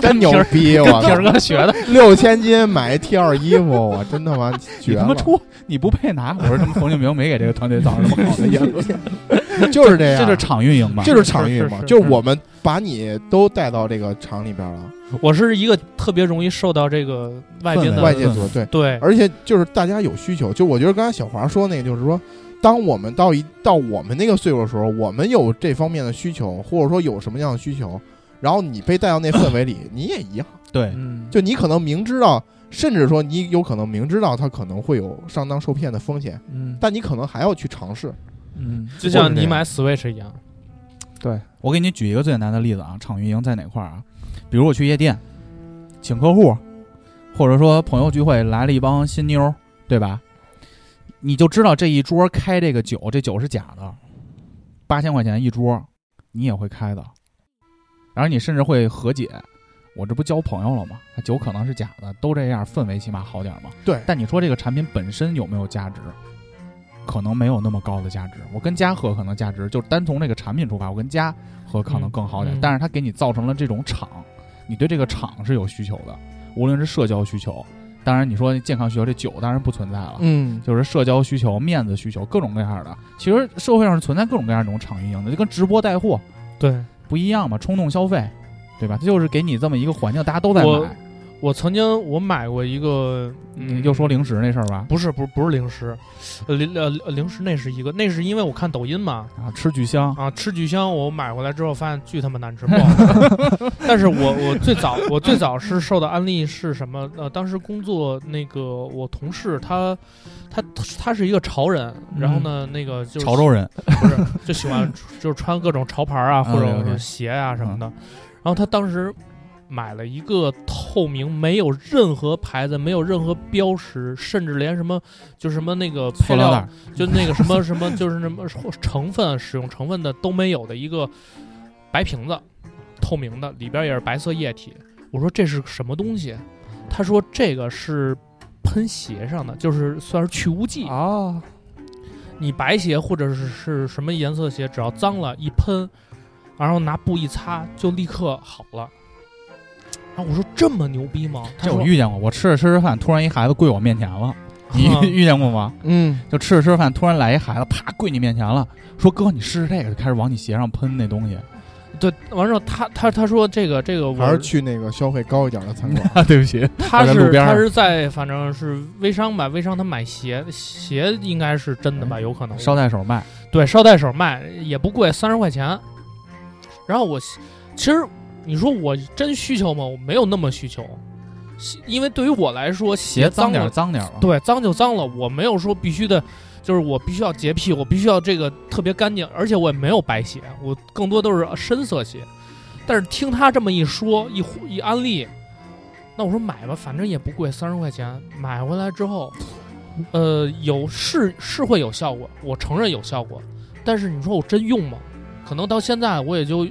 S5: 真牛逼！
S6: 跟
S5: 我
S6: 铁儿哥学的，
S5: 六千金买 T 二衣服，我真他妈
S3: 你
S5: 绝
S3: 他
S5: 了
S3: 妈！出，你不配拿。我说他妈冯敬明没给这个团队造成什么好的影响，
S5: *laughs* 就是这
S3: 这
S5: 样，
S3: 是场运营吧？
S5: 这是场域
S6: 是
S5: 嘛
S6: 是，是
S5: 就是我们把你都带到这个厂里边了，
S6: 我是一个特别容易受到这个外边
S3: 嗯
S6: 的
S5: 外界组对，
S6: 对
S5: 而且就是大家有需求，就我觉得刚才小华说那个，就是说，当我们到一到我们那个岁数的时候，我们有这方面的需求，或者说有什么样的需求，然后你被带到那氛围里，你也一样，
S3: 对，
S4: 嗯
S5: 就你可能明知道，甚至说你有可能明知道他可能会有上当受骗的风险，
S4: 嗯
S5: 但你可能还要去尝试。
S4: 嗯
S6: 就像你买 Switch 一样，
S3: 我给你举一个最简单的例子啊，场运营在哪块儿啊？比如我去夜店，请客户，或者说朋友聚会来了一帮新妞儿，对吧？你就知道这一桌开这个酒，这酒是假的，八千块钱一桌，你也会开的，然后你甚至会和解。我这不交朋友了吗？那酒可能是假的，都这样，氛围起码好点儿嘛。
S5: 对
S3: 但你说这个产品本身有没有价值？可能没有那么高的价值。我跟家喝可能价值，就单从这个产品出发，我跟家喝可能更好点。
S6: 嗯嗯
S3: 但是它给你造成了这种场，你对这个场是有需求的，无论是社交需求，当然你说健康需求，这酒当然不存在了。
S5: 嗯，
S3: 就是社交需求、面子需求，各种各样的。其实社会上是存在各种各样这种场运营的，就跟直播带货
S6: 对
S3: 不一样嘛，冲动消费，对吧？它就是给你这么一个环境，大家都在
S6: 我
S3: 买。
S6: 我曾经我买过一个，嗯，
S3: 又说零食那事儿吧，
S6: 不是不是不是零食，呃零呃零食那是一个，那是因为我看抖音嘛
S3: 啊，吃巨香，
S6: 啊，吃巨香我买回来之后发现巨他妈难吃，不好
S3: *laughs*
S6: 吃但是我我最早我最早是受的安利是什么？呃，当时工作那个我同事他他他是一个潮人，然后呢那个就是
S3: 潮州人，
S6: 不是，就喜欢就是穿各种潮牌啊，
S3: 嗯
S6: 或者
S3: 了解嗯
S6: 是鞋啊什么的。然后他当时买了一个透明，没有任何牌子，没有任何标识，甚至连什么就是什么那个
S3: 塑
S6: 配
S3: 料袋
S6: 料
S3: 儿，，
S6: 就那个
S3: *laughs*
S6: 什么什么就是什么成分、使用成分的都没有的一个白瓶子，透明的，里边也是白色液体。我说这是什么东西？他说这个是喷鞋上的，就是算是去污剂
S4: 啊，
S6: 你白鞋或者是是什么颜色的鞋，只要脏了，一喷，然后拿布一擦，就立刻好了。然后我说这么牛逼吗？他
S3: 这
S6: 说
S3: 我遇见过。我吃着吃着饭，突然一孩子跪我面前了，你
S6: 啊
S3: 遇见过吗？
S5: 嗯，
S3: 就吃着吃着饭，突然来一孩子，啪跪你面前了，说哥，你试试这个，就开始往你鞋上喷那东西。
S6: 对，完之后他他他说这个这个
S5: 还
S6: 我
S5: 是去那个消费高一点的餐
S6: *laughs*
S5: 馆。
S3: 啊，对不起，
S6: 他
S3: 在路
S6: 是
S3: 边
S6: 他
S3: 上
S6: 是在反正是微商吧，微商他买鞋鞋应该是真的吧，有可能
S3: 嗯捎带手卖，
S6: 对捎带手卖也不贵，三十块钱。然后我其实你说我真需求吗？我没有那么需求，鞋因为对于我来说鞋
S3: 鞋脏
S6: 了
S3: 点儿脏点儿吧。
S6: 对，脏就脏了，我没有说必须的，就是我必须要洁癖，我必须要这个特别干净，而且我也没有白鞋，我更多都是深色鞋。但是听他这么一说，一呼一安利，那我说买吧，反正也不贵，三十块钱。买回来之后，呃，有是是会有效果，我承认有效果，但是你说我真用吗？可能到现在我也就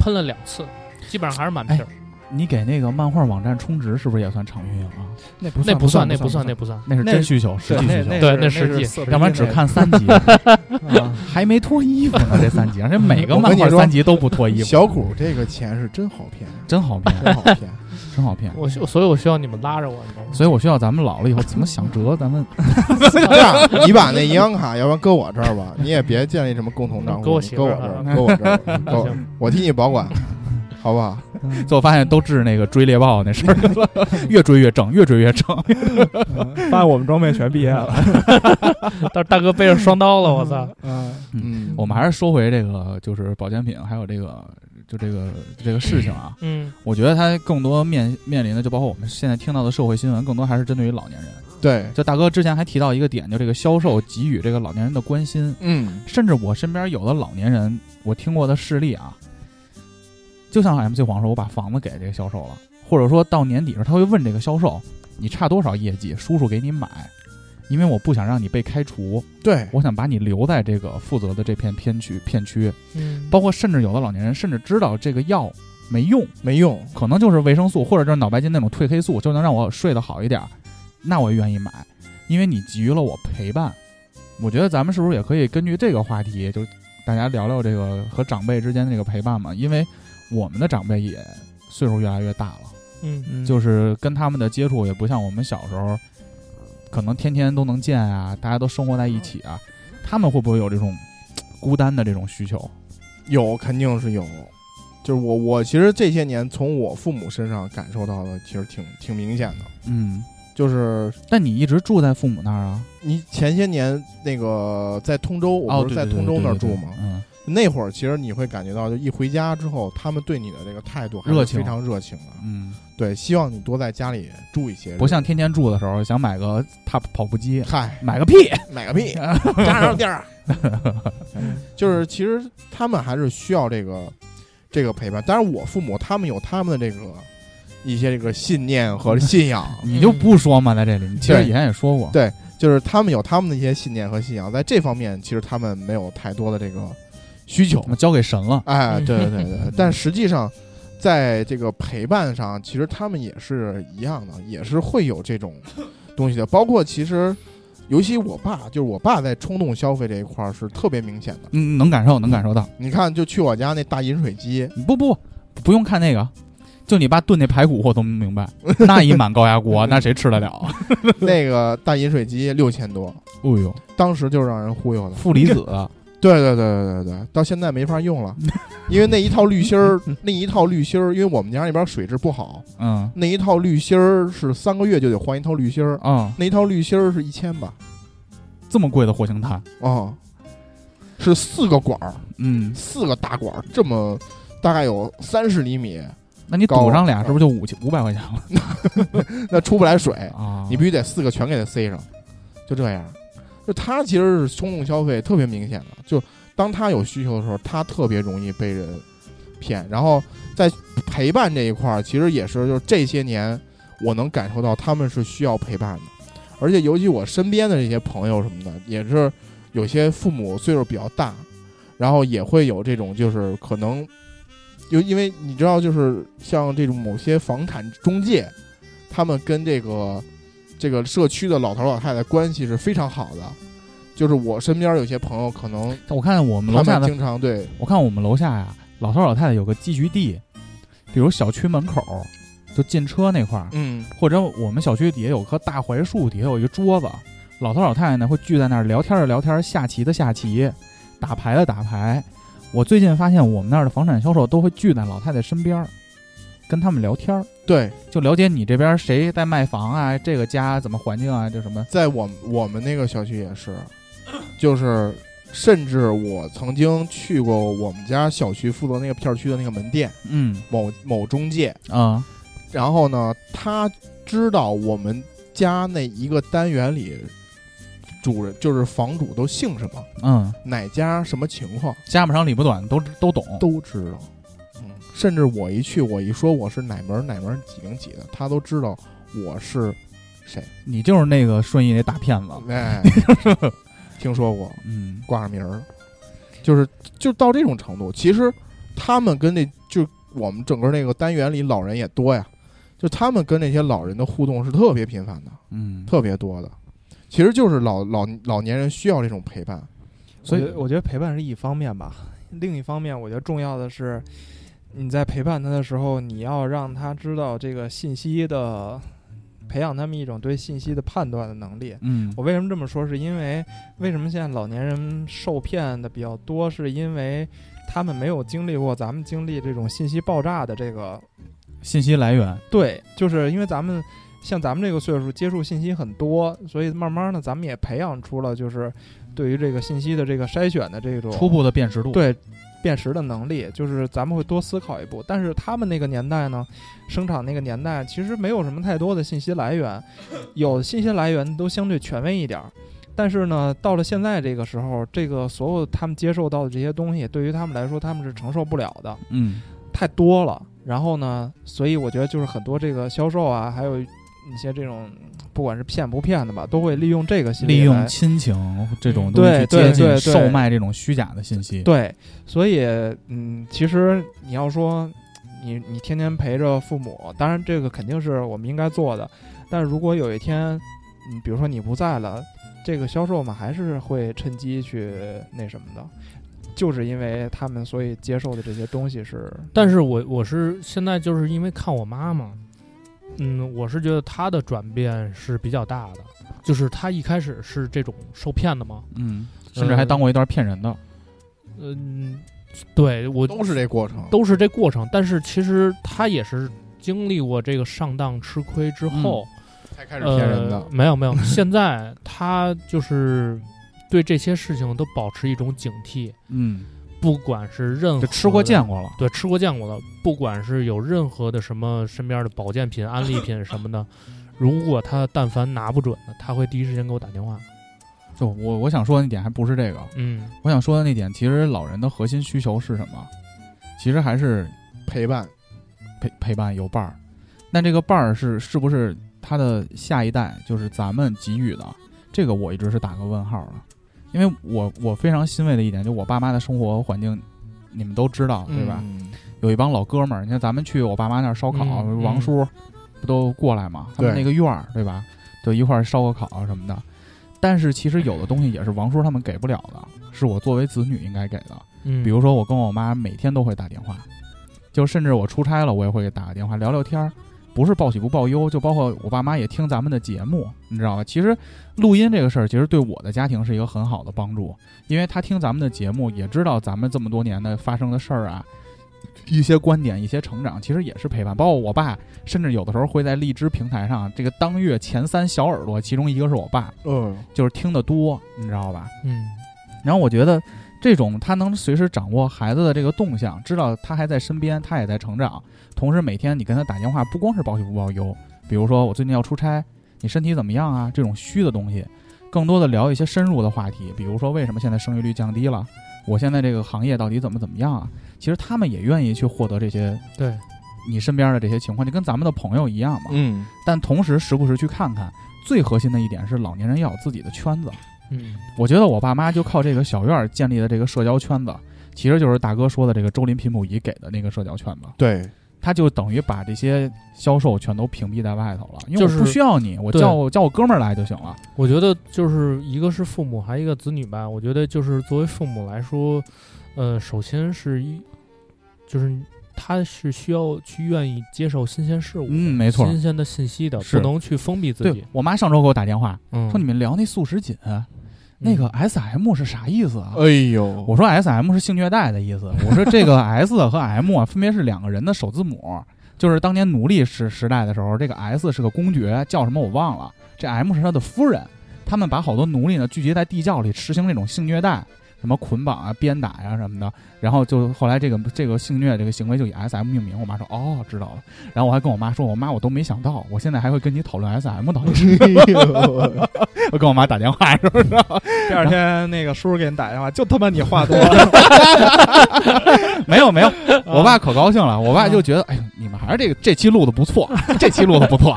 S6: 喷了两次，基本上还是满瓶儿。
S3: 你给那个漫画网站充值是不是也算场运营啊？
S4: 那不
S6: 那
S4: 不
S6: 算，那
S4: 不
S6: 算，那
S4: 那
S6: 不算。
S3: 那是
S4: 那
S3: 真需求，实际需求。
S4: 那
S6: 对
S4: 那
S6: 那
S4: 是
S6: 实际
S4: 是
S3: 要不然只看三集，啊还没脱衣服呢。这三集，而且每个
S5: 我
S3: 漫
S5: 跟你
S3: 画
S5: 说
S3: 三集都不脱衣服。
S5: *laughs* 小谷这个钱是真好骗，
S3: 真好骗，
S5: 真好骗。
S3: 真好骗。
S6: 我需所以我需要你们拉着我，你知道吗？
S3: 所以我需要咱们老了以后怎么想辙，咱们
S5: 这样，你把那银行卡，要不然搁我这儿吧，你 *laughs* 也别建立什么共同账户，
S6: 搁我
S5: 你
S6: 媳
S5: 搁
S6: 妇
S5: 我
S6: 儿
S5: 这儿，
S3: 啊
S5: 搁我这儿，
S3: *laughs*
S5: 嗯搁我我替你保管，好不好？
S3: 最后发现都治那个追猎豹那事儿去了，越追越正，越追越正。
S4: 嗯发现我们装备全毕业了，
S6: *laughs* 但是大哥背着双刀了，我操！
S4: 嗯，
S5: 嗯，
S3: 我们还是说回这个，就是保健品，还有这个，就这个这个事情啊。
S6: 嗯，
S3: 我觉得它更多面面临的，就包括我们现在听到的社会新闻，更多还是针对于老年人。
S5: 对，
S3: 就大哥之前还提到一个点，就这个销售给予这个老年人的关心，
S5: 嗯，
S3: 甚至我身边有的老年人，我听过的事例啊，就像 MC 黄说，我把房子给这个销售了，或者说到年底时候，他会问这个销售，你差多少业绩，叔叔给你买，因为我不想让你被开除，
S5: 对，
S3: 我想把你留在这个负责的这片片区片区，
S6: 嗯，
S3: 包括甚至有的老年人甚至知道这个药没用，
S5: 没用，
S3: 可能就是维生素或者就是脑白金那种褪黑素，就能让我睡得好一点儿，那我也愿意买，因为你给予了我陪伴。我觉得咱们是不是也可以根据这个话题，就大家聊聊这个和长辈之间的这个陪伴嘛？因为我们的长辈也岁数越来越大了，
S6: 嗯
S3: 就是跟他们的接触也不像我们小时候，可能天天都能见啊，大家都生活在一起啊，他们会不会有这种嘖孤单的这种需求？
S5: 有肯定是有。就是我，我其实这些年从我父母身上感受到的，其实挺挺明显的。
S3: 嗯，
S5: 就是
S3: 但你一直住在父母那儿啊？
S5: 你前些年那个在通州，我
S3: 哦，
S5: 不
S3: 对
S5: 是在
S3: 对对
S5: 通州那儿
S3: 对对
S5: 住
S3: 对
S5: 吗？
S3: 嗯，
S5: 那会儿其实你会感觉到，就一回家之后，他们对你的这个态度还是
S3: 热情
S5: 非常热情的。
S3: 嗯，
S5: 对，希望你多在家里住一些日子，
S3: 不像天天住的时候想买个踏跑步机，
S5: 嗨
S3: 买个屁！
S5: 买个屁，扎上地儿。就是其实他们还是需要这个这个陪伴。当然，我父母他们有他们的这个一些这个信念和信仰，
S3: 你就不说嘛，在这里，你其实以前也说过，
S5: 嗯对就是他们有他们的一些信念和信仰，在这方面其实他们没有太多的这个需求
S3: 我。们交给神了。
S5: 哎，
S6: 嗯
S5: 对对对对，但实际上，在这个陪伴上，其实他们也是一样的，也是会有这种东西的。包括其实，尤其我爸，就是我爸在冲动消费这一块儿是特别明显的。
S3: 嗯，能感受，能感受到。
S5: 你看，就去我家那大饮水
S3: *laughs*
S5: 机，
S3: 不不不，不用看那个，就你爸炖那排骨，我都明
S5: *laughs*
S3: 白。那一满高压锅，那谁吃得了？
S5: 那个大饮水机六千多，
S3: 哎呦，
S5: 当时就让人忽悠的。
S3: 负离子，
S5: *laughs* 对对对对对对，到现在没法
S3: *laughs*
S5: 用了，因为那一套滤芯儿，那一套滤芯儿，因为我们家那边水质不好，
S3: 嗯
S5: 那一套滤芯儿是三个月就得换一套滤芯儿，
S3: 啊，
S5: 那一套滤芯儿是一千吧。
S3: 这么贵的火星炭，
S5: 哦，是四个管儿，
S3: 嗯，
S5: 四个大管儿，这么大概有三十厘米，
S3: 那你
S5: 高啊
S3: 赌上俩是不是就五千五百块钱了
S5: 那出不来水，
S3: 啊？
S5: 你必须得四个全给它塞上，就这样。就他其实是冲动消费特别明显的，就当他有需求的时候，他特别容易被人骗。然后在陪伴这一块儿，其实也是，就是这些年我能感受到他们是需要陪伴的，而且尤其我身边的这些朋友什么的，也是有些父母岁数比较大，然后也会有这种就是可能，就因为你知道，就是像这种某些房产中介，他们跟这个这个社区的老头老太太关系是非常好的。就是我身边有些朋友，可能
S3: 我看我们楼
S5: 他
S3: 下
S5: 们
S3: 的
S5: 经常对
S3: 我看我们楼下呀、老头老太太有个寄居地，比如小区门口，就进车那块儿，
S5: 嗯，
S3: 或者我们小区底下有棵大槐树，底下有一个桌子，啊老头老太太呢会聚在那儿聊天儿的聊天儿，下棋的下棋，打牌的打牌。我最近发现我们那儿的房产销售都会聚在老太太身边儿，跟他们聊天儿，
S5: 对，
S3: 就了解你这边谁在卖房啊，这个家怎么环境啊，这什么。
S5: 在我们我们那个小区也是，就是甚至我曾经去过我们家小区负责那个片区的那个门店
S3: 嗯
S5: 某某中介，
S3: 啊
S5: 然后呢，他知道我们家那一个单元里主人就是房主都姓什么，
S3: 嗯，
S5: 哪家什么情况
S3: 家不长理不短，都都懂。
S5: 都知道。嗯，甚至我一去，我一说我是哪门哪门几零几的，他都知道我是谁。
S3: 你就是那个顺义那大骗子。
S5: 哎， *laughs* 听说过，
S3: 嗯
S5: 挂上名儿了，就是就到这种程度。其实他们跟那就我们整个那个单元里老人也多呀，就他们跟那些老人的互动是特别频繁的，
S3: 嗯，
S5: 特别多的。其实就是老老老年人需要这种陪伴，
S3: 所以
S4: 我觉得我觉得陪伴是一方面吧，另一方面我觉得重要的是，你在陪伴他的时候，你要让他知道这个信息的，培养他们一种对信息的判断的能力。
S3: 嗯
S4: 我为什么这么说？是因为为什么现在老年人受骗的比较多？是因为他们没有经历过咱们经历这种信息爆炸的这个
S3: 信息来源，
S4: 对，就是因为咱们像咱们这个岁数接触信息很多，所以慢慢的咱们也培养出了就是对于这个信息的这个筛选的这种
S3: 初步的辨识度。，
S4: 对辨识的能力，就是咱们会多思考一步。但是他们那个年代呢，生产那个年代其实没有什么太多的信息来源，有信息来源都相对权威一点儿。但是呢，到了现在这个时候，这个所有他们接受到的这些东西，对于他们来说，他们是承受不了的。
S3: 嗯
S4: 太多了。然后呢，所以我觉得就是很多这个销售啊，还有一些这种不管是骗不骗的吧，都会利用这个心理
S3: 利用
S4: 来
S3: 亲情这种
S4: 嗯
S3: 东西去
S4: 对对
S3: 接近
S4: 对对
S3: 售卖这种虚假的信息。
S4: 对，所以嗯，其实你要说你你天天陪着父母，当然这个肯定是我们应该做的，但是如果有一天，嗯，比如说你不在了，这个销售嘛还是会趁机去那什么的，就是因为他们所以接受的这些东西是，
S6: 但是我我是现在就是因为看我妈妈，嗯，我是觉得她的转变是比较大的，就是她一开始是这种受骗的嘛，
S3: 嗯，甚至还当过一段骗人的。
S6: 嗯，对我
S5: 都是这过程。
S6: 都是这过程，但是其实她也是经历过这个上当吃亏之后，
S5: 才开始骗人的
S6: 呃，没有没有，现在她就是对这些事情都保持一种警惕，
S3: 嗯，
S6: 不管是任
S3: 就
S6: 何
S3: 吃过
S6: 的
S3: 见过了。
S6: 对，吃过见过的，不管是有任何的什么身边的保健品、安利品什么
S3: *laughs*
S6: 的，如果他但凡拿不准的，他会第一时间给我打电话。
S3: 就我我想说的那点还不是这个，
S6: 嗯，
S3: 我想说的那点，其实老人的核心需求是什么？其实还是
S5: 陪伴，
S3: 陪陪伴有伴儿。那这个伴儿是是不是他的下一代，就是咱们给予的？这个我一直是打个问号的，因为我我非常欣慰的一点，就我爸妈的生活环境，你们都知道对吧？
S5: 嗯
S3: 有一帮老哥们儿，你看咱们去我爸妈那儿烧烤，
S6: 嗯嗯
S3: 王叔不都过来嘛？他们
S5: 对
S3: 那个院儿对吧？就一块儿烧个烤什么的。但是其实有的东西也是王叔他们给不了的，是我作为子女应该给的。
S6: 嗯
S3: 比如说我跟我妈每天都会打电话，就甚至我出差了，我也会给打个电话聊聊天儿，不是报喜不报忧，就包括我爸妈也听咱们的节目，你知道吧？其实录音这个事儿，其实对我的家庭是一个很好的帮助，因为他听咱们的节目，也知道咱们这么多年的发生的事儿啊。一些观点，一些成长，其实也是陪伴。包括我爸，甚至有的时候会在荔枝平台上，这个当月前三小耳朵，其中一个是我爸，
S5: 嗯，
S3: 就是听得多，你知道吧？
S6: 嗯，
S3: 然后我觉得这种他能随时掌握孩子的这个动向，知道他还在身边，他也在成长。同时每天你跟他打电话，不光是报喜不报忧，比如说我最近要出差，你身体怎么样啊？这种虚的东西，更多的聊一些深入的话题，比如说为什么现在生育率降低了，我现在这个行业到底怎么怎么样啊？其实他们也愿意去获得这些
S6: 对，
S3: 你身边的这些情况，就跟咱们的朋友一样嘛。
S5: 嗯，
S3: 但同时时不时去看看，最核心的一点是老年人要有自己的圈子。
S6: 嗯，
S3: 我觉得我爸妈就靠这个小院儿建立的这个社交圈子，其实就是大哥说的这个周林频谱仪给的那个社交圈子，
S5: 对，
S3: 他就等于把这些销售全都屏蔽在外头了，因为
S6: 就
S3: 我
S6: 是
S3: 不需要你，我
S6: 对
S3: 叫我叫我哥们儿来就行了。
S6: 我觉得就是一个是父母，还一个子女吧。我觉得就是作为父母来说，呃，首先是一，就是他是需要去愿意接受新鲜事物，
S3: 嗯，没错。
S6: 新鲜的信息的，
S3: 是
S6: 不能去封闭自
S3: 对
S6: 己。
S3: 我妈上周给我打电话
S6: 嗯，
S3: 说你们聊那素食锦，那个 S M 是啥意思啊？
S5: 哎呦，
S3: 我说 S M 是性虐待的意思。我说这个 S 和 M 啊，分别是两个人的首字母，就是当年奴隶时时代的时候，这个 S 是个公爵，叫什么我忘了，这 M 是他的夫人。他们把好多奴隶呢聚集在地窖里，实行这种性虐待，什么捆绑啊、鞭打呀、什么的。然后就后来这个这个性虐这个行为就以 S M 命名。我妈说哦，知道了。然后我还跟我妈说，我妈我都没想到，我现在还会跟你讨论 S M 到底是。我跟我妈打电话是不是？
S4: 第二天那个叔叔给你打电话，就他妈你话多，
S3: *laughs*
S4: 啊
S3: 没有没有，我爸可高兴了，我爸就觉得，哎呦，你们还是这个这期录的不错，这期录的不错。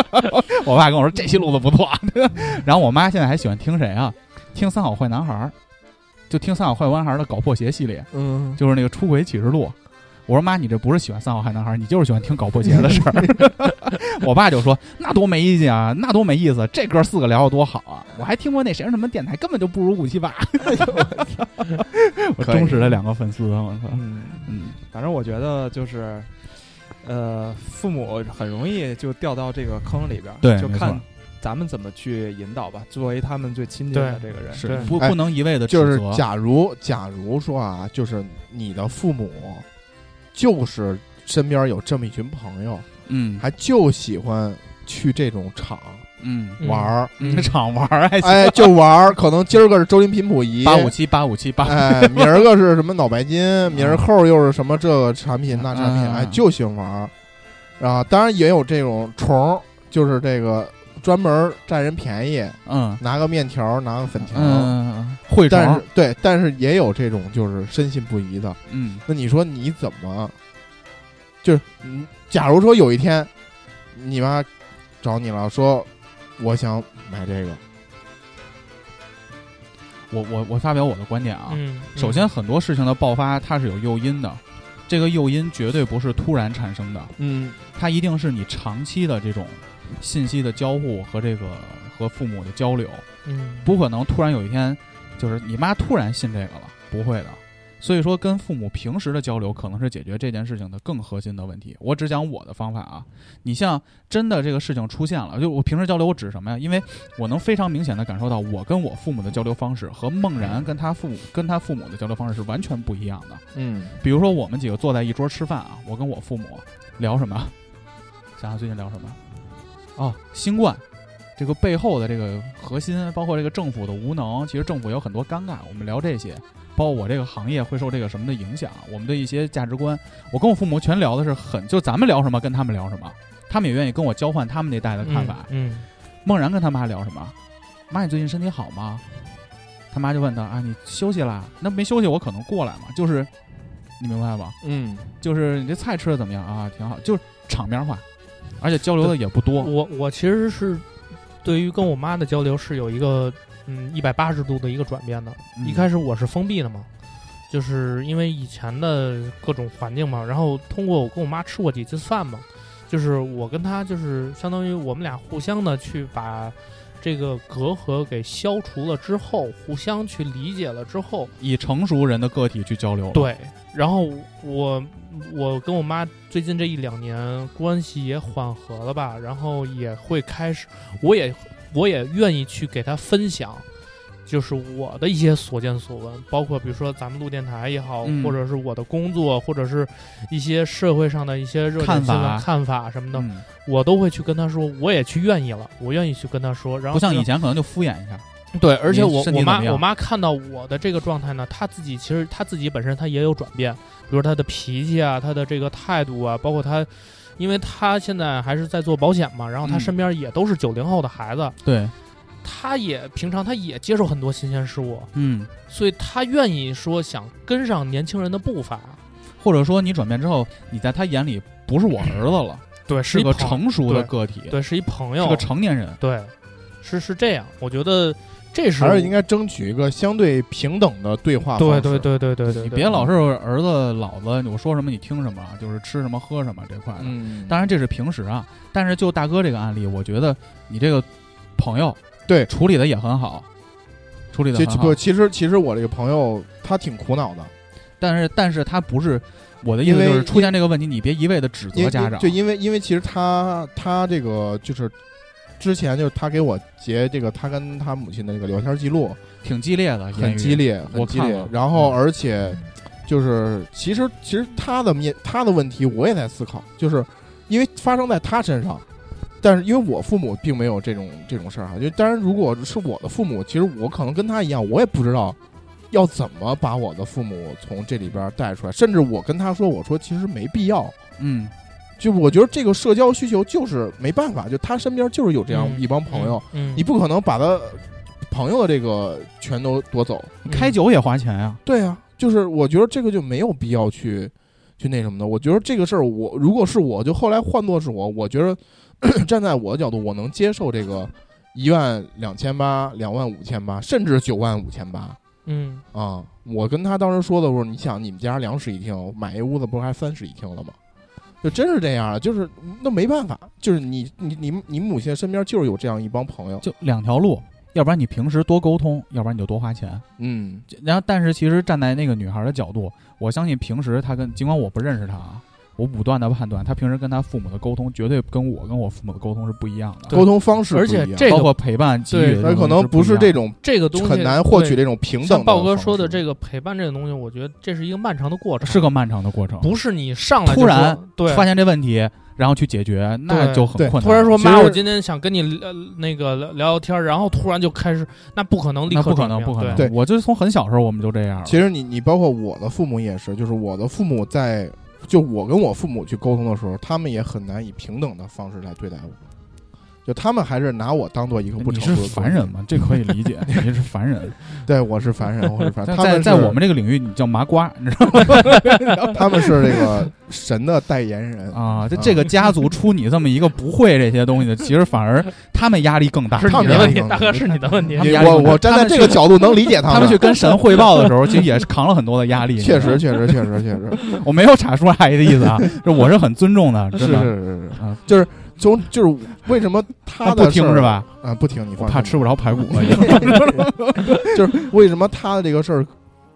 S3: *laughs* 我爸跟我说这期录的不错，
S4: 嗯
S3: *laughs* 然后我妈现在还喜欢听谁啊？听《三好坏男孩》，就听《三好坏男孩》的搞破鞋系列，
S5: 嗯，
S3: 就是那个出轨启示录。我说妈，你这不是喜欢三好坏男孩，你就是喜欢听搞破鞋的事儿。 *laughs* 我爸就说那多没意思啊，那多没意思，这哥四个聊得多好啊！我还听过那谁什么电台，根本就不如五七八。 *laughs* 哎我
S5: 可以
S3: 忠实的两个粉丝，我操，
S4: 嗯，
S3: 嗯。
S4: 反正我觉得就是，呃，父母很容易就掉到这个坑里边儿，
S3: 对
S4: 就
S3: 没错
S4: 看咱们怎么去引导吧。作为他们最亲近的这个人，
S3: 是
S6: 对
S3: 不
S5: 哎
S3: 不能一味的
S5: 就是假如假如说啊，就是你的父母，就是身边有这么一群朋友，
S3: 嗯
S5: 还就喜欢去这种场
S3: 嗯
S6: 嗯
S5: 玩儿，
S3: 嗯场玩儿还行，
S5: 哎，就玩儿，可能今儿个是周林频谱仪
S3: *laughs* 八五七八五七八，啊
S5: 哎，明儿个是什么脑
S3: *laughs*
S5: 白金，明儿后又是什么这个产品那产品，
S3: 嗯
S5: 哎，就喜欢玩儿。啊，当然也有这种虫儿，就是这个专门儿占人便宜，
S3: 嗯
S5: 拿个面条儿，拿个粉条儿。
S3: 嗯，会
S5: 哎但
S3: 虫
S5: 是，对，但是也有这种就是深信不疑的。
S3: 嗯
S5: 那你说你怎么？就是，嗯假如说有一天，你妈找你了，说我想买这个，
S3: 我我我发表我的观点啊，
S6: 嗯，
S3: 首先很多事情的爆发它是有诱因的，这个诱因绝对不是突然产生的，
S5: 嗯，
S3: 它一定是你长期的这种信息的交互和这个和父母的交流，
S6: 嗯，
S3: 不可能突然有一天就是你妈突然信这个了，不会的。所以说，跟父母平时的交流可能是解决这件事情的更核心的问题。我只讲我的方法啊。你像真的这个事情出现了，就我平时交流，我指什么呀？因为我能非常明显的感受到，我跟我父母的交流方式和梦然跟他父母跟他父母的交流方式是完全不一样的。
S5: 嗯，
S3: 比如说，我们几个坐在一桌吃饭啊，我跟我父母聊什么？想想最近聊什么？哦，新冠这个背后的这个核心，包括这个政府的无能，其实政府有很多尴尬。我们聊这些，包括我这个行业会受这个什么的影响，我们的一些价值观。我跟我父母全聊的是很，就咱们聊什么跟他们聊什么，他们也愿意跟我交换他们那代的看法。
S6: 嗯，
S3: 梦然跟他妈聊什么？妈，你最近身体好吗？他妈就问他啊，你休息啦？那没休息，我可能过来嘛。就是，你明白吗？
S4: *laughs*
S5: 嗯，
S3: 就是你这菜吃的怎么样啊？挺好，就是场面话，而且交流的也不多。
S6: 我我其实是对于跟我妈的交流是有一个嗯一百八十度的一个转变的。一开
S3: 嗯始，
S6: 始我是封闭的嘛，就是因为以前的各种环境嘛，然后通过我跟我妈吃过几次饭嘛，就是我跟她就是相当于我们俩互相的去把这个隔阂给消除了之后，互相去理解了之后，
S3: 以成熟人的个体去交流。，
S6: 对，然后我我跟我妈最近这一两年关系也缓和了吧，然后也会开始，我也我也愿意去给她分享，就是我的一些所见所闻，包括比如说咱们录电台也好，
S3: 嗯
S6: 或者是我的工作，或者是一些社会上的一些热点
S3: 看
S6: 新闻
S3: 法
S6: 看法什么的，
S3: 嗯，
S6: 我都会去跟她说，我也去愿意了，我愿意去跟她说，然后
S3: 不像
S6: 就
S3: 以前可能就敷衍一下。
S6: 对，而且
S3: 你
S6: 我
S3: 身体
S6: 我
S3: 怎
S6: 妈
S3: 么样
S6: 我妈看到我的这个状态呢，她自己其实她自己本身她也有转变，比如她的脾气啊，她的这个态度啊，包括她，因为她现在还是在做保险嘛，然后她
S3: 嗯
S6: 身边也都是九零后的孩子，
S3: 对，
S6: 她也平常她也接受很多新鲜事物，
S3: 嗯，
S6: 所以她愿意说想跟上年轻人的步伐。
S3: 或者说你转变之后，你在他眼里不是我儿子了，
S6: 对，
S3: 是
S6: 一
S3: 个
S6: 朋
S3: 成熟的
S6: 嗯对
S3: 个体，
S6: 对，是一朋友，
S3: 是个成年人。
S6: 对，是是这样，我觉得这是
S5: 还是应该争取一个相对平等的对话方
S6: 对
S5: 式。
S6: 对对对对对，
S3: 你
S6: 对
S3: 别老是儿子老子，我说什么你听什么，就是吃什么喝什么这块的。
S5: 嗯，
S3: 当然这是平时啊，但是就大哥这个案例，我觉得你这个朋友
S5: 对
S3: 处理的也很好，处理的
S5: 其
S3: 很
S5: 其
S3: 好
S5: 不，。其实其实我这个朋友他挺苦恼的，
S3: 但是但是他不是我的意思，
S5: 因为
S3: 就是出现这个问题，你别一味的指
S5: 因
S3: 责
S5: 为
S3: 家长。
S5: 就因为因为其实他他这个就是之前就是他给我截这个他跟他母亲的这个聊天记录，
S3: 挺激烈的，
S5: 很激。烈，
S3: 我
S5: 很激
S3: 看
S5: 烈
S3: 了。
S5: 然后
S3: 嗯
S5: 而且就是其实其实他的面他的问题我也在思考，就是因为发生在他身上。但是因为我父母并没有这种这种事儿哈，就当然如果是我的父母，其实我可能跟他一样，我也不知道要怎么把我的父母从这里边儿带出来。甚至我跟他说，我说其实没必要，
S3: 嗯，
S5: 就我觉得这个社交需求就是没办法，就他身边就是有这样
S6: 嗯
S5: 一帮朋友，，
S6: 嗯，
S5: 你不可能把他朋友的这个全都夺走。
S6: 嗯
S3: 开酒也花钱呀、
S5: 对啊，就是我觉得这个就没有必要去去那什么的。我觉得这个事儿，我如果是我，就后来换做是我，我觉得 *clears throat* 站在我的角度，我能接受这个一万两千八、两万五千八，甚至九万五千八
S6: 嗯
S5: 啊！我跟他当时说的时候，你想你们家两室一厅，买一屋子不是还三室一厅了吗？就真是这样，啊就是那没办法，就是你你你你母亲身边就是有这样一帮朋友，
S3: 就两条路，要不然你平时多沟通，要不然你就多花钱。
S5: 嗯，
S3: 然后，但是其实站在那个女孩的角度，我相信平时她跟尽管我不认识她啊，我武断的判断，她平时跟她父母的沟通绝对跟我跟我父母的沟通是不一样的，
S5: 沟通方式
S6: 而
S5: 不一
S6: 且
S5: 样
S6: 这个
S3: 包括陪伴给予的
S5: 那
S3: 东西
S5: 可能
S3: 不
S5: 不
S3: 一样
S5: 是
S3: 的
S5: 这。种
S6: 这个东西
S5: 很难获取
S6: 对
S5: 这种平等
S6: 像
S5: 的。
S6: 豹哥说的这
S5: 个，
S6: 个陪伴这个东西，我觉得这是一个漫长的过程，
S3: 是个漫长的过程，
S6: 不是你上来就
S3: 突然
S6: 说对
S3: 发现这问题，然后去解决，那
S6: 对
S3: 就很
S5: 对
S3: 困难。
S6: 突然说
S5: 其实
S6: 妈，我今天想跟你聊呃那个聊聊天，然后突然就开始，那不可能立
S3: 那
S6: 刻
S3: 不可
S6: 转
S3: 能，
S6: 变
S3: 不可能。
S5: 对
S3: 我就是从很小时候我们就这样了。
S5: 其实你你包括我的父母也是，就是我的父母在就我跟我父母去沟通的时候，他们也很难以平等的方式来对待我，就他们还是拿我当做一个不
S3: 你
S5: 成
S3: 是
S5: 熟的
S3: 凡人
S5: 嘛？
S3: 嘛，这可以
S5: *laughs*
S3: 理解。你是凡人，
S5: 对，我是凡人，
S3: *laughs*
S5: 我是凡人。
S3: 但
S5: 啊他
S3: 在
S5: 们
S3: 在
S5: 是
S3: 我们这个领域，你叫麻瓜，你知道
S5: 他们是这个神的代言人
S3: 吗？啊？这这个家族出你这么一个不会这些东西的，其实反而他们压力更大。
S6: 是
S5: 他
S6: 你
S5: 们
S6: 的
S5: 压
S6: 问
S5: 力
S6: 题，
S5: 更
S6: 大
S5: 大
S6: 哥是你的问题
S3: 他。
S5: 你
S3: 们压力
S5: 我
S3: 更大
S5: 我站在这个角度能理解
S3: 他
S5: 们
S3: 们去跟神汇报的时候，其实也是扛了很多的压力。
S5: 确实，，确实，确实，确实，
S3: 我没有查叔阿姨的意思啊，这 *laughs* 我是很尊重的，
S5: 是
S3: 真
S5: 是
S3: 的。
S5: 是是
S3: 啊，
S5: 就是从就是为
S3: *laughs*
S5: 什么他
S3: 他
S5: 的
S3: 不听
S5: 事儿
S3: 是？吧？
S5: 啊，不听，你
S3: 我
S5: 放
S3: 怕
S5: 心
S3: 吃不着排骨了。
S6: *laughs*
S5: 就是为什么他的这个事儿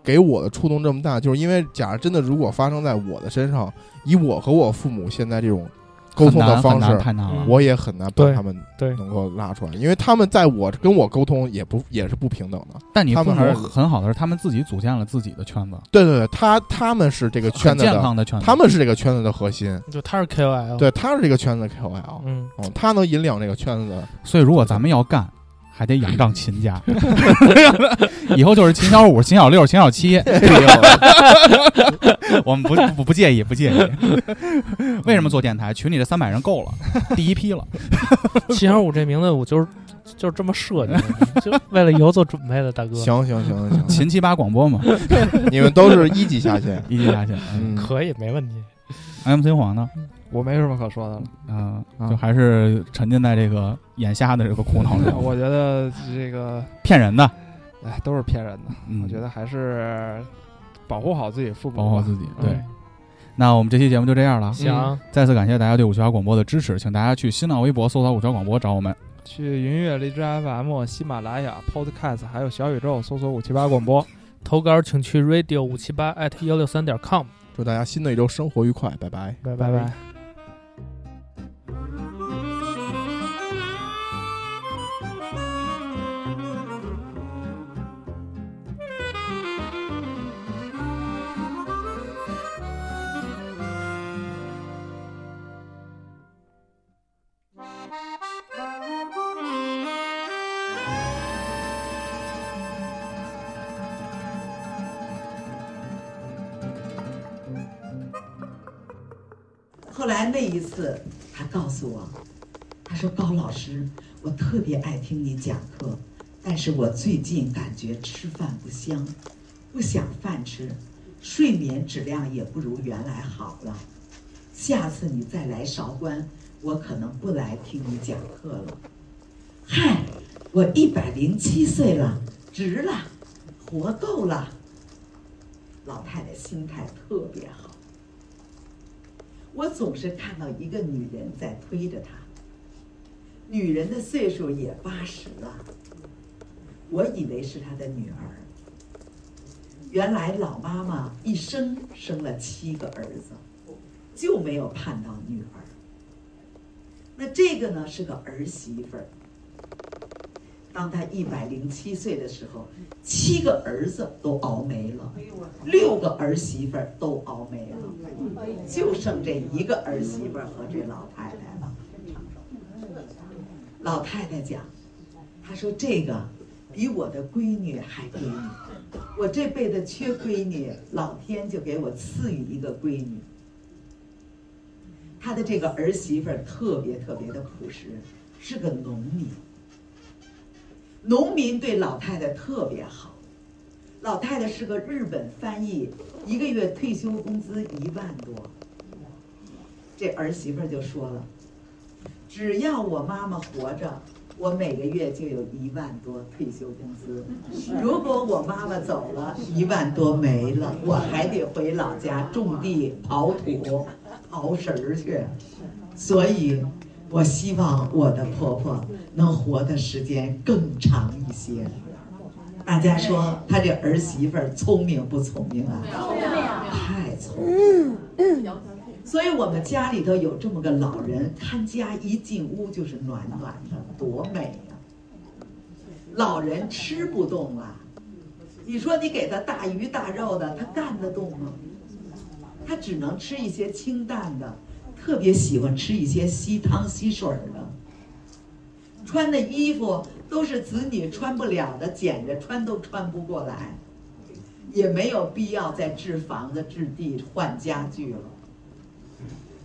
S5: 给我的触动这么大，就是因为假如真的如果发生在我的身上，以我和我父母现在这种沟通的
S3: 很
S5: 方
S3: 难很难
S5: 式，
S3: 太难了。
S5: 我也很难把
S6: 对
S5: 他们
S6: 对
S5: 能够拉出来，因为他们在我跟我沟通也不也是不平等的。
S3: 但你
S5: 他
S3: 父
S5: 们还
S3: 母
S5: 是
S3: 很好的是，他们自己组建了自己的圈子，
S5: 对对对，他他们是这个圈
S3: 很
S5: 子
S3: 健
S5: 的，
S3: 康的圈子。
S5: 他们是这个圈子的核心，
S6: 就他是 KOL，，
S5: 对，他是这个圈子的 KOL，、
S6: 哦嗯，
S5: 嗯、他能引领这个圈子的。
S3: 所以如果咱们要干，还得仰仗秦家。 *laughs* 以后就是秦小五、秦小六、秦小七，我们不不不介意，不介意。 *laughs* 为什么做电台？群里这三百人够了，第一批了。
S6: 七幺五这名字我就是就是这么设计的，就为了以后做准备的，大哥。
S5: 行行行
S3: *laughs*
S5: 行行，
S3: 秦七八广播嘛，
S5: 你们都是一级下
S3: *laughs*
S5: 线。
S3: 一级下线。
S5: 嗯，
S6: 可以，没问题。
S3: 嗯 MC 黄呢？
S4: 我没什么可说的了。
S3: 嗯、
S4: 啊
S3: 就还是沉浸在这个眼瞎的这个苦恼
S5: *laughs*
S3: 中，
S4: *laughs* 我觉得这个，
S3: 骗人的。
S4: 哎，都是骗人的。
S3: 嗯，
S4: 我觉得还是保护好自己父母吧，
S3: 保护好自己。对，
S6: 嗯
S3: 那我们这期节目就这样了。
S5: 嗯
S6: 行，
S3: 再次感谢大家对五七八广播的支持，请大家去新浪微博搜索五七八广播找我们。
S4: 去云乐、荔枝 FM、喜马拉雅、Podcast，还有小宇宙搜索五七八广播。
S6: 投稿请去 radio 五七八 at 幺六三点 com，
S5: 祝大家新的一周生活愉快，拜拜。
S6: 拜
S4: 拜拜。
S2: 后来那一次，他告诉我，他说高老师，我特别爱听你讲课，但是我最近感觉吃饭不香，不想饭吃，睡眠质量也不如原来好了。下次你再来韶关，我可能不来听你讲课了。嗨，我一百零七岁了，值了，活够了。老太太心态特别好。我总是看到一个女人在推着他。女人的岁数也八十了，我以为是她的女儿。原来老妈妈一生生了七个儿子，就没有盼到女儿。那这个呢是个儿媳妇儿。当她一百零七岁的时候，七个儿子都熬没了，六个儿媳妇儿都熬没了，就剩这一个儿媳妇儿和这老太太了。老太太讲，她说这个比我的闺女还闺女，我这辈子缺闺女，老天就给我赐予一个闺女。他的这个儿媳妇儿特别特别的朴实，是个农民。农民对老太太特别好，老太太是个日本翻译，一个月退休工资一万多。这儿媳妇儿就说了，只要我妈妈活着，我每个月就有一万多退休工资。如果我妈妈走了，一万多没了，我还得回老家种地刨土。熬食儿去。所以，我希望我的婆婆能活的时间更长一些。大家说她这儿媳妇儿聪明不聪明啊？太聪明了。所以我们家里头有这么个老人，看家一进屋就是暖暖的，多美呀、老人吃不动啊，你说你给他大鱼大肉的，他干得动吗？他只能吃一些清淡的，特别喜欢吃一些稀汤稀水儿的。穿的衣服都是子女穿不了的，捡着穿都穿不过来，也没有必要再置房子、置地、换家具了。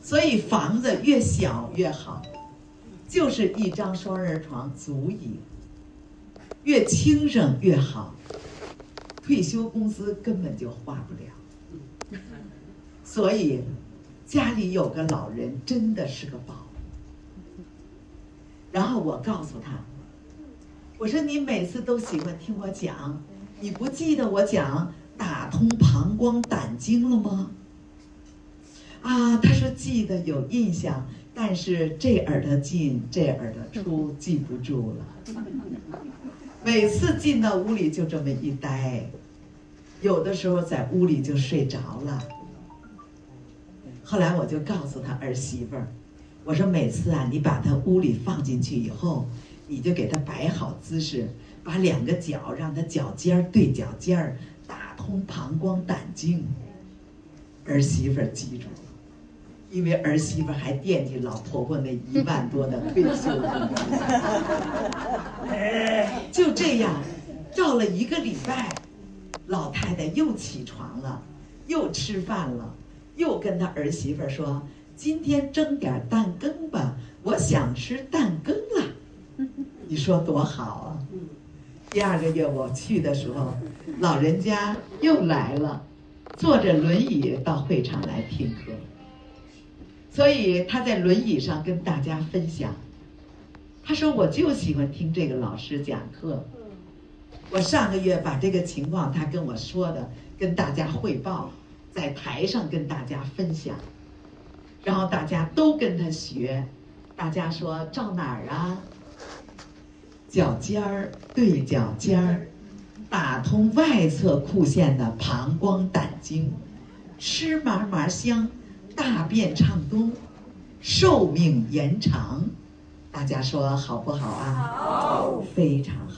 S2: 所以房子越小越好，就是一张双人床足矣，越轻省越好。退休工资根本就花不了。所以，家里有个老人真的是个宝。然后我告诉他，我说你每次都喜欢听我讲，你不记得我讲打通膀胱胆经了吗？啊，他说记得有印象，但是这耳朵进这耳朵出，记不住了。每次进到屋里就这么一呆，有的时候在屋里就睡着了。后来我就告诉他儿媳妇儿，我说每次啊，你把他屋里放进去以后，你就给他摆好姿势，把两个脚让他脚尖儿对脚尖儿，打通膀胱胆经。儿媳妇儿记住了，因为儿媳妇儿还惦记老婆婆那一万多的退休金。哎就这样，照了一个礼拜，老太太又起床了，又吃饭了。又跟他儿媳妇儿说：“今天蒸点蛋羹吧，我想吃蛋羹了。”你说多好啊！第二个月我去的时候，老人家又来了，坐着轮椅到会场来听课。所以他在轮椅上跟大家分享，他说：“我就喜欢听这个老师讲课。”我上个月把这个情况他跟我说的，跟大家汇报。在台上跟大家分享，然后大家都跟他学，大家说照哪儿啊？脚尖儿对脚尖儿，打通外侧裤线的膀胱胆经，吃嘛嘛香，大便畅通，寿命延长。大家说好不好啊？好，非常好。